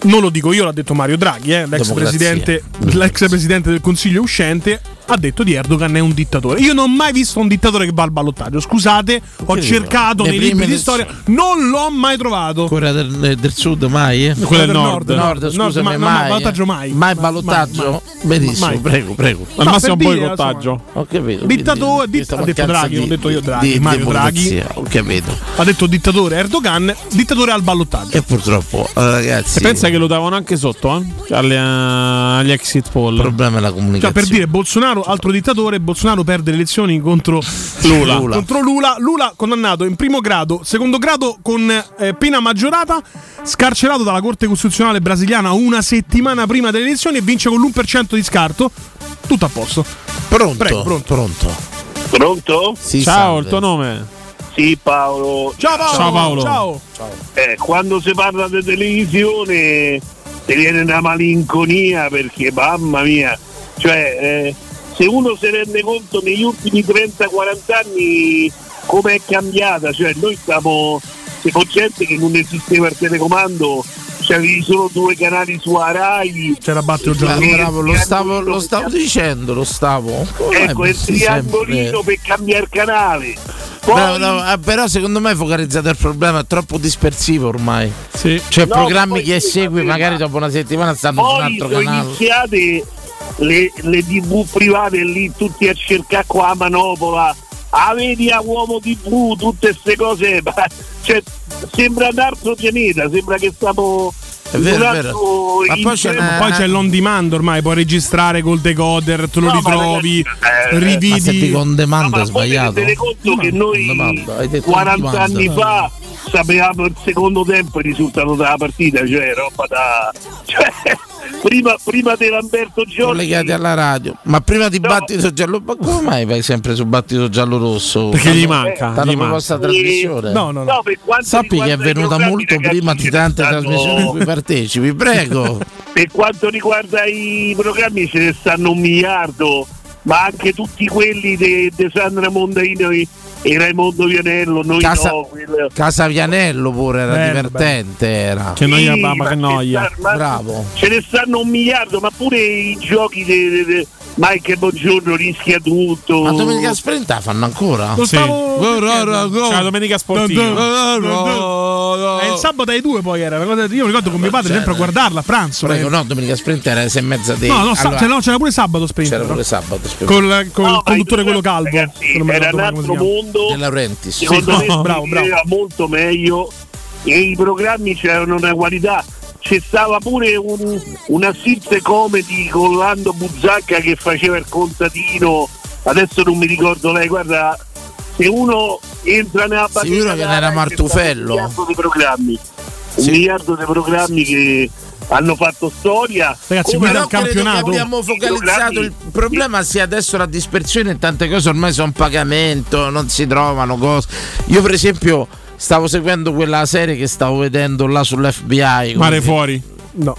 Speaker 6: non lo dico io, l'ha detto Mario Draghi, eh, l'ex,
Speaker 5: Democrazia.
Speaker 6: presidente,
Speaker 4: Mm.
Speaker 6: l'ex presidente del Consiglio uscente, ha detto di Erdogan è un dittatore. Io non ho mai visto un dittatore che va al ballottaggio. Scusate, ho
Speaker 4: Che dico?
Speaker 6: cercato
Speaker 4: Le
Speaker 6: nei libri
Speaker 4: prime
Speaker 6: di
Speaker 4: del-
Speaker 6: storia, non l'ho mai trovato.
Speaker 4: Quella del, del sud mai? Eh?
Speaker 6: Quella del nord.
Speaker 4: Nord,
Speaker 6: Nord,
Speaker 4: scusami,
Speaker 6: ma- no,
Speaker 4: mai.
Speaker 6: mai ballottaggio mai. Mai
Speaker 4: ballottaggio? Benissimo, prego, prego.
Speaker 6: Al No, massimo per dire, boicottaggio.
Speaker 4: Ho capito.
Speaker 6: Dittatore, ditt- ha detto Draghi, ho detto io Draghi, Mario Draghi.
Speaker 4: Ho capito.
Speaker 6: Ha detto dittatore Erdogan, dittatore al ballottaggio.
Speaker 4: E purtroppo, ragazzi.
Speaker 5: E pensa che lo davano anche sotto, eh? alle- agli exit poll. Il
Speaker 4: problema è la
Speaker 6: Cioè,
Speaker 4: comunicazione.
Speaker 6: per dire Bolsonaro, altro dittatore, Bolsonaro perde le elezioni contro
Speaker 5: Lula.
Speaker 6: Lula. Contro Lula, Lula condannato in primo grado, secondo grado con eh, pena maggiorata, scarcerato dalla Corte Costituzionale brasiliana una settimana prima delle elezioni e vince con l'1% di scarto. Tutto a posto.
Speaker 4: Pronto,
Speaker 6: Prego, pronto.
Speaker 4: pronto.
Speaker 34: Pronto?
Speaker 5: Ciao, il tuo nome?
Speaker 34: Sì Paolo.
Speaker 6: Ciao
Speaker 5: Paolo. Ciao, Paolo. Ciao.
Speaker 34: Eh, quando si parla di televisione ti viene una malinconia perché mamma mia, cioè eh, se uno si rende conto negli ultimi 30-40 anni com'è cambiata, cioè noi siamo c'è gente che non esisteva il telecomando, c'erano solo due canali su Arai.
Speaker 6: C'era Batteo
Speaker 4: Bravo, bravo, lo stavo, lo stavo dicendo, lo stavo.
Speaker 34: Ecco,
Speaker 4: Eh,
Speaker 34: il
Speaker 4: sì, sempre.
Speaker 34: triangolino per cambiare canale. Poi-
Speaker 4: Bravo, bravo. Eh, però secondo me focalizzato il problema è troppo dispersivo ormai. Cioè,
Speaker 34: No, ma
Speaker 4: programmi
Speaker 34: poi
Speaker 4: che
Speaker 34: sì,
Speaker 4: segui
Speaker 34: ma-
Speaker 4: magari dopo una settimana stanno su un
Speaker 34: poi
Speaker 4: altro
Speaker 34: sono
Speaker 4: canale.
Speaker 34: iniziate le, le tv private lì tutti a cercare qua a manopola a vedi a uomo tv tutte queste cose ma, cioè, sembra un altro pianeta sembra che stiamo
Speaker 6: È vero,
Speaker 34: in un
Speaker 6: è vero.
Speaker 34: altro
Speaker 6: Ma poi c'è,
Speaker 34: inferno.
Speaker 6: l'on demand ormai, puoi registrare col decoder, te lo
Speaker 34: No, ma
Speaker 6: ritrovi,
Speaker 34: ragazzi, eh,
Speaker 6: rividi.
Speaker 34: ma senti, con
Speaker 4: demand
Speaker 34: No, "Ah, ma voi vi rendete conto che noi 40 anni fa sapevamo il secondo tempo il risultato della partita cioè roba da cioè, prima, prima di Lamberto Giorgi
Speaker 4: collegati alla radio. Ma prima di battito giallo, ma come mai vai sempre su battito giallo rosso?
Speaker 5: Perché gli manca,
Speaker 4: T'hanno
Speaker 5: gli manca.
Speaker 4: proposto la
Speaker 5: Sì.
Speaker 4: trasmissione.
Speaker 5: No, no, no. No, per quanto
Speaker 4: Sappi che è
Speaker 5: riguarda i
Speaker 4: venuta
Speaker 5: programmi,
Speaker 4: molto prima di tante trasmissioni in cui partecipi, prego.
Speaker 34: per quanto riguarda i programmi ce ne stanno un miliardo ma anche tutti quelli di Sandra Mondaino e, e Raimondo Vianello noi
Speaker 4: Casa,
Speaker 34: no quel-
Speaker 4: Casa Vianello pure era
Speaker 34: Bello,
Speaker 4: divertente. Era.
Speaker 34: Che noia, Sì, mamma, ma che che noia. sta- ma-
Speaker 4: Bravo.
Speaker 34: ce ne stanno un miliardo ma pure i giochi di di- di Mike Buongiorno rischia tutto
Speaker 4: Ma domenica sprint la fanno ancora?
Speaker 34: Lo stavo-
Speaker 4: Go, ro, ro, go.
Speaker 5: C'è la domenica sportiva.
Speaker 4: Go, ro, ro, ro.
Speaker 6: Eh, il sabato ai due poi era, una cosa- io ricordo con mio padre
Speaker 4: Cioè,
Speaker 6: sempre a guardarla a pranzo.
Speaker 4: Prego,
Speaker 6: eh.
Speaker 4: no, domenica sprint era alle sei e mezza dei.
Speaker 6: No, no, sa-
Speaker 4: Allora,
Speaker 6: c'era, no, c'era pure sabato sprint.
Speaker 4: c'era
Speaker 6: però.
Speaker 4: pure sabato sprint.
Speaker 6: Col, col
Speaker 34: No, ma
Speaker 6: conduttore
Speaker 34: i
Speaker 6: quello
Speaker 34: due-
Speaker 6: calvo.
Speaker 34: ragazzi,
Speaker 6: che non mi
Speaker 34: era un
Speaker 6: ricordo come si
Speaker 34: altro
Speaker 6: chiama.
Speaker 34: mondo
Speaker 4: De Laurentiis.
Speaker 34: secondo
Speaker 6: Sì,
Speaker 34: me
Speaker 6: no, bravo, bravo.
Speaker 34: era molto meglio e i programmi c'erano una qualità c'è stava pure un, una sitze comedy con Lando Buzzacca che faceva il contadino adesso non mi ricordo lei guarda se uno entra nella bandiera
Speaker 4: Sicuro che n'era Martufello.
Speaker 34: un miliardo di programmi un miliardo di programmi che hanno fatto storia
Speaker 6: ragazzi
Speaker 34: Come
Speaker 4: Però
Speaker 34: no, credo che
Speaker 4: credo che abbiamo focalizzato il problema sia adesso la dispersione e tante cose ormai sono a pagamento, non si trovano cose. Io per esempio stavo seguendo quella serie che stavo vedendo là sull'FBI.
Speaker 5: Mare fuori.
Speaker 6: No.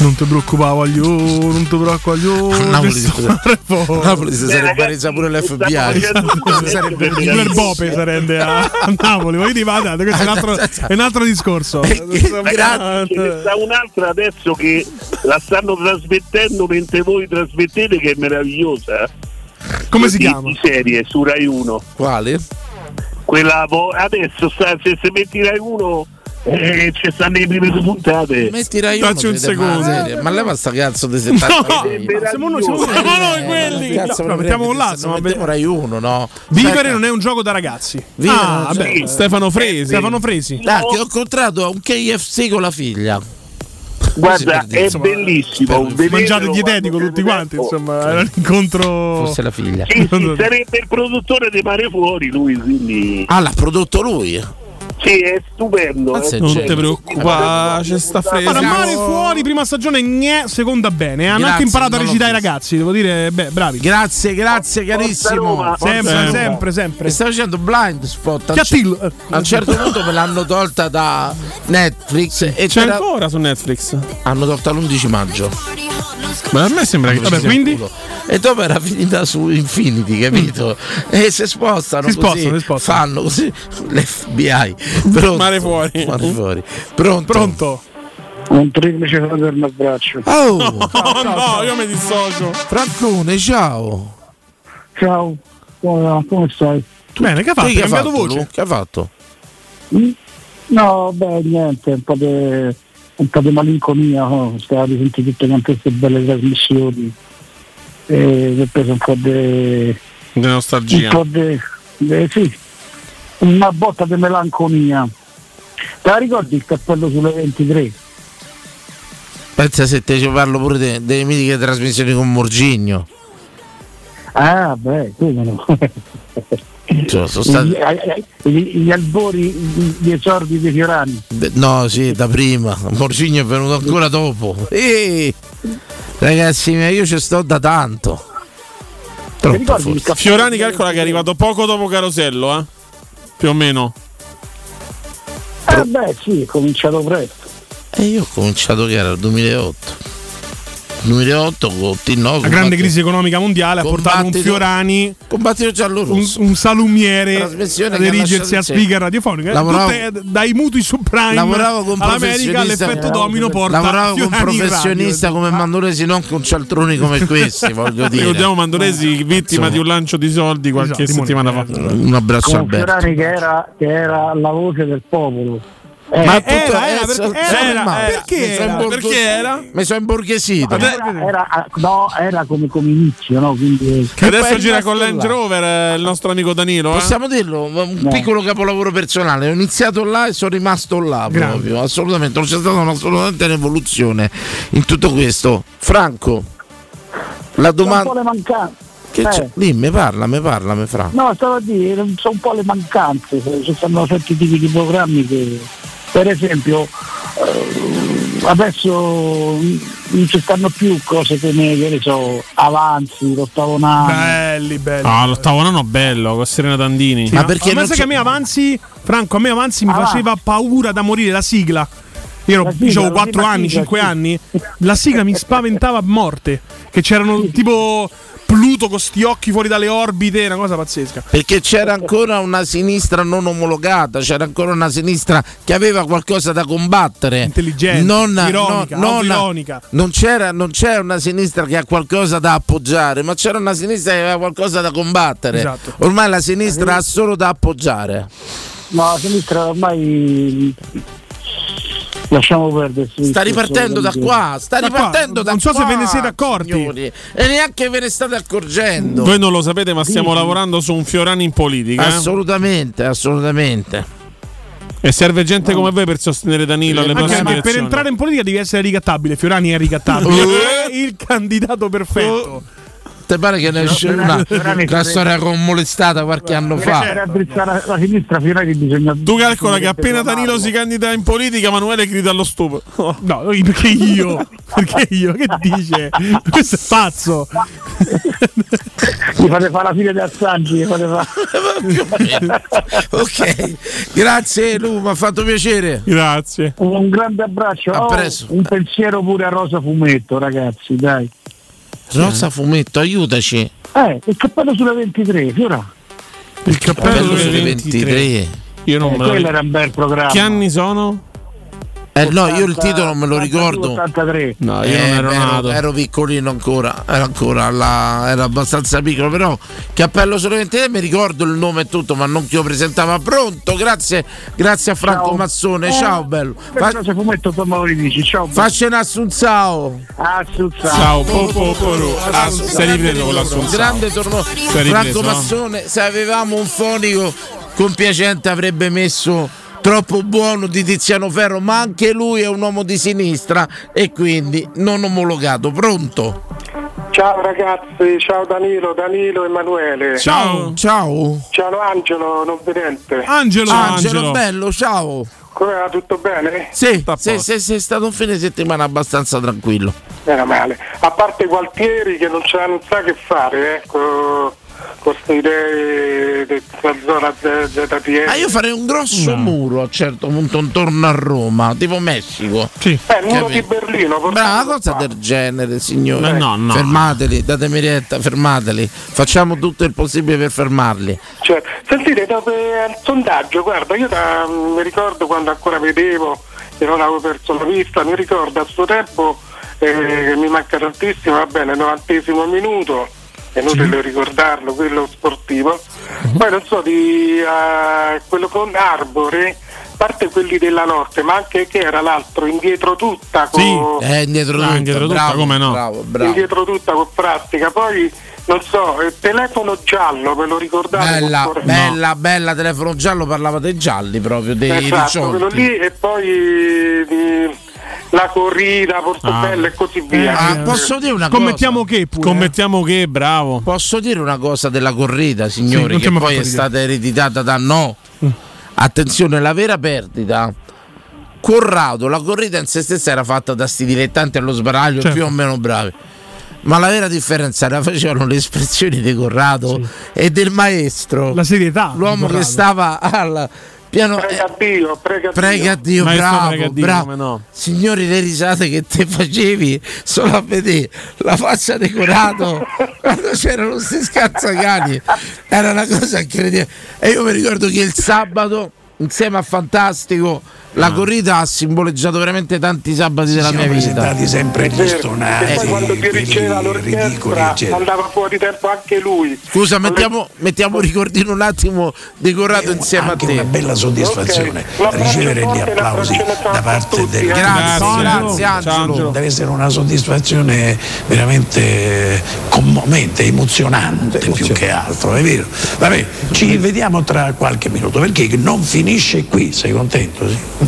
Speaker 6: Non ti preoccupare, io, non ti preoccupare, io.
Speaker 4: Napoli si- Napoli si sarebbe resa pure l'FBI. Sarebbe
Speaker 6: sarebbe il Bope sarebbe a a Napoli. Voi dite, guardate, questo è un altro, è un altro discorso.
Speaker 34: Ragazzi, ce ne sta un'altra adesso che la stanno trasmettendo mentre voi trasmettete che è meravigliosa.
Speaker 6: Come si
Speaker 34: Di-
Speaker 6: chiama?
Speaker 34: Di serie su Rai 1.
Speaker 4: Quale?
Speaker 34: Quella vo- adesso sta, se, se metti Rai 1 eh, ci stanno le prime due puntate.
Speaker 4: Mettirai uno, vede, Ma, serie. ma leva sta cazzo di 70
Speaker 6: siamo noi, siamo noi,
Speaker 34: Siamo
Speaker 6: noi quelli.
Speaker 4: Cazzo,
Speaker 6: No, no, eh, mettiamo un
Speaker 4: lasso,
Speaker 6: lazzo.
Speaker 4: ma mettiamo Rai 1, no?
Speaker 6: Vivere non è un gioco da ragazzi.
Speaker 4: Vivere
Speaker 6: ah,
Speaker 4: non c'è.
Speaker 6: vabbè.
Speaker 4: Sì.
Speaker 6: Stefano Fresi. Stefano Fresi.
Speaker 4: Ah, che ho incontrato a un KFC con la figlia.
Speaker 34: Guarda, è bellissimo. vedetelo
Speaker 6: Mangiate dietetico tutti quanti, insomma, era un incontro.
Speaker 4: Forse la figlia.
Speaker 34: Sì, sì, sarebbe il produttore di Mare Fuori lui, quindi...
Speaker 4: Ah, l'ha prodotto lui?
Speaker 34: Sì, è stupendo. eh.
Speaker 4: Mazza,
Speaker 34: è
Speaker 4: Non
Speaker 34: stupendo.
Speaker 4: ti preoccupare,
Speaker 34: Sì,
Speaker 5: c'è sta
Speaker 6: Guarda, mare fuori, prima stagione, gne, seconda bene. eh. Hanno
Speaker 4: Grazie,
Speaker 6: anche imparato a
Speaker 4: non l'ho
Speaker 6: recitare i ragazzi, devo dire, beh, bravi.
Speaker 4: Grazie, grazie, carissimo.
Speaker 6: Sempre,
Speaker 4: Forza Roma.
Speaker 6: sempre, sempre.
Speaker 4: Mi sta facendo blind spot. A un
Speaker 6: Chiattillo.
Speaker 4: cer- a un certo punto me l'hanno tolta da Netflix. E
Speaker 5: C'è
Speaker 4: c'era-
Speaker 5: ancora su Netflix.
Speaker 4: Hanno tolta l'11 maggio.
Speaker 5: Ma a me sembra che ci
Speaker 4: Vabbè,
Speaker 5: sia
Speaker 4: quindi? E dopo era finita su Infinity, capito? E si spostano,
Speaker 5: Mm. Si
Speaker 4: così,
Speaker 5: spostano, si spostano.
Speaker 4: fanno così l'FBI. Pronto?
Speaker 5: Mare fuori.
Speaker 4: Mare fuori. Pronto? Pronto.
Speaker 10: Un triplice per un abbraccio.
Speaker 4: Oh,
Speaker 5: Oh no, io mi dissocio.
Speaker 4: Francone, ciao.
Speaker 10: Ciao, Buona, come stai?
Speaker 6: Bene, che ha fatto?
Speaker 4: Che
Speaker 6: Ha cambiato
Speaker 4: fatto,
Speaker 6: voce?
Speaker 4: Lu? Che ha fatto?
Speaker 10: Mm? No, beh, niente, un po' di un po' di malinconia, oh, no? stavo di sentire tutte quante queste belle trasmissioni e mi è preso un po' di...
Speaker 5: Di
Speaker 10: un
Speaker 5: nostalgia.
Speaker 10: po' di... di- sì, una botta di melanconia. Te la ricordi il cappello sulle 23?
Speaker 4: Pensa se te ci parlo pure de- delle mitiche trasmissioni con Morgigno.
Speaker 10: Ah, beh, come no?
Speaker 4: Cioè, sono
Speaker 10: Gli,
Speaker 4: state-
Speaker 10: eh, eh, gli- gli albori, gli esordi dei fiorani.
Speaker 4: de- No, sì, da prima. Morgigno è venuto ancora dopo. Ehi, ragazzi miei, io ci sto da tanto. Troppo forse.
Speaker 5: Fiorani calcola che è arrivato poco dopo Carosello, eh? Più o meno.
Speaker 10: Eh beh, sì, è cominciato presto.
Speaker 4: E Eh, io ho cominciato che era il 2008. 2008 con T9.
Speaker 6: La grande crisi economica mondiale ha portato un Fiorani,
Speaker 4: Combattito
Speaker 6: un,
Speaker 4: giallo-rosso.
Speaker 6: un salumiere,
Speaker 4: Trasmissione
Speaker 6: ad
Speaker 4: che ha
Speaker 6: erigersi
Speaker 4: lasciato-
Speaker 6: a
Speaker 4: sì.
Speaker 6: speaker radiofonica.
Speaker 4: Lavoravo-
Speaker 6: Tutte, eh, dai mutui subprime
Speaker 4: Lavoravo con
Speaker 6: all'America,
Speaker 4: professionista-
Speaker 6: l'effetto domino porta
Speaker 4: Lavoravo con un
Speaker 6: Fiorani in radio.
Speaker 4: professionista
Speaker 5: Ah.
Speaker 4: come Mandolesi, non con cialtroni come questi, voglio dire. Ah.
Speaker 5: Ricordiamo Mandolesi vittima
Speaker 4: Eh, Insomma.
Speaker 5: di un lancio di soldi qualche
Speaker 4: Esatto,
Speaker 5: settimana fa.
Speaker 4: Un abbraccio
Speaker 10: Con Fiorani che era, che era la voce del popolo. Eh,
Speaker 4: Ma
Speaker 10: eh,
Speaker 4: tutto
Speaker 10: era,
Speaker 4: eh,
Speaker 10: era,
Speaker 4: so-
Speaker 10: perché-
Speaker 4: so-
Speaker 10: era,
Speaker 4: ma-
Speaker 10: era.
Speaker 4: mi
Speaker 10: Perché
Speaker 4: sono
Speaker 10: era?
Speaker 4: imborghesito.
Speaker 10: Perché era?
Speaker 4: Mi sono imborghesito.
Speaker 10: era- era- no, era come, come inizio, no? Quindi,
Speaker 5: Che adesso gira con l'Ange Rover eh, il nostro amico Danilo. eh.
Speaker 4: Possiamo dirlo, un
Speaker 10: No.
Speaker 4: piccolo capolavoro personale. Ho iniziato là e sono rimasto là
Speaker 5: Grande.
Speaker 4: proprio. Assolutamente, non c'è stata una- assolutamente un'evoluzione in tutto questo. Franco, la
Speaker 10: sono un po'
Speaker 4: domanda.
Speaker 10: le mancanze.
Speaker 4: Che
Speaker 10: Eh,
Speaker 4: c'è? Dimmi, parlami, parlami, Franco.
Speaker 10: no, stavo a dire, sono un po' le mancanze, eh, ci sono certi tipi di programmi che, per esempio, eh, adesso non ci stanno più cose come, che ne so, avanzi, l'ottavo nano.
Speaker 6: Belli, belli.
Speaker 5: Ah, l'ottavo nano bello con Serena Dandini.
Speaker 6: Sì, ma sai che a me avanzi, Franco, a me avanzi mi
Speaker 10: Avanti.
Speaker 6: faceva paura da morire la sigla. Io ero,
Speaker 10: Ah, La sigla,
Speaker 6: avevo
Speaker 10: la
Speaker 6: 4
Speaker 10: prima
Speaker 6: anni,
Speaker 10: sigla,
Speaker 6: 5
Speaker 10: sì.
Speaker 6: anni. La sigla mi spaventava a morte. Che c'erano tipo Pluto con sti occhi fuori dalle orbite, una cosa pazzesca.
Speaker 4: Perché c'era ancora una sinistra non omologata, c'era ancora una sinistra che aveva qualcosa da combattere. Intelligente, non,
Speaker 6: ironica, autoironica.
Speaker 4: non c'era, non c'era una sinistra che ha qualcosa da appoggiare, ma c'era una sinistra che aveva qualcosa da combattere.
Speaker 10: Esatto.
Speaker 4: Ormai la sinistra ha solo da appoggiare.
Speaker 10: Ma la sinistra ormai lasciamo perdere. sì,
Speaker 4: Sta
Speaker 10: sì,
Speaker 4: ripartendo da
Speaker 10: assolutamente.
Speaker 4: qua, sta
Speaker 6: Da qua.
Speaker 4: ripartendo da
Speaker 6: Non so
Speaker 4: qua.
Speaker 6: se ve ne siete accorti.
Speaker 4: signori. E neanche ve ne state accorgendo.
Speaker 5: Voi non lo sapete, ma stiamo
Speaker 4: Sì.
Speaker 5: lavorando su un Fiorani in politica. eh.
Speaker 4: Assolutamente, assolutamente.
Speaker 5: E serve gente come voi per sostenere Danilo alle
Speaker 6: Anche
Speaker 5: prossime
Speaker 6: perché per
Speaker 5: elezioni.
Speaker 6: entrare in politica devi essere ricattabile. Fiorani è ricattabile. È il candidato perfetto.
Speaker 4: Oh. te pare che ne esce
Speaker 10: però-
Speaker 4: una,
Speaker 10: però ne
Speaker 4: una
Speaker 10: sarebbe-
Speaker 4: storia con molestata qualche anno
Speaker 10: Per
Speaker 4: fa.
Speaker 10: addrizzare la, la sinistra fino a che bisogna.
Speaker 5: Tu calcola che appena Danilo si candida in politica, Emanuele grida allo stupro.
Speaker 6: No, perché io? Perché io? Che dice? Questo è pazzo.
Speaker 10: Gli fate fare la fine di Assange, gli fate fare.
Speaker 4: ok, grazie Lu, mi ha fatto piacere.
Speaker 5: Grazie.
Speaker 10: Un grande abbraccio.
Speaker 4: A
Speaker 10: Oh,
Speaker 4: presto.
Speaker 10: un pensiero pure a Rosa Fumetto, ragazzi, dai.
Speaker 4: Rosa Fumetto, aiutaci.
Speaker 10: Eh, il cappello sulle 23, Fiora.
Speaker 5: Il
Speaker 4: Cappello
Speaker 5: sulle
Speaker 4: sulle 23.
Speaker 5: 23. Io
Speaker 10: Eh,
Speaker 5: non me lo
Speaker 10: quello
Speaker 5: ricordo.
Speaker 10: era un bel programma.
Speaker 5: Che anni sono?
Speaker 4: Eh no, io il titolo me lo ricordo. Eh,
Speaker 10: 83.
Speaker 5: No, io non ero nato.
Speaker 4: Ero piccolino ancora, ero ancora alla- ero abbastanza piccolo, però Cappello sulle 23 mi ricordo il nome e tutto, ma non che lo presentava. Pronto, grazie, grazie a Franco
Speaker 10: Eh,
Speaker 4: Mazzone, ciao bello. Fa-
Speaker 10: Rosa Fumetto, Tommaso li dici, ciao. bello.
Speaker 4: Facci un assunzao.
Speaker 10: Assunzao.
Speaker 5: Ciao, po, po, po, ro. Ah, sei ripreso con l'assunzao.
Speaker 4: Grande tornò. Franco
Speaker 5: ripreso, no?
Speaker 4: Mazzone, se avevamo un fonico compiacente avrebbe messo troppo buono di Tiziano Ferro, ma anche lui è un uomo di sinistra e quindi non omologato. Pronto?
Speaker 20: Ciao ragazzi, ciao Danilo, Danilo Emanuele.
Speaker 4: Ciao.
Speaker 20: Ciao Angelo, non vedente.
Speaker 4: Angelo, Angelo, bello, ciao.
Speaker 20: Come va, tutto bene?
Speaker 4: Sì, sì, sì, sì, è stato un fine settimana abbastanza tranquillo.
Speaker 20: Meno male. A parte Gualtieri che non, c'ha- non sa che fare, ecco, con queste idee della zona Z- ZTL.
Speaker 4: Ma Ah, io farei un grosso muro a un certo punto intorno a Roma, tipo Messico.
Speaker 6: Sì.
Speaker 20: Eh, il muro di Berlino.
Speaker 4: Brava cosa del genere, signore.
Speaker 5: Ma no, no.
Speaker 4: Fermateli, datemi retta, fermateli. Facciamo tutto il possibile per fermarli.
Speaker 20: Cioè, sentite, dopo eh, il sondaggio, guarda, io da- mm, mi ricordo quando ancora vedevo e non avevo perso la vista, mi ricordo a suo tempo eh, che mi manca tantissimo, va bene, novantesimo minuto, è inutile ricordarlo, quello sportivo. Poi non so, di eh, quello con Arbore, a parte quelli della notte, ma anche che era l'altro, indietro tutta con
Speaker 4: Eh, indietro
Speaker 5: Ah,
Speaker 4: tutta,
Speaker 5: indietro tutta,
Speaker 4: bravo,
Speaker 5: come no?
Speaker 4: Bravo, bravo.
Speaker 20: indietro tutta con pratica, poi non so, eh, telefono giallo, ve lo ricordate?
Speaker 4: Bella,
Speaker 20: Ancora-
Speaker 4: bella, bella, telefono giallo, parlava dei gialli proprio, dei
Speaker 20: esatto, quello
Speaker 4: ricciolti.
Speaker 20: lì e poi di- la corrida, portobello e così via.
Speaker 4: Ah, posso dire una
Speaker 20: Commettiamo
Speaker 4: cosa? che
Speaker 5: Commettiamo che, bravo.
Speaker 4: Posso dire una cosa della corrida,
Speaker 5: Sì,
Speaker 4: signori,
Speaker 5: non ti
Speaker 4: che poi
Speaker 5: ho
Speaker 4: è
Speaker 5: fatto ridere.
Speaker 4: stata ereditata da no. Attenzione, la vera perdita. Corrado, la corrida in se stessa era fatta da sti dilettanti allo sbaraglio più o meno bravi. Ma la vera differenza la facevano le espressioni di Corrado e del maestro. La
Speaker 6: serietà.
Speaker 4: L'uomo che stava al piano. Prega
Speaker 20: Dio, prega,
Speaker 4: Dio,
Speaker 5: Maestro,
Speaker 4: bravo,
Speaker 5: prega Dio,
Speaker 4: bravo.
Speaker 5: come no.
Speaker 4: Signori, le risate che te facevi solo a vedere la faccia di Corrado quando c'erano questi scazzacani era una cosa incredibile. E io mi ricordo che il sabato, insieme a Fantastico,
Speaker 9: Ah.
Speaker 4: la corrida ha simboleggiato veramente tanti sabati della mia vita. presentati
Speaker 20: sempre E
Speaker 4: Eh,
Speaker 20: poi quando dirigeva l'orchestra andava fuori tempo anche lui.
Speaker 4: Scusa, mettiamo, mettiamo un ricordino un attimo di Corrado insieme a te. una bella
Speaker 9: soddisfazione ricevere gli applausi da parte
Speaker 20: eh.
Speaker 9: del
Speaker 4: Grazie, grazie, Angelo.
Speaker 9: Deve essere una soddisfazione veramente eh, commovente, emozionante più che altro, è vero. Vabbè, ci vediamo tra qualche minuto perché non finisce qui, sei contento? Sì? Ah.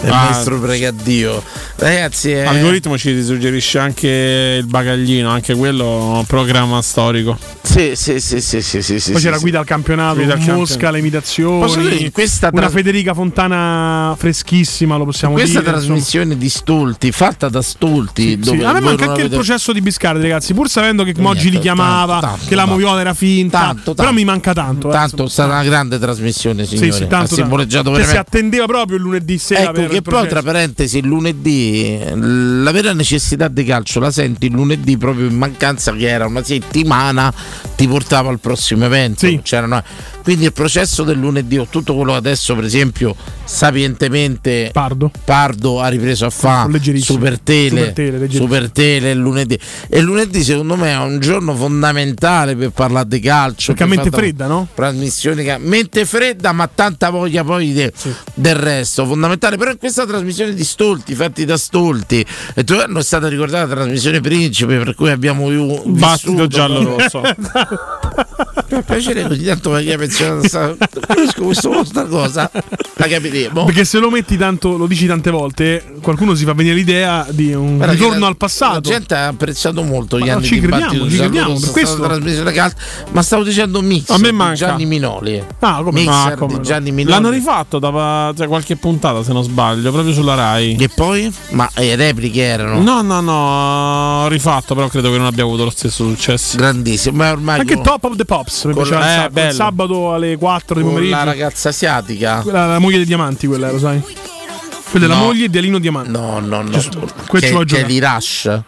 Speaker 4: Il Eh, maestro prega Dio. Ragazzi, eh,
Speaker 5: Ah. Algoritmo ci suggerisce anche il bagaglino, anche quello programma storico.
Speaker 4: Sì, sì, sì, sì, sì, sì.
Speaker 6: Poi c'era guida al campionato,
Speaker 5: Guida al
Speaker 6: Mosca,
Speaker 5: campionato.
Speaker 6: le imitazioni.
Speaker 4: Posso dire che questa tra-
Speaker 6: Una Federica Fontana freschissima, lo possiamo
Speaker 4: Questa
Speaker 6: dire. insomma.
Speaker 4: trasmissione di Stolti, fatta da Stolti,
Speaker 6: Sì,
Speaker 4: dove
Speaker 6: a me
Speaker 4: voi
Speaker 6: manca
Speaker 4: non
Speaker 6: anche il
Speaker 4: avete- Eh,
Speaker 6: processo di Biscardi, ragazzi. Pur sapendo che Moggi li
Speaker 4: Niente,
Speaker 6: chiamava,
Speaker 4: tanto, tanto,
Speaker 6: che la
Speaker 4: tanto.
Speaker 6: moviola era finta, però mi manca tanto. eh,
Speaker 4: Tanto è
Speaker 6: insomma.
Speaker 4: stata una grande trasmissione, signori.
Speaker 6: Sì, sì,
Speaker 4: ha
Speaker 6: tanto,
Speaker 4: simboleggiato
Speaker 6: tanto. Che si
Speaker 4: veramente.
Speaker 6: attendeva proprio il lunedì sera.
Speaker 4: Ecco
Speaker 6: per
Speaker 4: che
Speaker 6: il
Speaker 4: poi
Speaker 6: processo.
Speaker 4: tra parentesi il lunedì eh, la vera necessità di calcio la senti il lunedì proprio in mancanza che era una settimana ti portava al prossimo evento. C'erano- Quindi il processo del lunedì o tutto quello che adesso per esempio sapientemente
Speaker 6: Pardo,
Speaker 4: ha ripreso a fare super
Speaker 6: Super
Speaker 4: tele,
Speaker 6: Tele, leggerissimo.
Speaker 4: super tele il lunedì. E il lunedì secondo me è un giorno fondamentale per parlare di calcio.
Speaker 6: Perché a
Speaker 4: per
Speaker 6: mente
Speaker 4: fare-
Speaker 6: fredda, no?
Speaker 4: trasmissione che ha mente fredda ma tanta voglia poi de- del resto fondamentale però in questa trasmissione di Stolti fatti da Stolti e tu hanno è stata ricordata la trasmissione Principe per cui abbiamo io
Speaker 5: Battito giallo rosso.
Speaker 4: Per piacere così tanto perché penso capisco questa vostra cosa. La capiremo.
Speaker 6: Perché se lo metti tanto, lo dici tante volte, qualcuno si fa venire l'idea di un
Speaker 4: Guarda che
Speaker 6: ritorno
Speaker 4: la-
Speaker 6: al passato.
Speaker 4: La gente ha apprezzato molto gli
Speaker 6: Ma no,
Speaker 4: anni
Speaker 6: ci
Speaker 4: di
Speaker 6: crediamo,
Speaker 4: dibattito
Speaker 6: ci
Speaker 4: sulla
Speaker 6: crediamo,
Speaker 4: loro
Speaker 6: per
Speaker 4: stessa
Speaker 6: questo-
Speaker 4: trasmissione calcio, ma stavo dicendo mix.
Speaker 5: A me
Speaker 4: di
Speaker 5: manca.
Speaker 4: Gianni Minoli.
Speaker 6: Ah,
Speaker 4: come no? Mixer di
Speaker 5: no.
Speaker 4: Gianni Minoli.
Speaker 5: L'hanno rifatto da da qualche puntata, se non sbaglio, proprio sulla Rai.
Speaker 4: E poi? Ma le repliche erano?
Speaker 5: No, no, no, rifatto, però credo che non abbia avuto lo stesso successo.
Speaker 4: Grandissimo, ma ormai
Speaker 6: Anche Top of the Pops, mi
Speaker 5: Con
Speaker 6: piaceva
Speaker 5: la-
Speaker 6: un
Speaker 5: eh,
Speaker 6: sacco.
Speaker 5: bello.
Speaker 6: il sabato alle 4 di
Speaker 4: Con
Speaker 6: pomeriggio.
Speaker 4: la ragazza asiatica.
Speaker 6: Quella- la moglie dei diamanti, quella, lo sai? Quella è la
Speaker 4: No.
Speaker 6: moglie di Alino Diamante. Cioè,
Speaker 4: No, no, no.
Speaker 6: questo
Speaker 4: che,
Speaker 6: lo
Speaker 4: che è
Speaker 6: gioca.
Speaker 4: di Rush.
Speaker 6: No,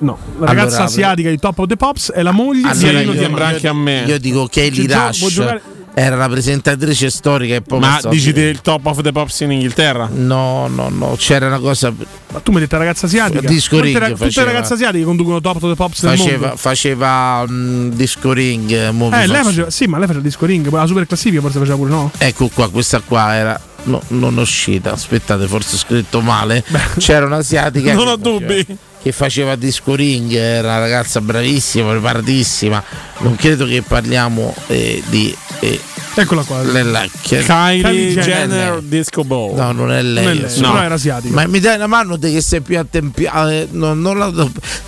Speaker 6: La
Speaker 4: Allora,
Speaker 6: ragazza asiatica di Top of the Pops è la moglie di
Speaker 4: Allora,
Speaker 6: Alino
Speaker 4: io-
Speaker 6: Diamante.
Speaker 4: io- Io dico Kelly
Speaker 6: Ci gio- può
Speaker 4: Rush
Speaker 6: giocare-
Speaker 4: era la presentatrice storica e poi
Speaker 5: Ma
Speaker 4: passò-
Speaker 5: dici del top of the pops in Inghilterra?
Speaker 4: No, no, no, c'era una cosa
Speaker 6: Ma tu mi hai detto ragazza asiatica?
Speaker 4: Disco
Speaker 6: Tutte
Speaker 4: ring
Speaker 6: ra- tutte
Speaker 4: faceva.
Speaker 6: le ragazze asiatiche conducono Top of the Pops nel
Speaker 4: faceva,
Speaker 6: mondo.
Speaker 4: faceva mm, disco ring, eh, mo vi
Speaker 6: Eh, lei
Speaker 4: faccio-
Speaker 6: faceva, sì, ma lei faceva il disco ring, poi la super classifica forse faceva pure no?
Speaker 4: Ecco qua, questa qua era no, non è uscita, aspettate, forse ho scritto male. C'era un'asiatica
Speaker 5: Non
Speaker 4: che
Speaker 5: ho dubbi.
Speaker 4: faceva- che faceva disco ring, era una ragazza bravissima, preparatissima. Non credo che parliamo eh, di eh,
Speaker 6: Eccola qua.
Speaker 4: Lella, che-
Speaker 5: Kylie
Speaker 4: Non è
Speaker 5: Jenner
Speaker 4: lei.
Speaker 5: Disco
Speaker 6: boh.
Speaker 5: Ball.
Speaker 4: No, non è lei. insomma. Ma mi dai una mano te che sei più eh, attempiato.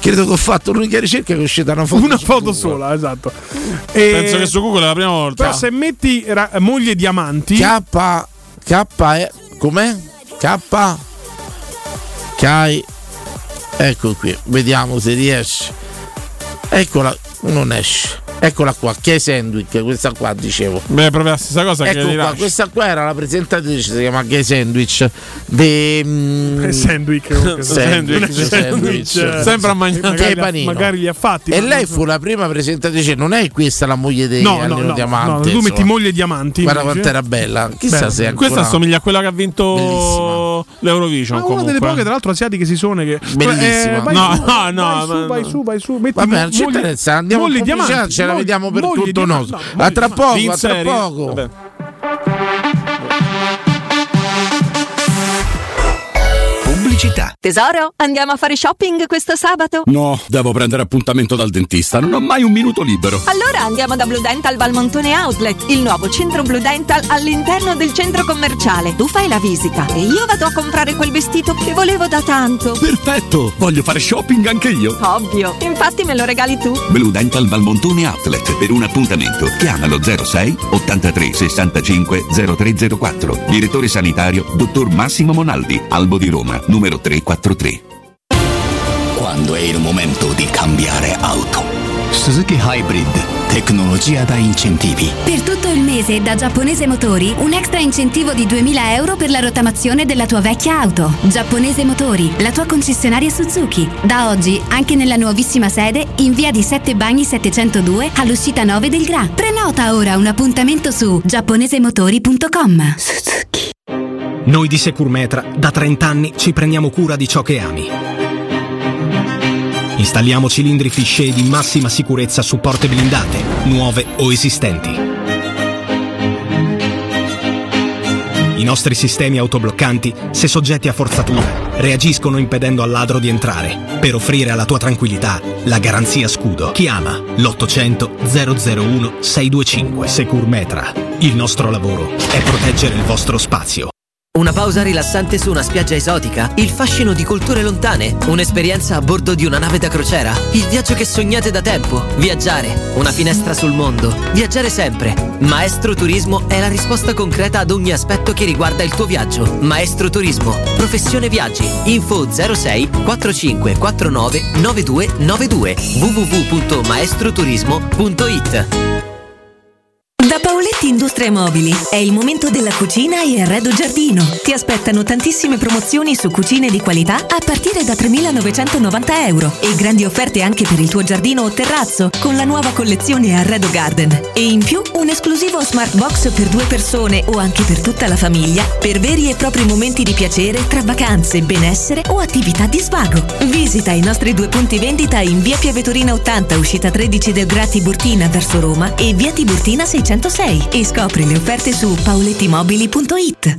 Speaker 4: credo che ho fatto l'unica ricerca che è uscita una foto.
Speaker 6: Una foto sola, esatto.
Speaker 5: Penso che su Google è la prima volta.
Speaker 6: Però se metti ra- moglie diamanti.
Speaker 4: K. K. è. Com'è? K. Kai. Ecco qui, vediamo se riesce. Eccola, non esce. Eccola qua, che sandwich, questa qua dicevo.
Speaker 5: Beh, proprio la stessa cosa che
Speaker 4: Ecco
Speaker 5: li
Speaker 4: qua,
Speaker 5: lascio.
Speaker 4: questa qua era la presentatrice, si chiama Gay Sandwich. De, mm,
Speaker 6: Eh, sandwich, comunque.
Speaker 4: sandwich,
Speaker 6: Sandwich,
Speaker 4: sandwich.
Speaker 6: sandwich. Sembra mangiare-
Speaker 4: Che
Speaker 6: magari li ha-
Speaker 4: panino.
Speaker 6: magari li ha fatti,
Speaker 4: E
Speaker 6: ma
Speaker 4: lei
Speaker 6: non so.
Speaker 4: fu la prima presentatrice, non è questa la moglie di
Speaker 6: No, no,
Speaker 4: Alino
Speaker 6: no,
Speaker 4: Diamante.
Speaker 6: no, tu
Speaker 4: insomma.
Speaker 6: metti moglie diamanti.
Speaker 4: Guarda
Speaker 6: invece.
Speaker 4: quanto era bella. Chissà
Speaker 6: Bella.
Speaker 4: se ancora
Speaker 5: Questa assomiglia a quella che ha vinto l'Eurovision.
Speaker 6: Ma una delle
Speaker 5: comunque.
Speaker 6: poche, tra l'altro, asiatiche si sono che.
Speaker 5: Bellissima.
Speaker 6: Eh, vai
Speaker 5: No,
Speaker 6: su,
Speaker 5: no,
Speaker 6: vai
Speaker 5: no,
Speaker 6: su,
Speaker 5: ma-
Speaker 6: vai su, vai su. Metti
Speaker 4: Vabbè, non
Speaker 6: mo-
Speaker 4: ci
Speaker 6: moglie-
Speaker 4: interessa, andiamo
Speaker 6: moglie
Speaker 4: in pubblicità,
Speaker 6: diamanti,
Speaker 4: ce la
Speaker 6: moglie-
Speaker 4: vediamo per
Speaker 6: moglie
Speaker 4: tutto noso.
Speaker 6: diamanti, no,
Speaker 4: A
Speaker 6: moglie
Speaker 4: tra
Speaker 6: diamanti.
Speaker 4: poco, a tra poco.
Speaker 22: Pubblicità.
Speaker 11: Tesoro, andiamo a fare shopping questo sabato?
Speaker 22: No, devo prendere appuntamento dal dentista, non ho mai un minuto libero.
Speaker 11: Allora andiamo da Blue Dental Valmontone Outlet, il nuovo centro Blue Dental all'interno del centro commerciale. Tu fai la visita e io vado a comprare quel vestito che volevo da tanto.
Speaker 22: Perfetto, Oh, voglio fare shopping anche io.
Speaker 11: Ovvio, infatti me lo regali tu.
Speaker 23: Blue Dental Valmontone Outlet. Per un appuntamento chiamalo 06 83 65 0304. Direttore sanitario dottor Massimo Monaldi, Albo di Roma, numero 343.
Speaker 16: Quando è il momento di cambiare auto. Suzuki Hybrid, tecnologia da incentivi.
Speaker 13: Per tutto il mese da Giapponese Motori un extra incentivo di 2000 euro per la rottamazione della tua vecchia auto. Giapponese Motori, la tua concessionaria Suzuki. Da oggi anche nella nuovissima sede in via di 7 Bagni 702 all'uscita 9 del Gra. Prenota ora un appuntamento su giapponesemotori.com.
Speaker 12: Noi di Securmetra da 30 anni ci prendiamo cura di ciò che ami. Installiamo cilindri fisce di massima sicurezza su porte blindate, nuove o esistenti. I nostri sistemi autobloccanti, se soggetti a forzatura, reagiscono impedendo al ladro di entrare, per offrire alla tua tranquillità la garanzia scudo. Chiama l'800 001 625 Securmetra. Il nostro lavoro è proteggere il vostro spazio.
Speaker 35: Una pausa rilassante su una spiaggia esotica? Il fascino di culture lontane? Un'esperienza a bordo di una nave da crociera? Il viaggio che sognate da tempo? Viaggiare? Una finestra sul mondo? Viaggiare sempre? Maestro Turismo è la risposta concreta ad ogni aspetto che riguarda il tuo viaggio. Maestro Turismo, professione viaggi. Info 06 45 49 92 92 www.maestroturismo.it
Speaker 24: Da Paoletti Industria Mobili è il momento della cucina e arredo giardino. Ti aspettano tantissime promozioni su cucine di qualità a partire da 3.990 euro e grandi offerte anche per il tuo giardino o terrazzo con la nuova collezione Arredo Garden. E in più un esclusivo smart box per due persone o anche per tutta la famiglia per veri e propri momenti di piacere tra vacanze, benessere o attività di svago. Visita i nostri due punti vendita in via Piavetorina 80, uscita 13 del Gra Tiburtina verso Roma e via Tiburtina 606 e scopri le offerte su paulettimobili.it.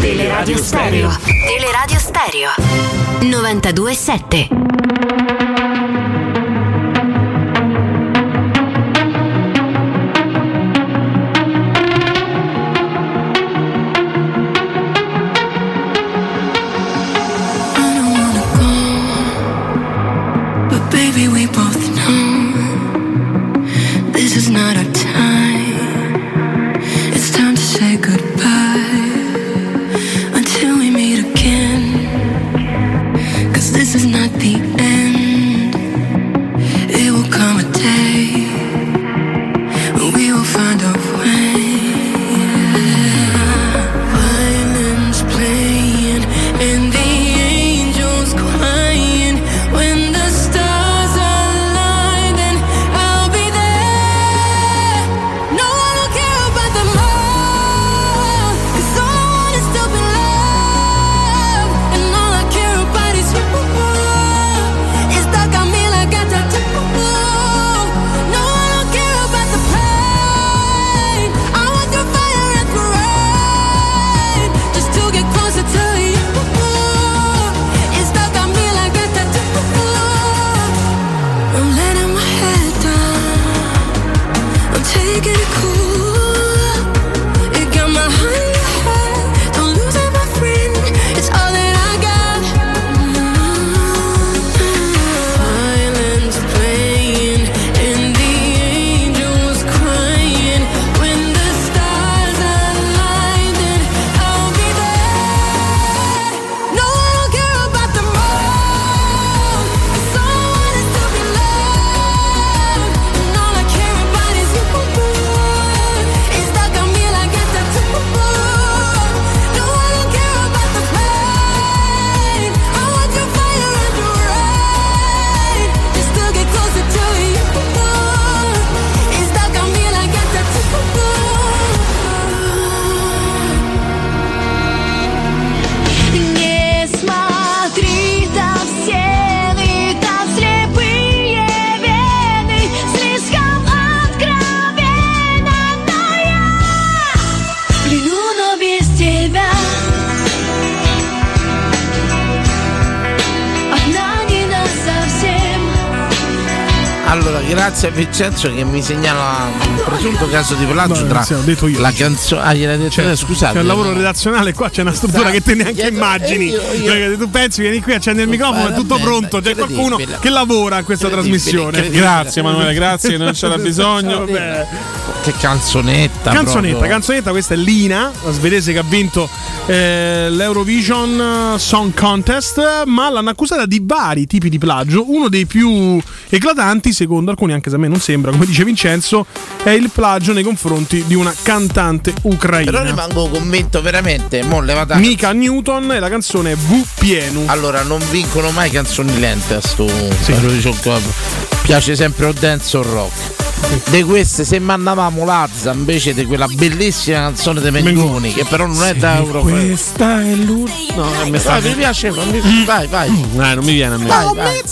Speaker 17: Teleradio Stereo. Teleradio Stereo. 927.
Speaker 1: I don't wanna go, but baby, we both know this is not our time. It's time to say goodbye until we meet again. Cause this is not the end. It will come a day when we will find a way. Violins playing and the angels crying. When the stars align, then I'll be there. No, I don't care about the love, 'cause all I want is to be loved, and all I care about is you. Está Camila que te No, I don't care about the pain. I want the fire and the rain, just to get closer to you. Está Camila que te I'm letting my head down. I'm taking it cool. It got my heart in your head. Don't lose it, my friend. It's all that I got. Violins playing and the angels crying. When the stars align, then I'll be there. No, I don't care about the moon. 'Cause all I want is to be loved, and all I care about is you. Está Camila que te No, I don't care about the pain. I want your fire and your rain, just to get closer to you. Está Camila que te Не смотри там стены, там слепые вены, слишком откровенно, но я в плену, но без тебя. Одна не на совсем.
Speaker 4: Allora, grazie a Vincenzo che mi segnala un presunto caso di plagio
Speaker 6: No,
Speaker 4: tra
Speaker 6: sì, ho
Speaker 4: la canzone. Ah, gliel'hai detto te, scusate.
Speaker 6: C'è un Cioè, lavoro
Speaker 4: no.
Speaker 6: redazionale qua, c'è una struttura che te neanche immagini. Perché tu pensi, vieni qui, accendi il microfono, è tutto pronto. C'è qualcuno che lavora a questa trasmissione.
Speaker 5: Grazie Emanuele, grazie, non c'era bisogno.
Speaker 4: Che canzonetta.
Speaker 6: Canzonetta,
Speaker 4: proprio.
Speaker 6: canzonetta, questa è Lina, la svedese che ha vinto eh, l'Eurovision Song Contest, ma l'hanno accusata di vari tipi di plagio. Uno dei più eclatanti, secondo alcuni, anche se a me non sembra, come dice Vincenzo, è il plagio nei confronti di una cantante ucraina.
Speaker 4: Però rimango convinto veramente, mo levata.
Speaker 6: Mika Newton e la canzone V pieno.
Speaker 4: Allora, non vincono mai canzoni lente a sto Eurovision Cup. Piace sempre o dance o rock. De queste se mandavamo Lazza invece di quella bellissima canzone dei Mengoni, che però non è da Euro.
Speaker 5: Questa è l'ultima. No, mi
Speaker 4: Dai, mi piace, mi- vai, vai.
Speaker 5: No, non mi viene a me.
Speaker 4: Vai,
Speaker 6: Oh,
Speaker 4: vai.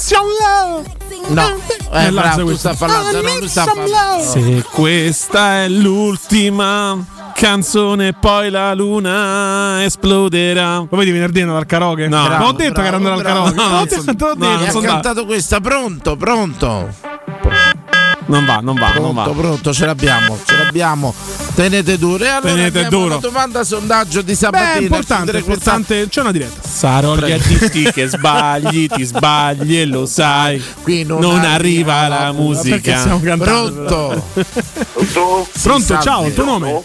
Speaker 4: No, eh,
Speaker 5: Eh, Lazza
Speaker 4: bravo, tu
Speaker 5: questa.
Speaker 4: stai
Speaker 6: Oh,
Speaker 4: parlando, non tu stai parlando.
Speaker 5: Se questa è l'ultima canzone, poi la luna esploderà. Ma vedi venerdì andare al karaoke? No,
Speaker 4: Ah.
Speaker 6: Bravo,
Speaker 5: ho detto
Speaker 6: bravo,
Speaker 5: che era andato al
Speaker 6: bravo.
Speaker 5: karaoke.
Speaker 6: No,
Speaker 5: L'ho
Speaker 6: non
Speaker 5: detto,
Speaker 6: so-
Speaker 5: te l'ho
Speaker 6: no,
Speaker 5: detto,
Speaker 6: non
Speaker 4: Mi ha
Speaker 5: sono andato.
Speaker 4: cantato questa, pronto, pronto.
Speaker 5: Non va, non va, non
Speaker 4: Pronto,
Speaker 5: va.
Speaker 4: pronto, ce l'abbiamo, ce l'abbiamo. Tenete duro. E allora
Speaker 5: Tenete
Speaker 4: abbiamo
Speaker 5: duro.
Speaker 4: una domanda sondaggio di
Speaker 6: Beh,
Speaker 4: stamattina.
Speaker 6: è importante,
Speaker 4: chiudere
Speaker 6: è
Speaker 4: questa-
Speaker 6: importante, c'è una diretta.
Speaker 5: Sarò gli addetti che sbagli, ti sbagli e lo sai. Qui non, arriva, la musica.
Speaker 4: Pronto.
Speaker 5: Pronto?
Speaker 6: Pronto, ciao, il tuo nome?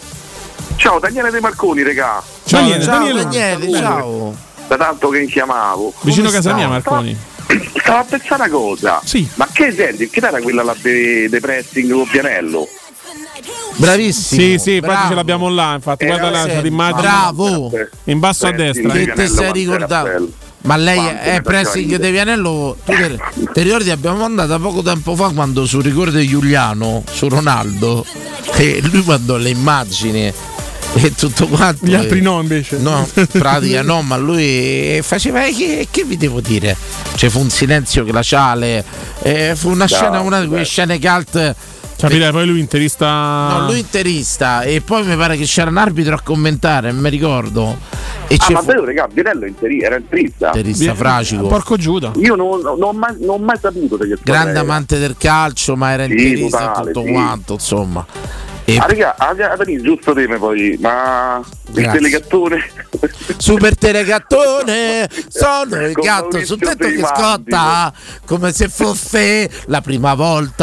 Speaker 19: Ciao Daniele De Marconi, regà.
Speaker 5: Ciao, Daniele, ciao, Daniele.
Speaker 4: Daniele, ciao.
Speaker 19: Da tanto che chiamavo.
Speaker 5: Vicino a
Speaker 19: Come
Speaker 5: casa
Speaker 19: sta?
Speaker 5: mia, Marconi.
Speaker 19: Stavo a pensare una cosa. Ma che senti? Che era quella là de, de pressing con Pianello?
Speaker 4: Bravissimo.
Speaker 5: Sì, sì, infatti
Speaker 19: bravo.
Speaker 5: ce l'abbiamo là, infatti.
Speaker 19: Eh,
Speaker 5: Guarda là,
Speaker 19: senti,
Speaker 5: c'è l'immagine.
Speaker 19: bravo.
Speaker 5: In basso a
Speaker 19: Senti,
Speaker 5: destra.
Speaker 19: Pianello, quanto era bello.
Speaker 4: Ma lei
Speaker 19: Quante
Speaker 4: è
Speaker 19: ne
Speaker 4: pressing
Speaker 19: faceva
Speaker 4: di Vianello, tu te, te ricordi abbiamo mandato poco tempo fa quando sul rigore di Giuliano, su Ronaldo, e lui mandò le immagini e tutto quanto.
Speaker 6: Gli altri
Speaker 4: e-
Speaker 6: no invece.
Speaker 4: No, in pratica no, ma lui faceva eh, che, che vi devo dire? Cioè fu un silenzio glaciale, eh, fu una
Speaker 5: No,
Speaker 4: scena, una di quelle scene cult.
Speaker 5: Capire, poi lui interista. Ah.
Speaker 4: No, lui interista e poi mi pare che c'era un arbitro a commentare, non mi ricordo. E
Speaker 19: ah,
Speaker 4: c'è
Speaker 19: ma
Speaker 4: fu-
Speaker 19: vero, regà, Vianello interi- era interista.
Speaker 4: Interista fragico.
Speaker 5: Porco Giuda.
Speaker 19: Io non, non ho mai, non ho mai saputo di che squadra
Speaker 4: grande
Speaker 19: era.
Speaker 4: amante del calcio, ma era
Speaker 19: Sì,
Speaker 4: interista e
Speaker 19: totale,
Speaker 4: tutto
Speaker 19: sì.
Speaker 4: quanto, insomma.
Speaker 19: Ah, regà, ah, ah, Dani, giusto teme poi, ma il
Speaker 4: Grazie.
Speaker 19: telecattone
Speaker 4: Super
Speaker 19: Eh,
Speaker 4: telegattone, sono il
Speaker 19: Con
Speaker 4: gatto sul
Speaker 19: Maurizio
Speaker 4: tetto
Speaker 19: Dei
Speaker 4: che
Speaker 19: Mandi.
Speaker 4: scotta come se fosse la prima volta. Ah,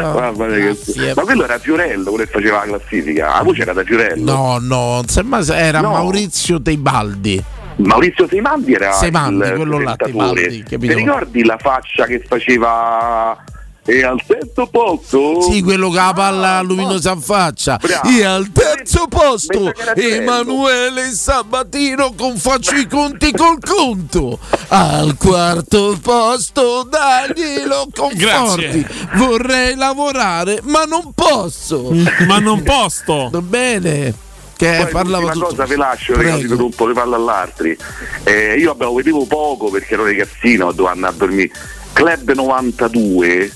Speaker 19: Mamma mia, Ah, che... Ma quello era Fiorello, quello che faceva la classifica. La voce era da Fiorello.
Speaker 4: No, no, semmai se- era
Speaker 19: No.
Speaker 4: Maurizio Teibaldi.
Speaker 19: Maurizio Seimandi era
Speaker 4: Seimandi,
Speaker 19: il
Speaker 4: quello là,
Speaker 19: presentatore.
Speaker 4: Seimandi, capito?
Speaker 19: Ti ricordi la faccia che faceva e al terzo posto? Ah,
Speaker 4: Sì, quello che ha la palla luminosa in faccia. E al terzo posto, Emanuele Sabatino con faccio i conti col conto. Al quarto posto, Danilo Conforti.
Speaker 5: Grazie.
Speaker 4: Vorrei lavorare, ma non posso.
Speaker 5: Ma non posso.
Speaker 4: Va bene. Che
Speaker 19: Poi
Speaker 4: parlava
Speaker 19: l'ultima
Speaker 4: tutto.
Speaker 19: cosa ve lascio, ragazzi,
Speaker 4: Prego.
Speaker 19: interrompo le palle all'altri. Eh, io vabbè, lo vedevo poco perché ero ragazzino, dovevo andare a dormire. Club 92,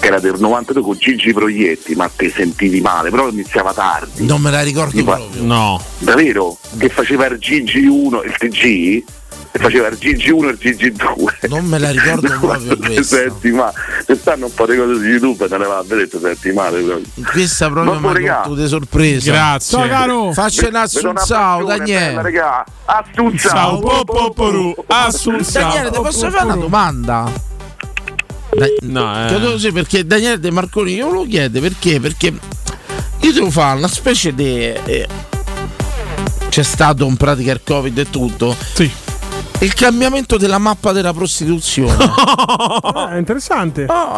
Speaker 19: che era del 92 con Gigi Proietti, ma te sentivi male, però iniziava tardi.
Speaker 4: Non me la ricordo
Speaker 19: Tipo-
Speaker 4: proprio.
Speaker 5: No.
Speaker 19: Davvero? Che faceva il GG1, il TG? Che faceva il GG1 e il GG2.
Speaker 4: Non me la ricordo proprio questa.
Speaker 19: Senti, ma se stanno un po' di cose su YouTube, te ne va a vedere, ti senti male.
Speaker 4: Questa proprio
Speaker 19: Vabbè,
Speaker 4: mi ha
Speaker 19: regà.
Speaker 4: colto di sorpresa.
Speaker 19: Grazie.
Speaker 4: Ciao caro. Faccia un
Speaker 19: Vedo una
Speaker 4: assunzao,
Speaker 19: passione bella,
Speaker 4: Daniele.
Speaker 19: regà. Assunzao.
Speaker 4: Po, po,
Speaker 5: poru. Assunzao.
Speaker 4: Daniele, ti posso
Speaker 5: Po,
Speaker 4: fare una
Speaker 5: poru.
Speaker 4: domanda?
Speaker 5: No,
Speaker 4: Chiedo
Speaker 5: eh.
Speaker 4: così perché Daniele De Marconi io lo chiede perché? Perché io devo fare una specie di. eh, c'è stato un pratica il Covid e tutto.
Speaker 5: Sì.
Speaker 4: Il cambiamento della mappa della prostituzione.
Speaker 6: Ah, interessante.
Speaker 4: Oh,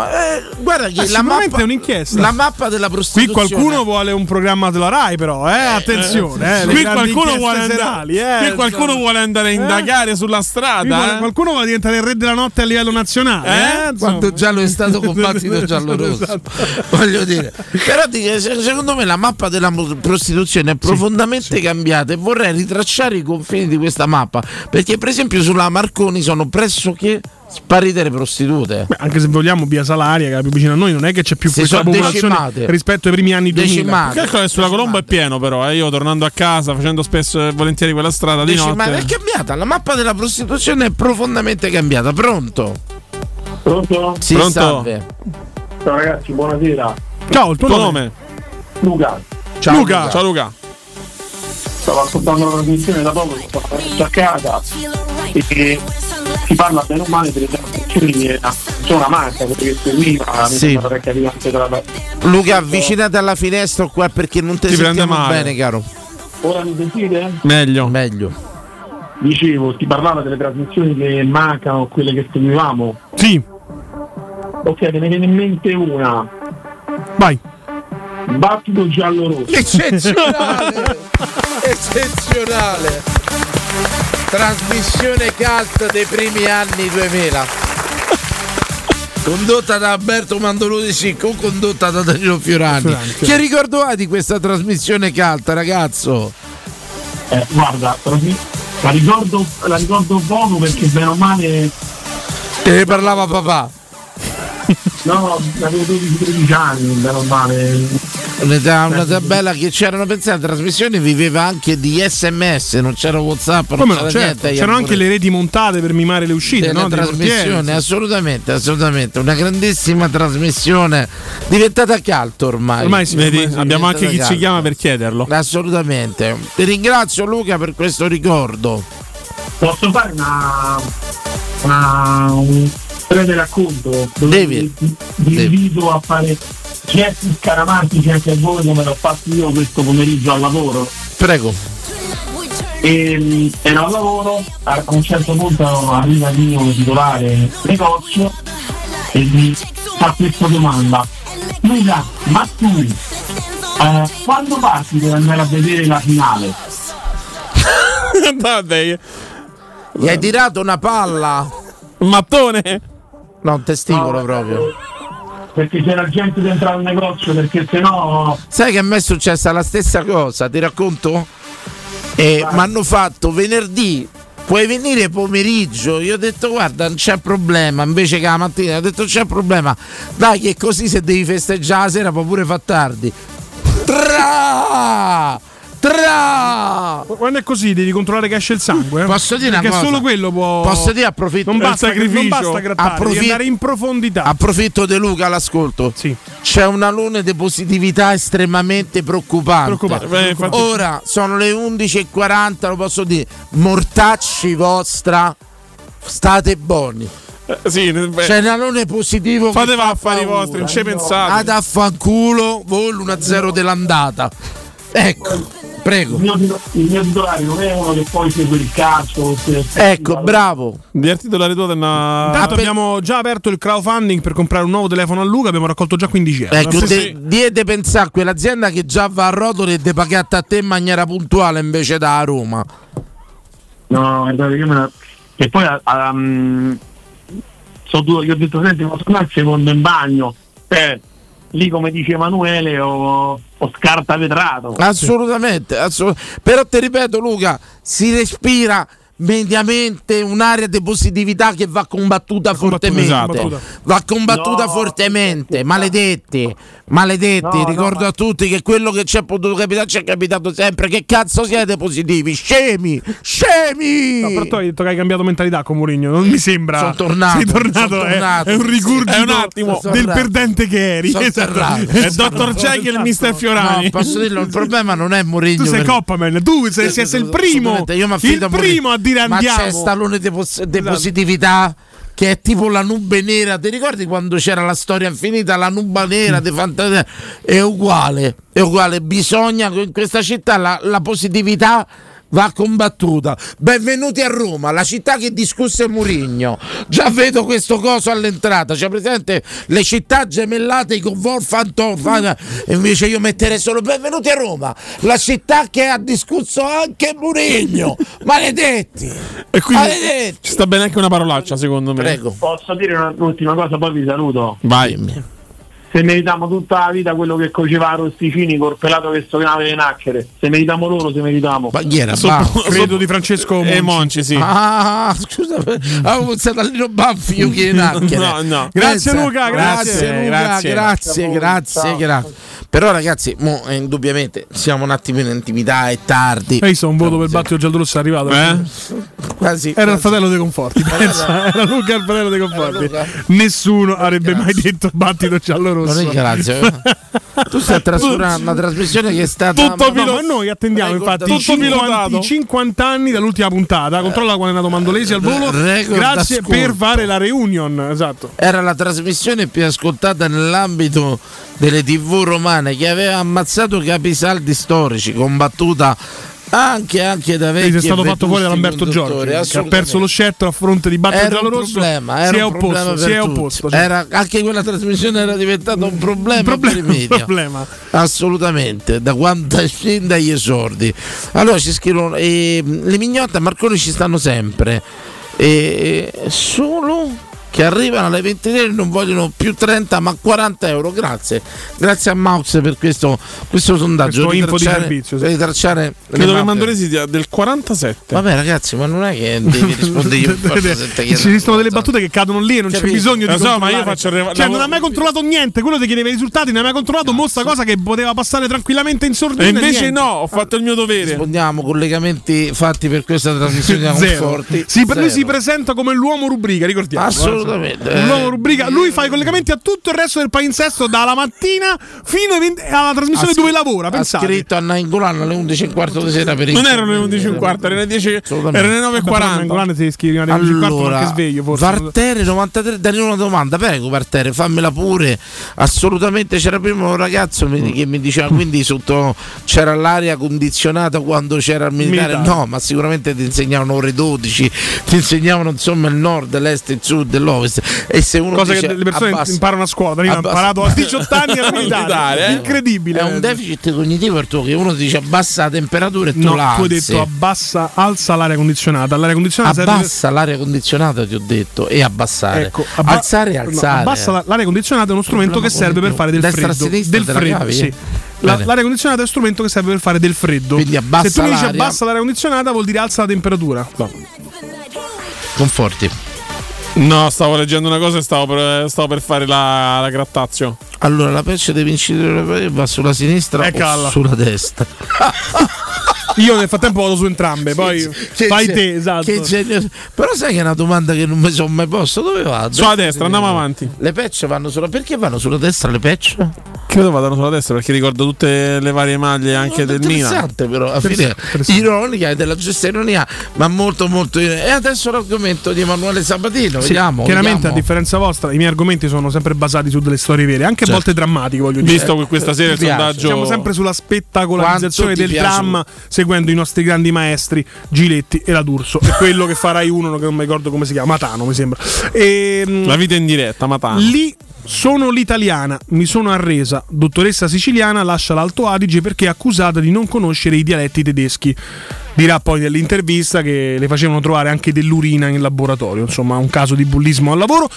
Speaker 4: guarda che
Speaker 6: Eh,
Speaker 4: la
Speaker 6: sicuramente
Speaker 4: mappa
Speaker 6: è un'inchiesta.
Speaker 4: La mappa della
Speaker 6: Qui
Speaker 4: prostituzione.
Speaker 6: qualcuno vuole un programma della Rai, però, eh, attenzione. Eh, le
Speaker 5: qui
Speaker 6: grandi
Speaker 5: qualcuno
Speaker 6: inchieste
Speaker 5: vuole andare,
Speaker 6: serali, eh,
Speaker 5: qui qualcuno
Speaker 6: insomma. Eh?
Speaker 5: vuole andare a indagare sulla
Speaker 6: Qui vuole-
Speaker 5: strada. eh.
Speaker 6: Qualcuno vuole diventare il re della notte a livello nazionale. Eh? insomma.
Speaker 4: Quanto giallo è stato combattuto giallo rosso. Voglio dire, però dico, se- secondo me la mappa della mo- prostituzione è profondamente cambiata e vorrei ritracciare i confini di questa mappa perché, per esempio, sulla Marconi sono pressoché sparite le prostitute.
Speaker 6: Beh, anche se vogliamo via Salaria, che è la più vicina a noi, non è che c'è più
Speaker 4: Si
Speaker 6: questa
Speaker 4: sono
Speaker 6: popolazione
Speaker 4: decimate.
Speaker 6: rispetto ai primi anni 2000.
Speaker 4: Decimate.
Speaker 5: Calcola che sulla Colombo è pieno, però. eh. Io tornando a casa, facendo spesso e volentieri quella strada di
Speaker 4: Dici, ma
Speaker 5: notte.
Speaker 4: è cambiata, la mappa della prostituzione è profondamente cambiata. Pronto?
Speaker 10: Pronto?
Speaker 4: Sì,
Speaker 5: Pronto?
Speaker 4: salve.
Speaker 10: Ciao ragazzi, buonasera.
Speaker 6: Ciao, il
Speaker 5: tuo nome?
Speaker 10: Luca,
Speaker 5: Ciao Luca. Ciao Luca.
Speaker 10: stavo ascoltando la trasmissione da poco, sono tornato a casa e si parla bene o male delle trasmissioni era zona manca, perché che seguiva,
Speaker 4: Sì.
Speaker 10: mi sembra che arrivasse tra-
Speaker 4: Luca, avvicinati alla finestra qua perché non ti
Speaker 10: Ti prende
Speaker 4: sentiamo
Speaker 10: male.
Speaker 4: bene, caro.
Speaker 10: Ora mi sentite?
Speaker 5: Meglio.
Speaker 4: Meglio.
Speaker 10: Dicevo, si parlava delle trasmissioni che mancano, quelle che seguivamo.
Speaker 6: Sì.
Speaker 10: Ok, me ne viene in mente una.
Speaker 6: Vai.
Speaker 10: Battito giallo rosso.
Speaker 4: Eccezionale! Eccezionale! Trasmissione cult dei primi anni 2000. Condotta da Alberto Mandoloni con condotta da Danilo Fiorani.
Speaker 10: Fiorani, sì.
Speaker 4: Che ricordo ha di questa trasmissione cult, ragazzo?
Speaker 10: Eh, guarda, trasmi- la ricordo, la ricordo poco perché bene o male
Speaker 4: Te ne parlava papà.
Speaker 10: No, avevo 12-13 anni, bene o male.
Speaker 4: Un'età, una tabella che c'erano pensate, la trasmissione viveva anche di sms, non c'era Whatsapp, non
Speaker 6: Come
Speaker 4: c'era
Speaker 6: no, certo.
Speaker 4: niente.
Speaker 6: C'erano anche le reti montate per mimare le uscite,
Speaker 4: della
Speaker 6: no? dei portieri,
Speaker 4: trasmissione,
Speaker 6: sì.
Speaker 4: assolutamente, assolutamente, una grandissima trasmissione diventata caldo ormai.
Speaker 5: Ormai sì, Vedi, abbiamo anche chi ci chiama
Speaker 4: per
Speaker 5: chiederlo.
Speaker 4: Assolutamente. Ti ringrazio Luca per questo ricordo.
Speaker 10: Posso fare una, una un breve racconto? Dove
Speaker 4: Devi.
Speaker 10: vi- Vi invito a fare gesti scaramantici anche a voi come l'ho fatto io questo pomeriggio al lavoro.
Speaker 4: Prego.
Speaker 10: E, ero al lavoro, a a un certo punto arriva il mio titolare negozio e mi fa questa domanda. Luca, ma tu eh, quando parti per andare a vedere la finale?
Speaker 5: Vabbè.
Speaker 4: Gli hai tirato una palla?
Speaker 5: Un mattone?
Speaker 4: No, un testicolo proprio.
Speaker 1: Perché c'era gente dentro al negozio, perché sennò.
Speaker 4: Sai che a me è successa la stessa cosa, ti racconto? E mi hanno fatto venerdì, puoi venire pomeriggio? Io ho detto guarda non c'è problema, invece che la mattina ho detto "Non c'è problema, dai che così se devi festeggiare la sera puoi pure fa tardi. Tra! Tra!
Speaker 6: Quando è così devi controllare che esce il sangue. eh.
Speaker 4: Posso dire una
Speaker 6: Perché
Speaker 4: cosa?
Speaker 6: solo quello può.
Speaker 4: Posso dire approfitto
Speaker 6: Non basta,
Speaker 4: del sacrificio.
Speaker 6: non basta grattare, devi
Speaker 4: Approfi-
Speaker 6: andare in profondità.
Speaker 4: Approfitto De Luca all'ascolto. C'è un alone di positività estremamente preoccupante.
Speaker 6: Preoccupante, beh, infatti-
Speaker 4: Ora sono le 11.40, lo posso dire. Mortacci vostra, state buoni.
Speaker 5: Eh, sì, beh.
Speaker 4: C'è un alone positivo.
Speaker 5: Fate
Speaker 4: che fa
Speaker 5: affari
Speaker 4: paura.
Speaker 5: vostri, non ci pensate.
Speaker 4: Ad affanculo, voi l'1-0 dell'andata. Ecco, prego.
Speaker 1: Il mio, il mio titolare non è uno che poi segue il calcio. se-
Speaker 4: Ecco, bravo.
Speaker 5: Di titolare tua una...
Speaker 6: Intanto abbiamo già aperto il crowdfunding per comprare un nuovo telefono a Luca, abbiamo raccolto già 15 euro.
Speaker 4: Ecco, de-
Speaker 6: Sì, sì.
Speaker 4: die de pensare a quell'azienda che già va a rotoli e de pagata a te in maniera puntuale invece da a Roma.
Speaker 1: No, guardate, io me la... E poi ah, ah, mm, so due, gli ho detto, senti, ma sono un secondo in bagno. Eh, lì come dice Emanuele ho, ho scarta vetrato.
Speaker 4: Assolutamente, assolut- però ti ripeto Luca, si respira mediamente un'area di positività che va combattuta fortemente.
Speaker 5: esatto.
Speaker 4: Va combattuta fortemente, maledetti, maledetti, ricordo a tutti che quello che ci è potuto capitare ci è capitato sempre. Che cazzo siete positivi? Scemi, scemi!
Speaker 6: No, però tu hai detto che hai cambiato mentalità con Mourinho, non mi sembra.
Speaker 4: Sono tornato,
Speaker 6: Sei tornato,
Speaker 4: sono
Speaker 6: è,
Speaker 4: tornato.
Speaker 6: è un rigurgito
Speaker 4: È un attimo.
Speaker 6: del
Speaker 4: Sono
Speaker 6: perdente che eri.
Speaker 4: Sono
Speaker 6: Esatto.
Speaker 4: tornato.
Speaker 6: È
Speaker 4: Sono
Speaker 6: Dr. Jekyll e
Speaker 4: tornato. Esatto.
Speaker 6: il Mr. Fiorani.
Speaker 4: No, posso dirlo, il problema non è Mourinho.
Speaker 6: Tu sei
Speaker 4: per-
Speaker 6: Coppaman, tu sei, sei, sei il primo.
Speaker 4: Assolutamente, Io mi
Speaker 6: il
Speaker 4: affido a
Speaker 6: primo a dire
Speaker 4: Ma
Speaker 6: andiamo.
Speaker 4: c'è stallone di, pos- di positività che è tipo la nube nera. Ti ricordi quando c'era la storia infinita? La nuba nera di fantasia è uguale. È uguale. Bisogna in questa città la, la positività. Va combattuta. Benvenuti a Roma, la città che discusse Murigno. Già vedo questo coso all'entrata. C'è presente le città gemellate con Wolfanton. Invece io metterei solo benvenuti a Roma, la città che ha discusso anche Murigno. Maledetti!
Speaker 5: E
Speaker 4: Ah,
Speaker 5: quindi
Speaker 4: Maledetti!
Speaker 5: ci sta bene anche una parolaccia, secondo me.
Speaker 1: Posso dire una- un'ultima cosa, poi vi saluto.
Speaker 5: Vai.
Speaker 1: Se meritiamo tutta la vita quello che coceva Rosticini col pelato che stonava le nacchere. Se meritiamo loro, se meritiamo.
Speaker 4: Ma chi era?
Speaker 1: Sopra-
Speaker 4: Banfi?
Speaker 6: Credo di
Speaker 4: Eh,
Speaker 6: Francesco Monci.
Speaker 5: E Monci, sì.
Speaker 4: Ah, scusa, avevo pensato a Lino Banfi, io che nacchia.
Speaker 5: No, no.
Speaker 6: Grazie, Luca, grazie.
Speaker 4: Luca,
Speaker 6: Grazie.
Speaker 4: grazie, grazie, grazie, Però ragazzi, mo, eh, indubbiamente siamo un attimo in intimità, è tardi. Eh?
Speaker 6: Hai visto un voto per Battio Giallorosso è arrivato?
Speaker 4: Quasi,
Speaker 6: Era il fratello dei Conforti. pensa. Era Luca il fratello dei Conforti. Nessuno avrebbe mai detto Battito Giallorosso.
Speaker 4: Non ringrazio, eh. Tu stai trascurando una trasmissione che è stata
Speaker 6: Tutto pilota. Ma noi attendiamo infatti i 50, i 50 anni dall'ultima puntata. Controlla quando è nato Mandolesi al volo.
Speaker 4: Record
Speaker 6: Grazie
Speaker 4: d'ascolto.
Speaker 6: per fare la reunion. Esatto.
Speaker 4: era la trasmissione più ascoltata nell'ambito delle tv romane che aveva ammazzato capisaldi storici, combattuta anche, anche da vecchi
Speaker 6: Quindi è stato
Speaker 4: e vetusti
Speaker 6: fatto fuori da Lamberto
Speaker 4: conduttori,
Speaker 6: Giorgi che ha
Speaker 4: assolutamente.
Speaker 6: perso lo scettro a fronte di Battito
Speaker 4: Era un
Speaker 6: Giallorosso.
Speaker 4: problema, era
Speaker 6: si è
Speaker 4: un
Speaker 6: opposto,
Speaker 4: problema
Speaker 6: si
Speaker 4: per
Speaker 6: è
Speaker 4: tutti.
Speaker 6: opposto.
Speaker 4: Era- anche quella trasmissione era diventata un problema, per i media.
Speaker 6: problema.
Speaker 4: Assolutamente, da quando sin dagli esordi. Allora ci scrivono ehm, le mignotte a Marconi ci stanno sempre. E, solo che arrivano alle 23 e non vogliono più 30 ma 40 euro. Grazie. Grazie a Maus per questo, questo sondaggio.
Speaker 5: Questo info di
Speaker 4: Ritracciare-
Speaker 5: servizio, sì.
Speaker 4: ritracciare le
Speaker 5: Credo che
Speaker 4: mappe.
Speaker 5: Mandolesi sia del 47.
Speaker 4: Vabbè ragazzi, ma non è che devi rispondere io per forza se te
Speaker 6: Ci
Speaker 4: chiedono.
Speaker 6: sono delle battute che cadono lì e non c'è
Speaker 4: Capito.
Speaker 6: bisogno di
Speaker 4: Lo
Speaker 5: Eh,
Speaker 4: so, ma io
Speaker 6: controllare.
Speaker 4: faccio il re-
Speaker 6: Cioè, non
Speaker 4: lavoro-
Speaker 6: ha mai controllato niente. Quello ti chiedeva i risultati, non ha mai controllato mostra cosa che poteva passare tranquillamente in sordina.
Speaker 5: E invece
Speaker 6: niente.
Speaker 5: no, ho fatto il mio dovere.
Speaker 4: Rispondiamo collegamenti fatti per questa trasmissione a
Speaker 6: Zero.
Speaker 4: Conforti.
Speaker 6: Sì, per lui
Speaker 4: Zero.
Speaker 6: si presenta come l'uomo rubrica, ricordiamo.
Speaker 4: Assolutamente.
Speaker 6: eh. L'uomo rubrica, lui fa i collegamenti a tutto il resto del palinsesto dalla mattina fino ai 20 alla trasmissione
Speaker 4: Ha scr-
Speaker 6: dove lavora.
Speaker 4: Ha
Speaker 6: Pensate.
Speaker 4: scritto a Nainggolan alle 11.15 di sera per
Speaker 5: Non erano le 11.15, erano le 10, erano le
Speaker 6: Nainggolan
Speaker 5: 9.40.
Speaker 6: si scrive alle 11.15, ma
Speaker 4: Allora,
Speaker 6: che sveglio, forse.
Speaker 4: Vartere 93, dagli una domanda, prego Vartere, fammela pure. Assolutamente c'era prima un ragazzo mi- che mi diceva quindi sotto c'era l'aria condizionata quando c'era il militare.
Speaker 36: Militare.
Speaker 4: No, ma sicuramente ti insegnavano ore 12, ti insegnavano insomma il nord, l'est, il sud, l'ovest. dell'ovest. E se uno
Speaker 6: Cosa
Speaker 4: dice,
Speaker 6: che le persone
Speaker 4: abbassa-
Speaker 6: imparano a scuola. Danilo ha
Speaker 4: abbassa- eh?
Speaker 6: imparato a 18 anni a militare. Incredibile.
Speaker 4: È un deficit cognitivo il tuo che uno dice abbassa la temperatura e tu
Speaker 6: No,
Speaker 4: la
Speaker 6: tu hai
Speaker 4: alzi.
Speaker 6: detto abbassa, alza l'aria condizionata. L'aria condizionata serve-
Speaker 4: Abbassa l'aria condizionata, ti ho detto, e abbassare.
Speaker 6: Ecco, abba-
Speaker 4: alzare e
Speaker 6: no,
Speaker 4: alzare.
Speaker 6: abbassa la- l'aria condizionata è uno strumento che
Speaker 4: Problema
Speaker 6: serve per
Speaker 4: quello.
Speaker 6: fare del
Speaker 4: Destra a
Speaker 6: freddo.
Speaker 4: sinistra
Speaker 6: del
Speaker 4: te la
Speaker 6: freddo,
Speaker 4: cavi?
Speaker 6: sì. La-
Speaker 4: Bene.
Speaker 6: l'aria condizionata è uno strumento che serve per fare del freddo.
Speaker 4: abbassa
Speaker 6: Se tu mi dici
Speaker 4: l'aria.
Speaker 6: abbassa l'aria condizionata vuol dire alza la temperatura.
Speaker 4: Conforti.
Speaker 5: No, stavo leggendo una cosa e stavo per, stavo per fare la, la grattazio.
Speaker 4: Allora, la pesce dei vincitori europei va sulla sinistra
Speaker 6: E calla.
Speaker 4: o sulla destra.
Speaker 6: Io nel frattempo vado su entrambe, poi
Speaker 4: Che
Speaker 6: fai
Speaker 4: ge-
Speaker 6: te, esatto.
Speaker 4: che genio- Però sai che è una domanda che non mi sono mai posto. Dove vado?
Speaker 5: Sulla destra, andiamo avanti.
Speaker 4: Le pecce vanno sulla. Perché vanno sulla destra le pecce?
Speaker 5: Credo vadano sulla destra perché ricordo tutte le varie maglie anche del Milan.
Speaker 4: Interessante, però, alla fine ironica e della giusta ironia, ma molto molto ironica. E adesso l'argomento di Emanuele Sabatino,
Speaker 6: Sì,
Speaker 4: vediamo.
Speaker 6: chiaramente
Speaker 4: vediamo.
Speaker 6: a differenza vostra i miei argomenti sono sempre basati su delle storie vere, anche a
Speaker 4: Certo.
Speaker 6: volte drammatiche, voglio dire.
Speaker 5: Visto che questa sera
Speaker 6: Mi
Speaker 5: il
Speaker 6: piace.
Speaker 5: sondaggio-
Speaker 6: Siamo sempre sulla
Speaker 4: Quanto
Speaker 6: spettacolarizzazione
Speaker 4: ti
Speaker 6: del
Speaker 4: piace?
Speaker 6: dramma seguendo i nostri grandi maestri Giletti e la D'Urso e quello che farai uno che non mi ricordo come si chiama, Matano, mi sembra. Ehm,
Speaker 5: Mm. La vita in diretta, Matano.
Speaker 6: Lì sono l'italiana, mi sono arresa. Dottoressa siciliana lascia l'Alto Adige perché è accusata di non conoscere i dialetti tedeschi. Dirà poi nell'intervista che le facevano trovare anche dell'urina in laboratorio, insomma un caso di bullismo al lavoro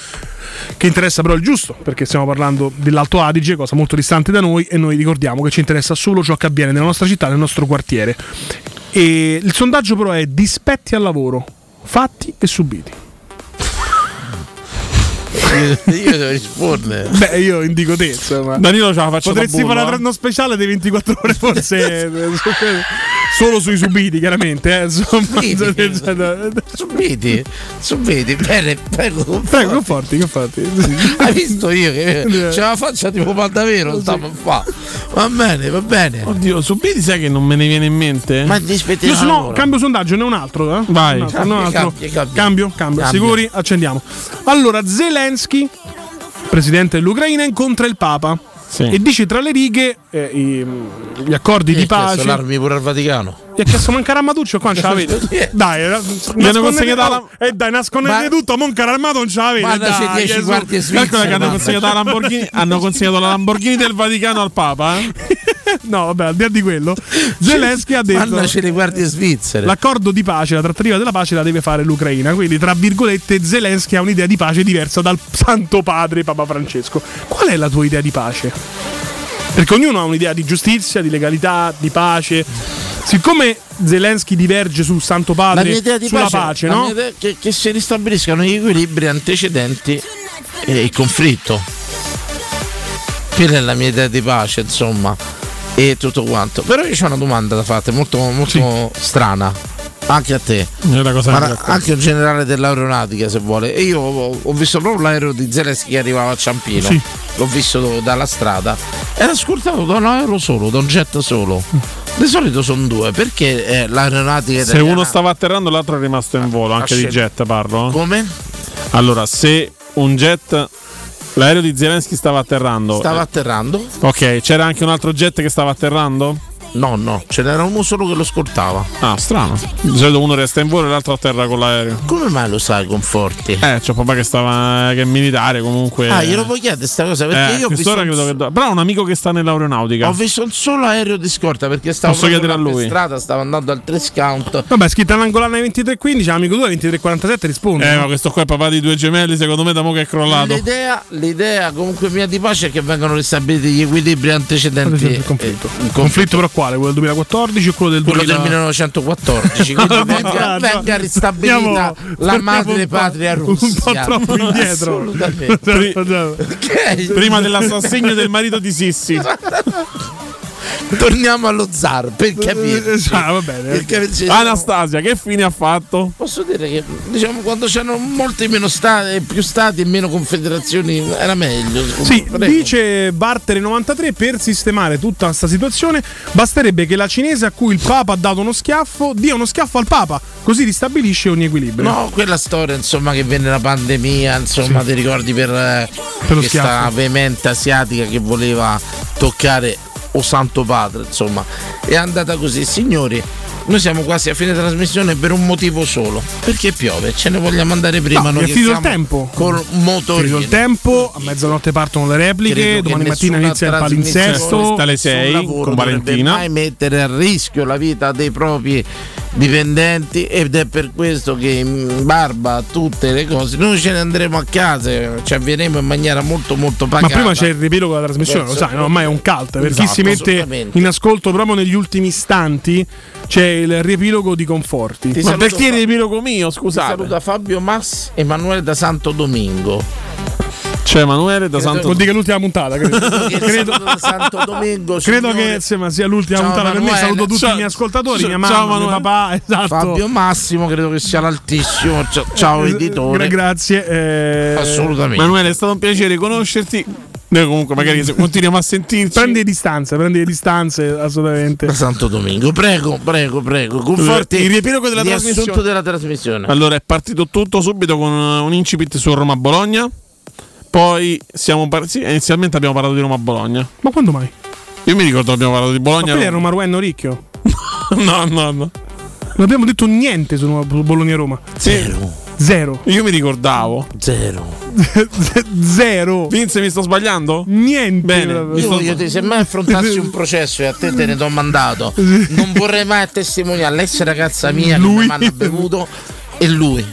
Speaker 6: che interessa però il giusto, perché stiamo parlando dell'Alto Adige, cosa molto distante da noi e noi ricordiamo che ci interessa solo ciò che avviene nella nostra città, nel nostro quartiere. E il sondaggio però è dispetti al lavoro, fatti e subiti.
Speaker 4: Io, io devo rispondere.
Speaker 6: Beh, io indico te, insomma.
Speaker 5: Danilo ce la faccio
Speaker 6: Potresti
Speaker 5: da burro,
Speaker 6: fare
Speaker 5: eh.
Speaker 6: una- uno speciale dei 24 ore, forse. eh, su quello. Solo sui subiti, chiaramente. Eh, insomma. Cioè,
Speaker 4: subiti, subiti. Bene, prego, conforti.
Speaker 6: Prego, conforti, conforti.
Speaker 4: Hai visto io che ce la faccia tipo davvero, stiamo qua. Va bene, va bene.
Speaker 5: Oddio, subiti sai che non me ne viene in mente?
Speaker 4: Ma dispetti
Speaker 6: Io se no,
Speaker 5: allora.
Speaker 6: cambio sondaggio, ne ho un altro. eh?
Speaker 5: Vai.
Speaker 6: Un altro, ne ho un
Speaker 5: Cambia,
Speaker 6: altro.
Speaker 5: cambia, cambia.
Speaker 6: Cambio, cambio.
Speaker 5: Cambia.
Speaker 6: Sicuri? Accendiamo. Allora, Zelensky, presidente dell'Ucraina, incontra il Papa. E dice tra le righe eh, i- gli accordi
Speaker 4: Eh, Chi
Speaker 6: di
Speaker 4: ha chiesto
Speaker 6: pace.
Speaker 4: l'armi pure al Vaticano.
Speaker 6: Ti ha chiesto mancare Armaduccio qua non ce l'avete. Dai, eh, nascondete-
Speaker 5: consegnata la-
Speaker 6: Eh, dai, nascondete
Speaker 5: Ma-
Speaker 6: tutto, moncare armato non ce l'avete.
Speaker 5: Guarda, c'è
Speaker 6: dai,
Speaker 5: 10
Speaker 6: Gesù.
Speaker 5: guardie
Speaker 6: Calcola
Speaker 5: svizzere,
Speaker 6: che hanno
Speaker 5: mamma.
Speaker 6: consegnato la Lamborghini,
Speaker 5: Hanno consegnato la Lamborghini del Vaticano al Papa? eh?
Speaker 6: no, vabbè, al di là di quello, Zelensky ha detto
Speaker 4: Guarda, c'è le guardie svizzere.
Speaker 6: l'accordo di pace, la trattativa della pace la deve fare l'Ucraina. Quindi, tra virgolette, Zelensky ha un'idea di pace diversa dal Santo Padre Papa Francesco. Qual è la tua idea di pace? Perché ognuno ha un'idea di giustizia, di legalità, di pace. Siccome Zelensky diverge sul Santo Padre,
Speaker 4: la mia idea di
Speaker 6: sulla
Speaker 4: pace,
Speaker 6: pace,
Speaker 4: la
Speaker 6: no?
Speaker 4: mia idea è che, che si ristabiliscano gli equilibri antecedenti e il conflitto. Quella è la mia idea di pace, insomma, e tutto quanto. Però io ho una domanda da fare, molto, molto strana, anche a te. Ma
Speaker 5: che mi
Speaker 4: anche un generale dell'aeronautica se vuole. E io ho, ho visto proprio l'aereo di Zelensky che arrivava a Ciampino.
Speaker 5: Sì.
Speaker 4: L'ho visto do- dalla strada. Era ascoltato da un aereo solo, da un jet solo. Di solito sono due, perché eh, l'aeronautica
Speaker 5: Se
Speaker 4: italiana-
Speaker 5: uno stava atterrando, l'altro è rimasto in volo, anche di
Speaker 4: scelta.
Speaker 5: jet parlo.
Speaker 4: Ah, Come?
Speaker 5: Allora, se un jet. L'aereo di Zelensky stava atterrando. eh,
Speaker 4: Stava atterrando?
Speaker 5: Ok, c'era anche un altro jet che stava atterrando?
Speaker 4: No, no, ce n'era uno solo che lo scortava.
Speaker 5: Ah, strano. Di solito uno resta in volo e l'altro atterra con l'aereo.
Speaker 4: Come mai lo sai, Conforti?
Speaker 5: Eh, c'ho papà che stava. eh, che è militare comunque.
Speaker 4: Ah, glielo puoi chiedere sta cosa perché
Speaker 5: Eh,
Speaker 4: io ho visto,
Speaker 5: quest'ora
Speaker 4: un,
Speaker 5: credo che do- Però ho un amico che sta nell'aeronautica.
Speaker 4: ho visto un solo aereo di scorta perché stavo
Speaker 5: Posso
Speaker 4: proprio
Speaker 5: chiedere a
Speaker 4: per
Speaker 5: lui?
Speaker 4: strada, stavo andando al 3 count.
Speaker 6: Vabbè, scritta all'angolana 2315, amico 2 2347 risponde.
Speaker 5: Eh, ma questo qua è papà di due gemelli, secondo me da mo che è crollato.
Speaker 4: L'idea, l'idea comunque mia di pace è che vengano ristabiliti gli equilibri
Speaker 6: Ad
Speaker 4: antecedenti. eh,
Speaker 6: esempio, il conflitto. conflitto però quale? Quello del 2014 o quello del
Speaker 4: Quello
Speaker 6: 2000?
Speaker 4: del 1914, quindi venga, venga ristabilita
Speaker 6: Andiamo-
Speaker 4: la
Speaker 6: torniamo un
Speaker 4: madre
Speaker 6: po'-
Speaker 4: patria
Speaker 6: Un
Speaker 4: Russia.
Speaker 6: po' troppo indietro.
Speaker 4: Assolutamente. Ok.
Speaker 5: Prima dell'assassinio del marito di Sissi.
Speaker 4: Torniamo allo zar per capirci.
Speaker 5: Ah, va bene.
Speaker 4: Per capirci.
Speaker 5: Anastasia, che fine ha fatto?
Speaker 4: Posso dire che diciamo quando c'erano molti meno stati, più stati e meno confederazioni era meglio.
Speaker 6: Sì,
Speaker 4: Prego.
Speaker 6: dice Bartere 93 per sistemare tutta questa situazione basterebbe che la cinese a cui il Papa ha dato uno schiaffo dia uno schiaffo al Papa, così ristabilisce ogni equilibrio.
Speaker 4: No, quella storia insomma che venne la pandemia, insomma ti ricordi per, eh,
Speaker 6: lo
Speaker 4: questa
Speaker 6: schiaffo.
Speaker 4: veemente asiatica che voleva toccare o Santo Padre, insomma, è andata così, signori. Noi siamo quasi a fine trasmissione per un motivo solo. Perché piove, ce ne vogliamo andare prima.
Speaker 6: No,
Speaker 4: noi
Speaker 6: è
Speaker 4: che
Speaker 6: finito il
Speaker 4: siamo
Speaker 6: tempo.
Speaker 4: Col motorino.
Speaker 6: Finito il tempo, a mezzanotte partono le repliche,
Speaker 4: Credo che
Speaker 6: domani mattina
Speaker 4: nessuna
Speaker 6: inizia il
Speaker 4: trasmissione
Speaker 6: palinsesto.
Speaker 4: sul lavoro dovrebbe mai mettere a rischio la vita dei propri dipendenti ed è per questo che in barba a tutte le cose noi ce ne andremo a casa, ci avvieremo in maniera molto molto
Speaker 6: Ma
Speaker 4: pagata.
Speaker 6: prima c'è il riepilogo della trasmissione, lo sai, no? ormai è un cult. Per chi
Speaker 4: Esatto,
Speaker 6: si mette
Speaker 4: assolutamente.
Speaker 6: in ascolto proprio negli ultimi istanti, c'è il riepilogo di Conforti.
Speaker 4: Ti
Speaker 6: Ma
Speaker 4: saluto,
Speaker 6: perché il
Speaker 4: Fabio.
Speaker 6: riepilogo mio,
Speaker 4: Ti
Speaker 6: scusate?
Speaker 4: saluta Fabio Max Emanuele da Santo Domingo.
Speaker 5: C'è Emanuele da
Speaker 4: Credo-
Speaker 5: Santo
Speaker 4: Vuol dire
Speaker 6: che è l'ultima puntata,
Speaker 4: Credo che saluto da Santo Domingo.
Speaker 6: Credo
Speaker 4: signore.
Speaker 6: che insomma, sia l'ultima
Speaker 4: Ciao,
Speaker 6: puntata per me.
Speaker 4: Emanuele.
Speaker 6: Saluto tutti
Speaker 4: Ciao.
Speaker 6: i miei ascoltatori,
Speaker 4: Ciao,
Speaker 6: mia mamma,
Speaker 4: ciao,
Speaker 6: mio
Speaker 4: Emanuele.
Speaker 6: papà. Esatto.
Speaker 4: Fabio Massimo credo che sia l'altissimo. Ciao, ciao, editore.
Speaker 6: Eh, Gra- grazie. eh,
Speaker 4: Assolutamente.
Speaker 5: Emanuele, è stato un piacere conoscerti. Noi comunque magari se continuiamo a sentirci.
Speaker 6: Mm. Prendi le distanze, prendi le distanze, assolutamente.
Speaker 4: Santo Domingo, prego, prego, prego.
Speaker 5: Conforti, Il riepilogo della
Speaker 4: riassunto
Speaker 5: trasmissione.
Speaker 4: della trasmissione.
Speaker 5: Allora è partito tutto subito con eh, un incipit su Roma-Bologna. Poi siamo par- sì, eh, inizialmente abbiamo parlato di Roma-Bologna.
Speaker 6: Ma quando mai?
Speaker 5: Io mi ricordo che abbiamo parlato di
Speaker 6: Ma
Speaker 5: Bologna.
Speaker 6: quelli erano Maruenno Ricchio.
Speaker 5: no, no, no.
Speaker 6: Non abbiamo detto niente su Nuova- su Bologna-Roma.
Speaker 5: Zero.
Speaker 6: Zero.
Speaker 5: Io mi ricordavo.
Speaker 4: Zero.
Speaker 6: Zero.
Speaker 5: Vince, mi sto sbagliando?
Speaker 6: Niente.
Speaker 5: Bene. mi
Speaker 4: Io
Speaker 5: sto-
Speaker 4: voglio dire, se mai affrontassi un processo e a te te ne do mandato, non vorrei mai testimoniare l'ex ragazza mia
Speaker 6: Lui.
Speaker 4: che mi hanno bevuto e lui.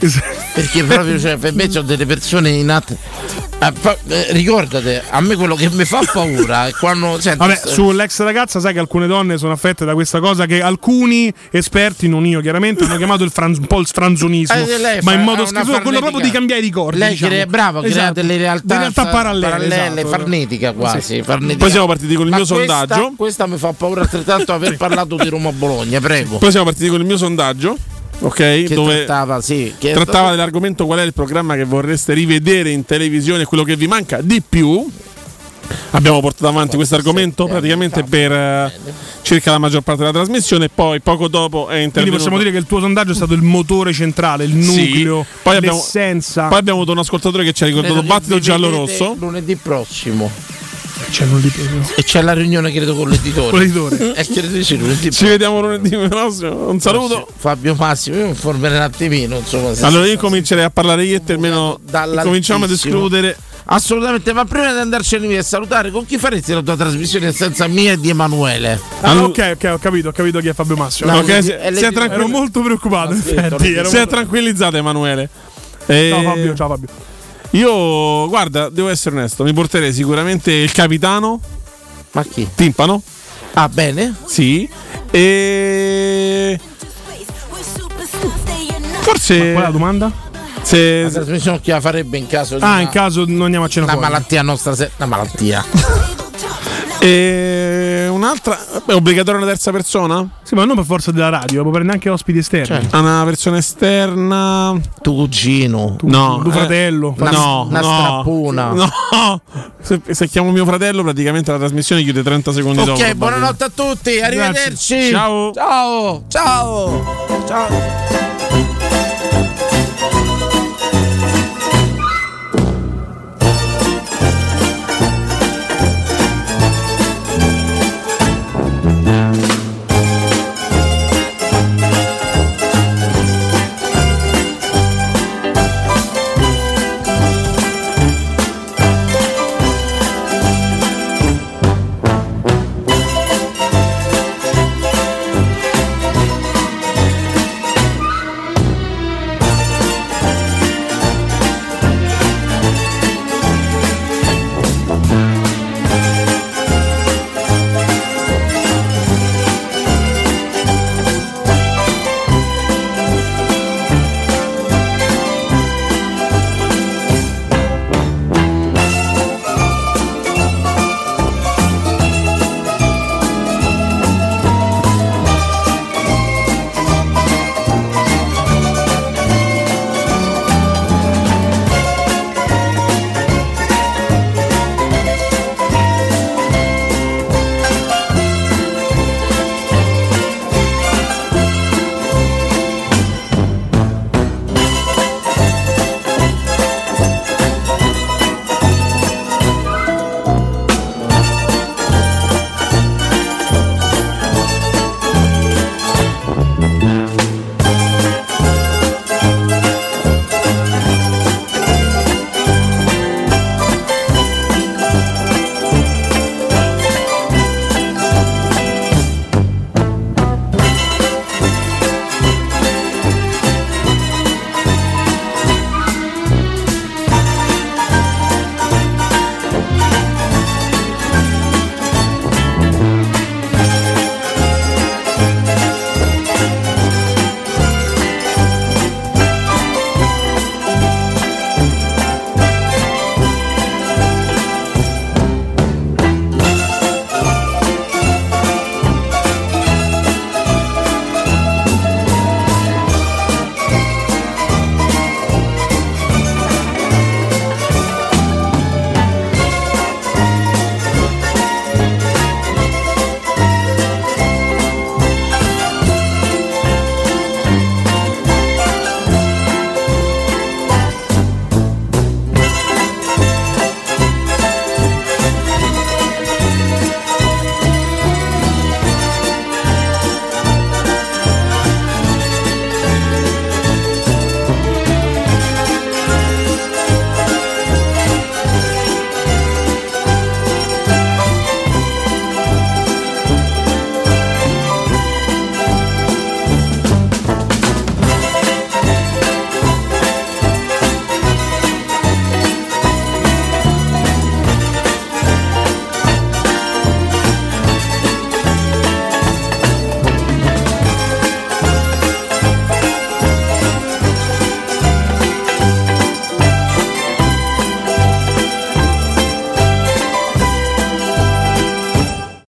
Speaker 4: Perché proprio cioè, per me c'ho delle persone in atto. Ah, fa- eh, ricordate, a me quello che mi fa paura è quando. senti-
Speaker 6: Vabbè, sull'ex ragazza sai che alcune donne sono affette da questa cosa che alcuni esperti, non io chiaramente, hanno chiamato il franz- un po' il franzonismo,
Speaker 4: Eh, lei fa-
Speaker 6: ma in
Speaker 4: ha
Speaker 6: modo
Speaker 4: una
Speaker 6: schifoso, quello proprio di
Speaker 4: farnetica.
Speaker 6: cambiare i corpi.
Speaker 4: Lei
Speaker 6: diciamo.
Speaker 4: crea, bravo, crea
Speaker 6: Esatto.
Speaker 4: delle realtà,
Speaker 6: Di realtà parallele, esatto.
Speaker 4: farnetica quasi.
Speaker 6: Sì.
Speaker 4: farnetica.
Speaker 5: Poi siamo partiti con il
Speaker 4: Ma
Speaker 5: mio
Speaker 4: questa-
Speaker 5: sondaggio.
Speaker 4: Questa mi fa paura altrettanto aver parlato di Roma-Bologna, prego.
Speaker 5: Poi siamo partiti con il mio sondaggio. Ok, dove
Speaker 4: trattava, sì, che-
Speaker 5: trattava dell'argomento qual è il programma che vorreste rivedere in televisione, quello che vi manca di più. Abbiamo portato avanti questo argomento praticamente per eh, circa la maggior parte della trasmissione. Poi poco dopo è
Speaker 6: Quindi
Speaker 5: intervenuto.
Speaker 6: possiamo dire che il tuo sondaggio è stato il motore centrale, il nucleo,
Speaker 5: Sì. Poi abbiamo-
Speaker 6: l'essenza.
Speaker 5: Poi abbiamo avuto un ascoltatore che ci ha ricordato
Speaker 4: Credo che
Speaker 5: Battito
Speaker 4: vi
Speaker 5: Giallo
Speaker 4: vedrete
Speaker 5: Rosso.
Speaker 4: Lunedì prossimo.
Speaker 6: C'è lunedì prossimo.
Speaker 4: E c'è la riunione, credo, con l'editore.
Speaker 5: Con l'editore.
Speaker 4: Eh, credo di sì, lunedì
Speaker 5: Ci vediamo lunedì prossimo. Un saluto.
Speaker 4: Fabio Massimo, io mi informerò un attimino. Insomma, se-
Speaker 5: Allora io comincerei a parlare io e te almeno
Speaker 4: dall'altissimo.
Speaker 5: cominciamo ad escludere.
Speaker 4: Assolutamente, ma prima di andarcene via a salutare, con chi faresti la tua trasmissione senza mia e di Emanuele?
Speaker 6: Ah, ok, ok, ho capito, ho capito chi è Fabio Massimo.
Speaker 4: No,
Speaker 6: Ok, Ah,
Speaker 4: è
Speaker 6: si-
Speaker 4: l'editore.
Speaker 6: si è tranquillo. Ero molto preoccupato,
Speaker 5: Eh,
Speaker 6: infatti. ero
Speaker 5: Si è
Speaker 6: molto-
Speaker 5: tranquillizzato Emanuele. Eh,
Speaker 6: Ciao Fabio, ciao Fabio.
Speaker 5: Io, guarda, devo essere onesto, mi porterei sicuramente il capitano.
Speaker 4: Ma chi?
Speaker 5: Timpano.
Speaker 4: Ah, bene.
Speaker 5: Sì. E... Forse...
Speaker 6: Qual è la domanda?
Speaker 5: Se...
Speaker 4: La trasmissione chi la farebbe in caso di
Speaker 6: Ah,
Speaker 4: una,
Speaker 6: in caso non andiamo a cena
Speaker 4: una
Speaker 6: fuori.
Speaker 4: malattia nostra, se- una malattia.
Speaker 5: E un'altra. È obbligatoria una eh, terza persona?
Speaker 6: Sì, ma non per forza della radio, può prendere anche ospiti esterni.
Speaker 5: A una persona esterna.
Speaker 4: Tuo cugino.
Speaker 5: No.
Speaker 6: tuo
Speaker 5: eh,
Speaker 6: fratello.
Speaker 5: no,
Speaker 6: Una-
Speaker 5: no,
Speaker 6: una strappona.
Speaker 5: No. Se, se chiamo mio fratello, praticamente la trasmissione chiude 30 secondi dopo.
Speaker 4: ok,
Speaker 5: probabilmente.
Speaker 4: buonanotte a tutti, arrivederci.
Speaker 5: Ciao.
Speaker 4: Ciao. Ciao. Ciao.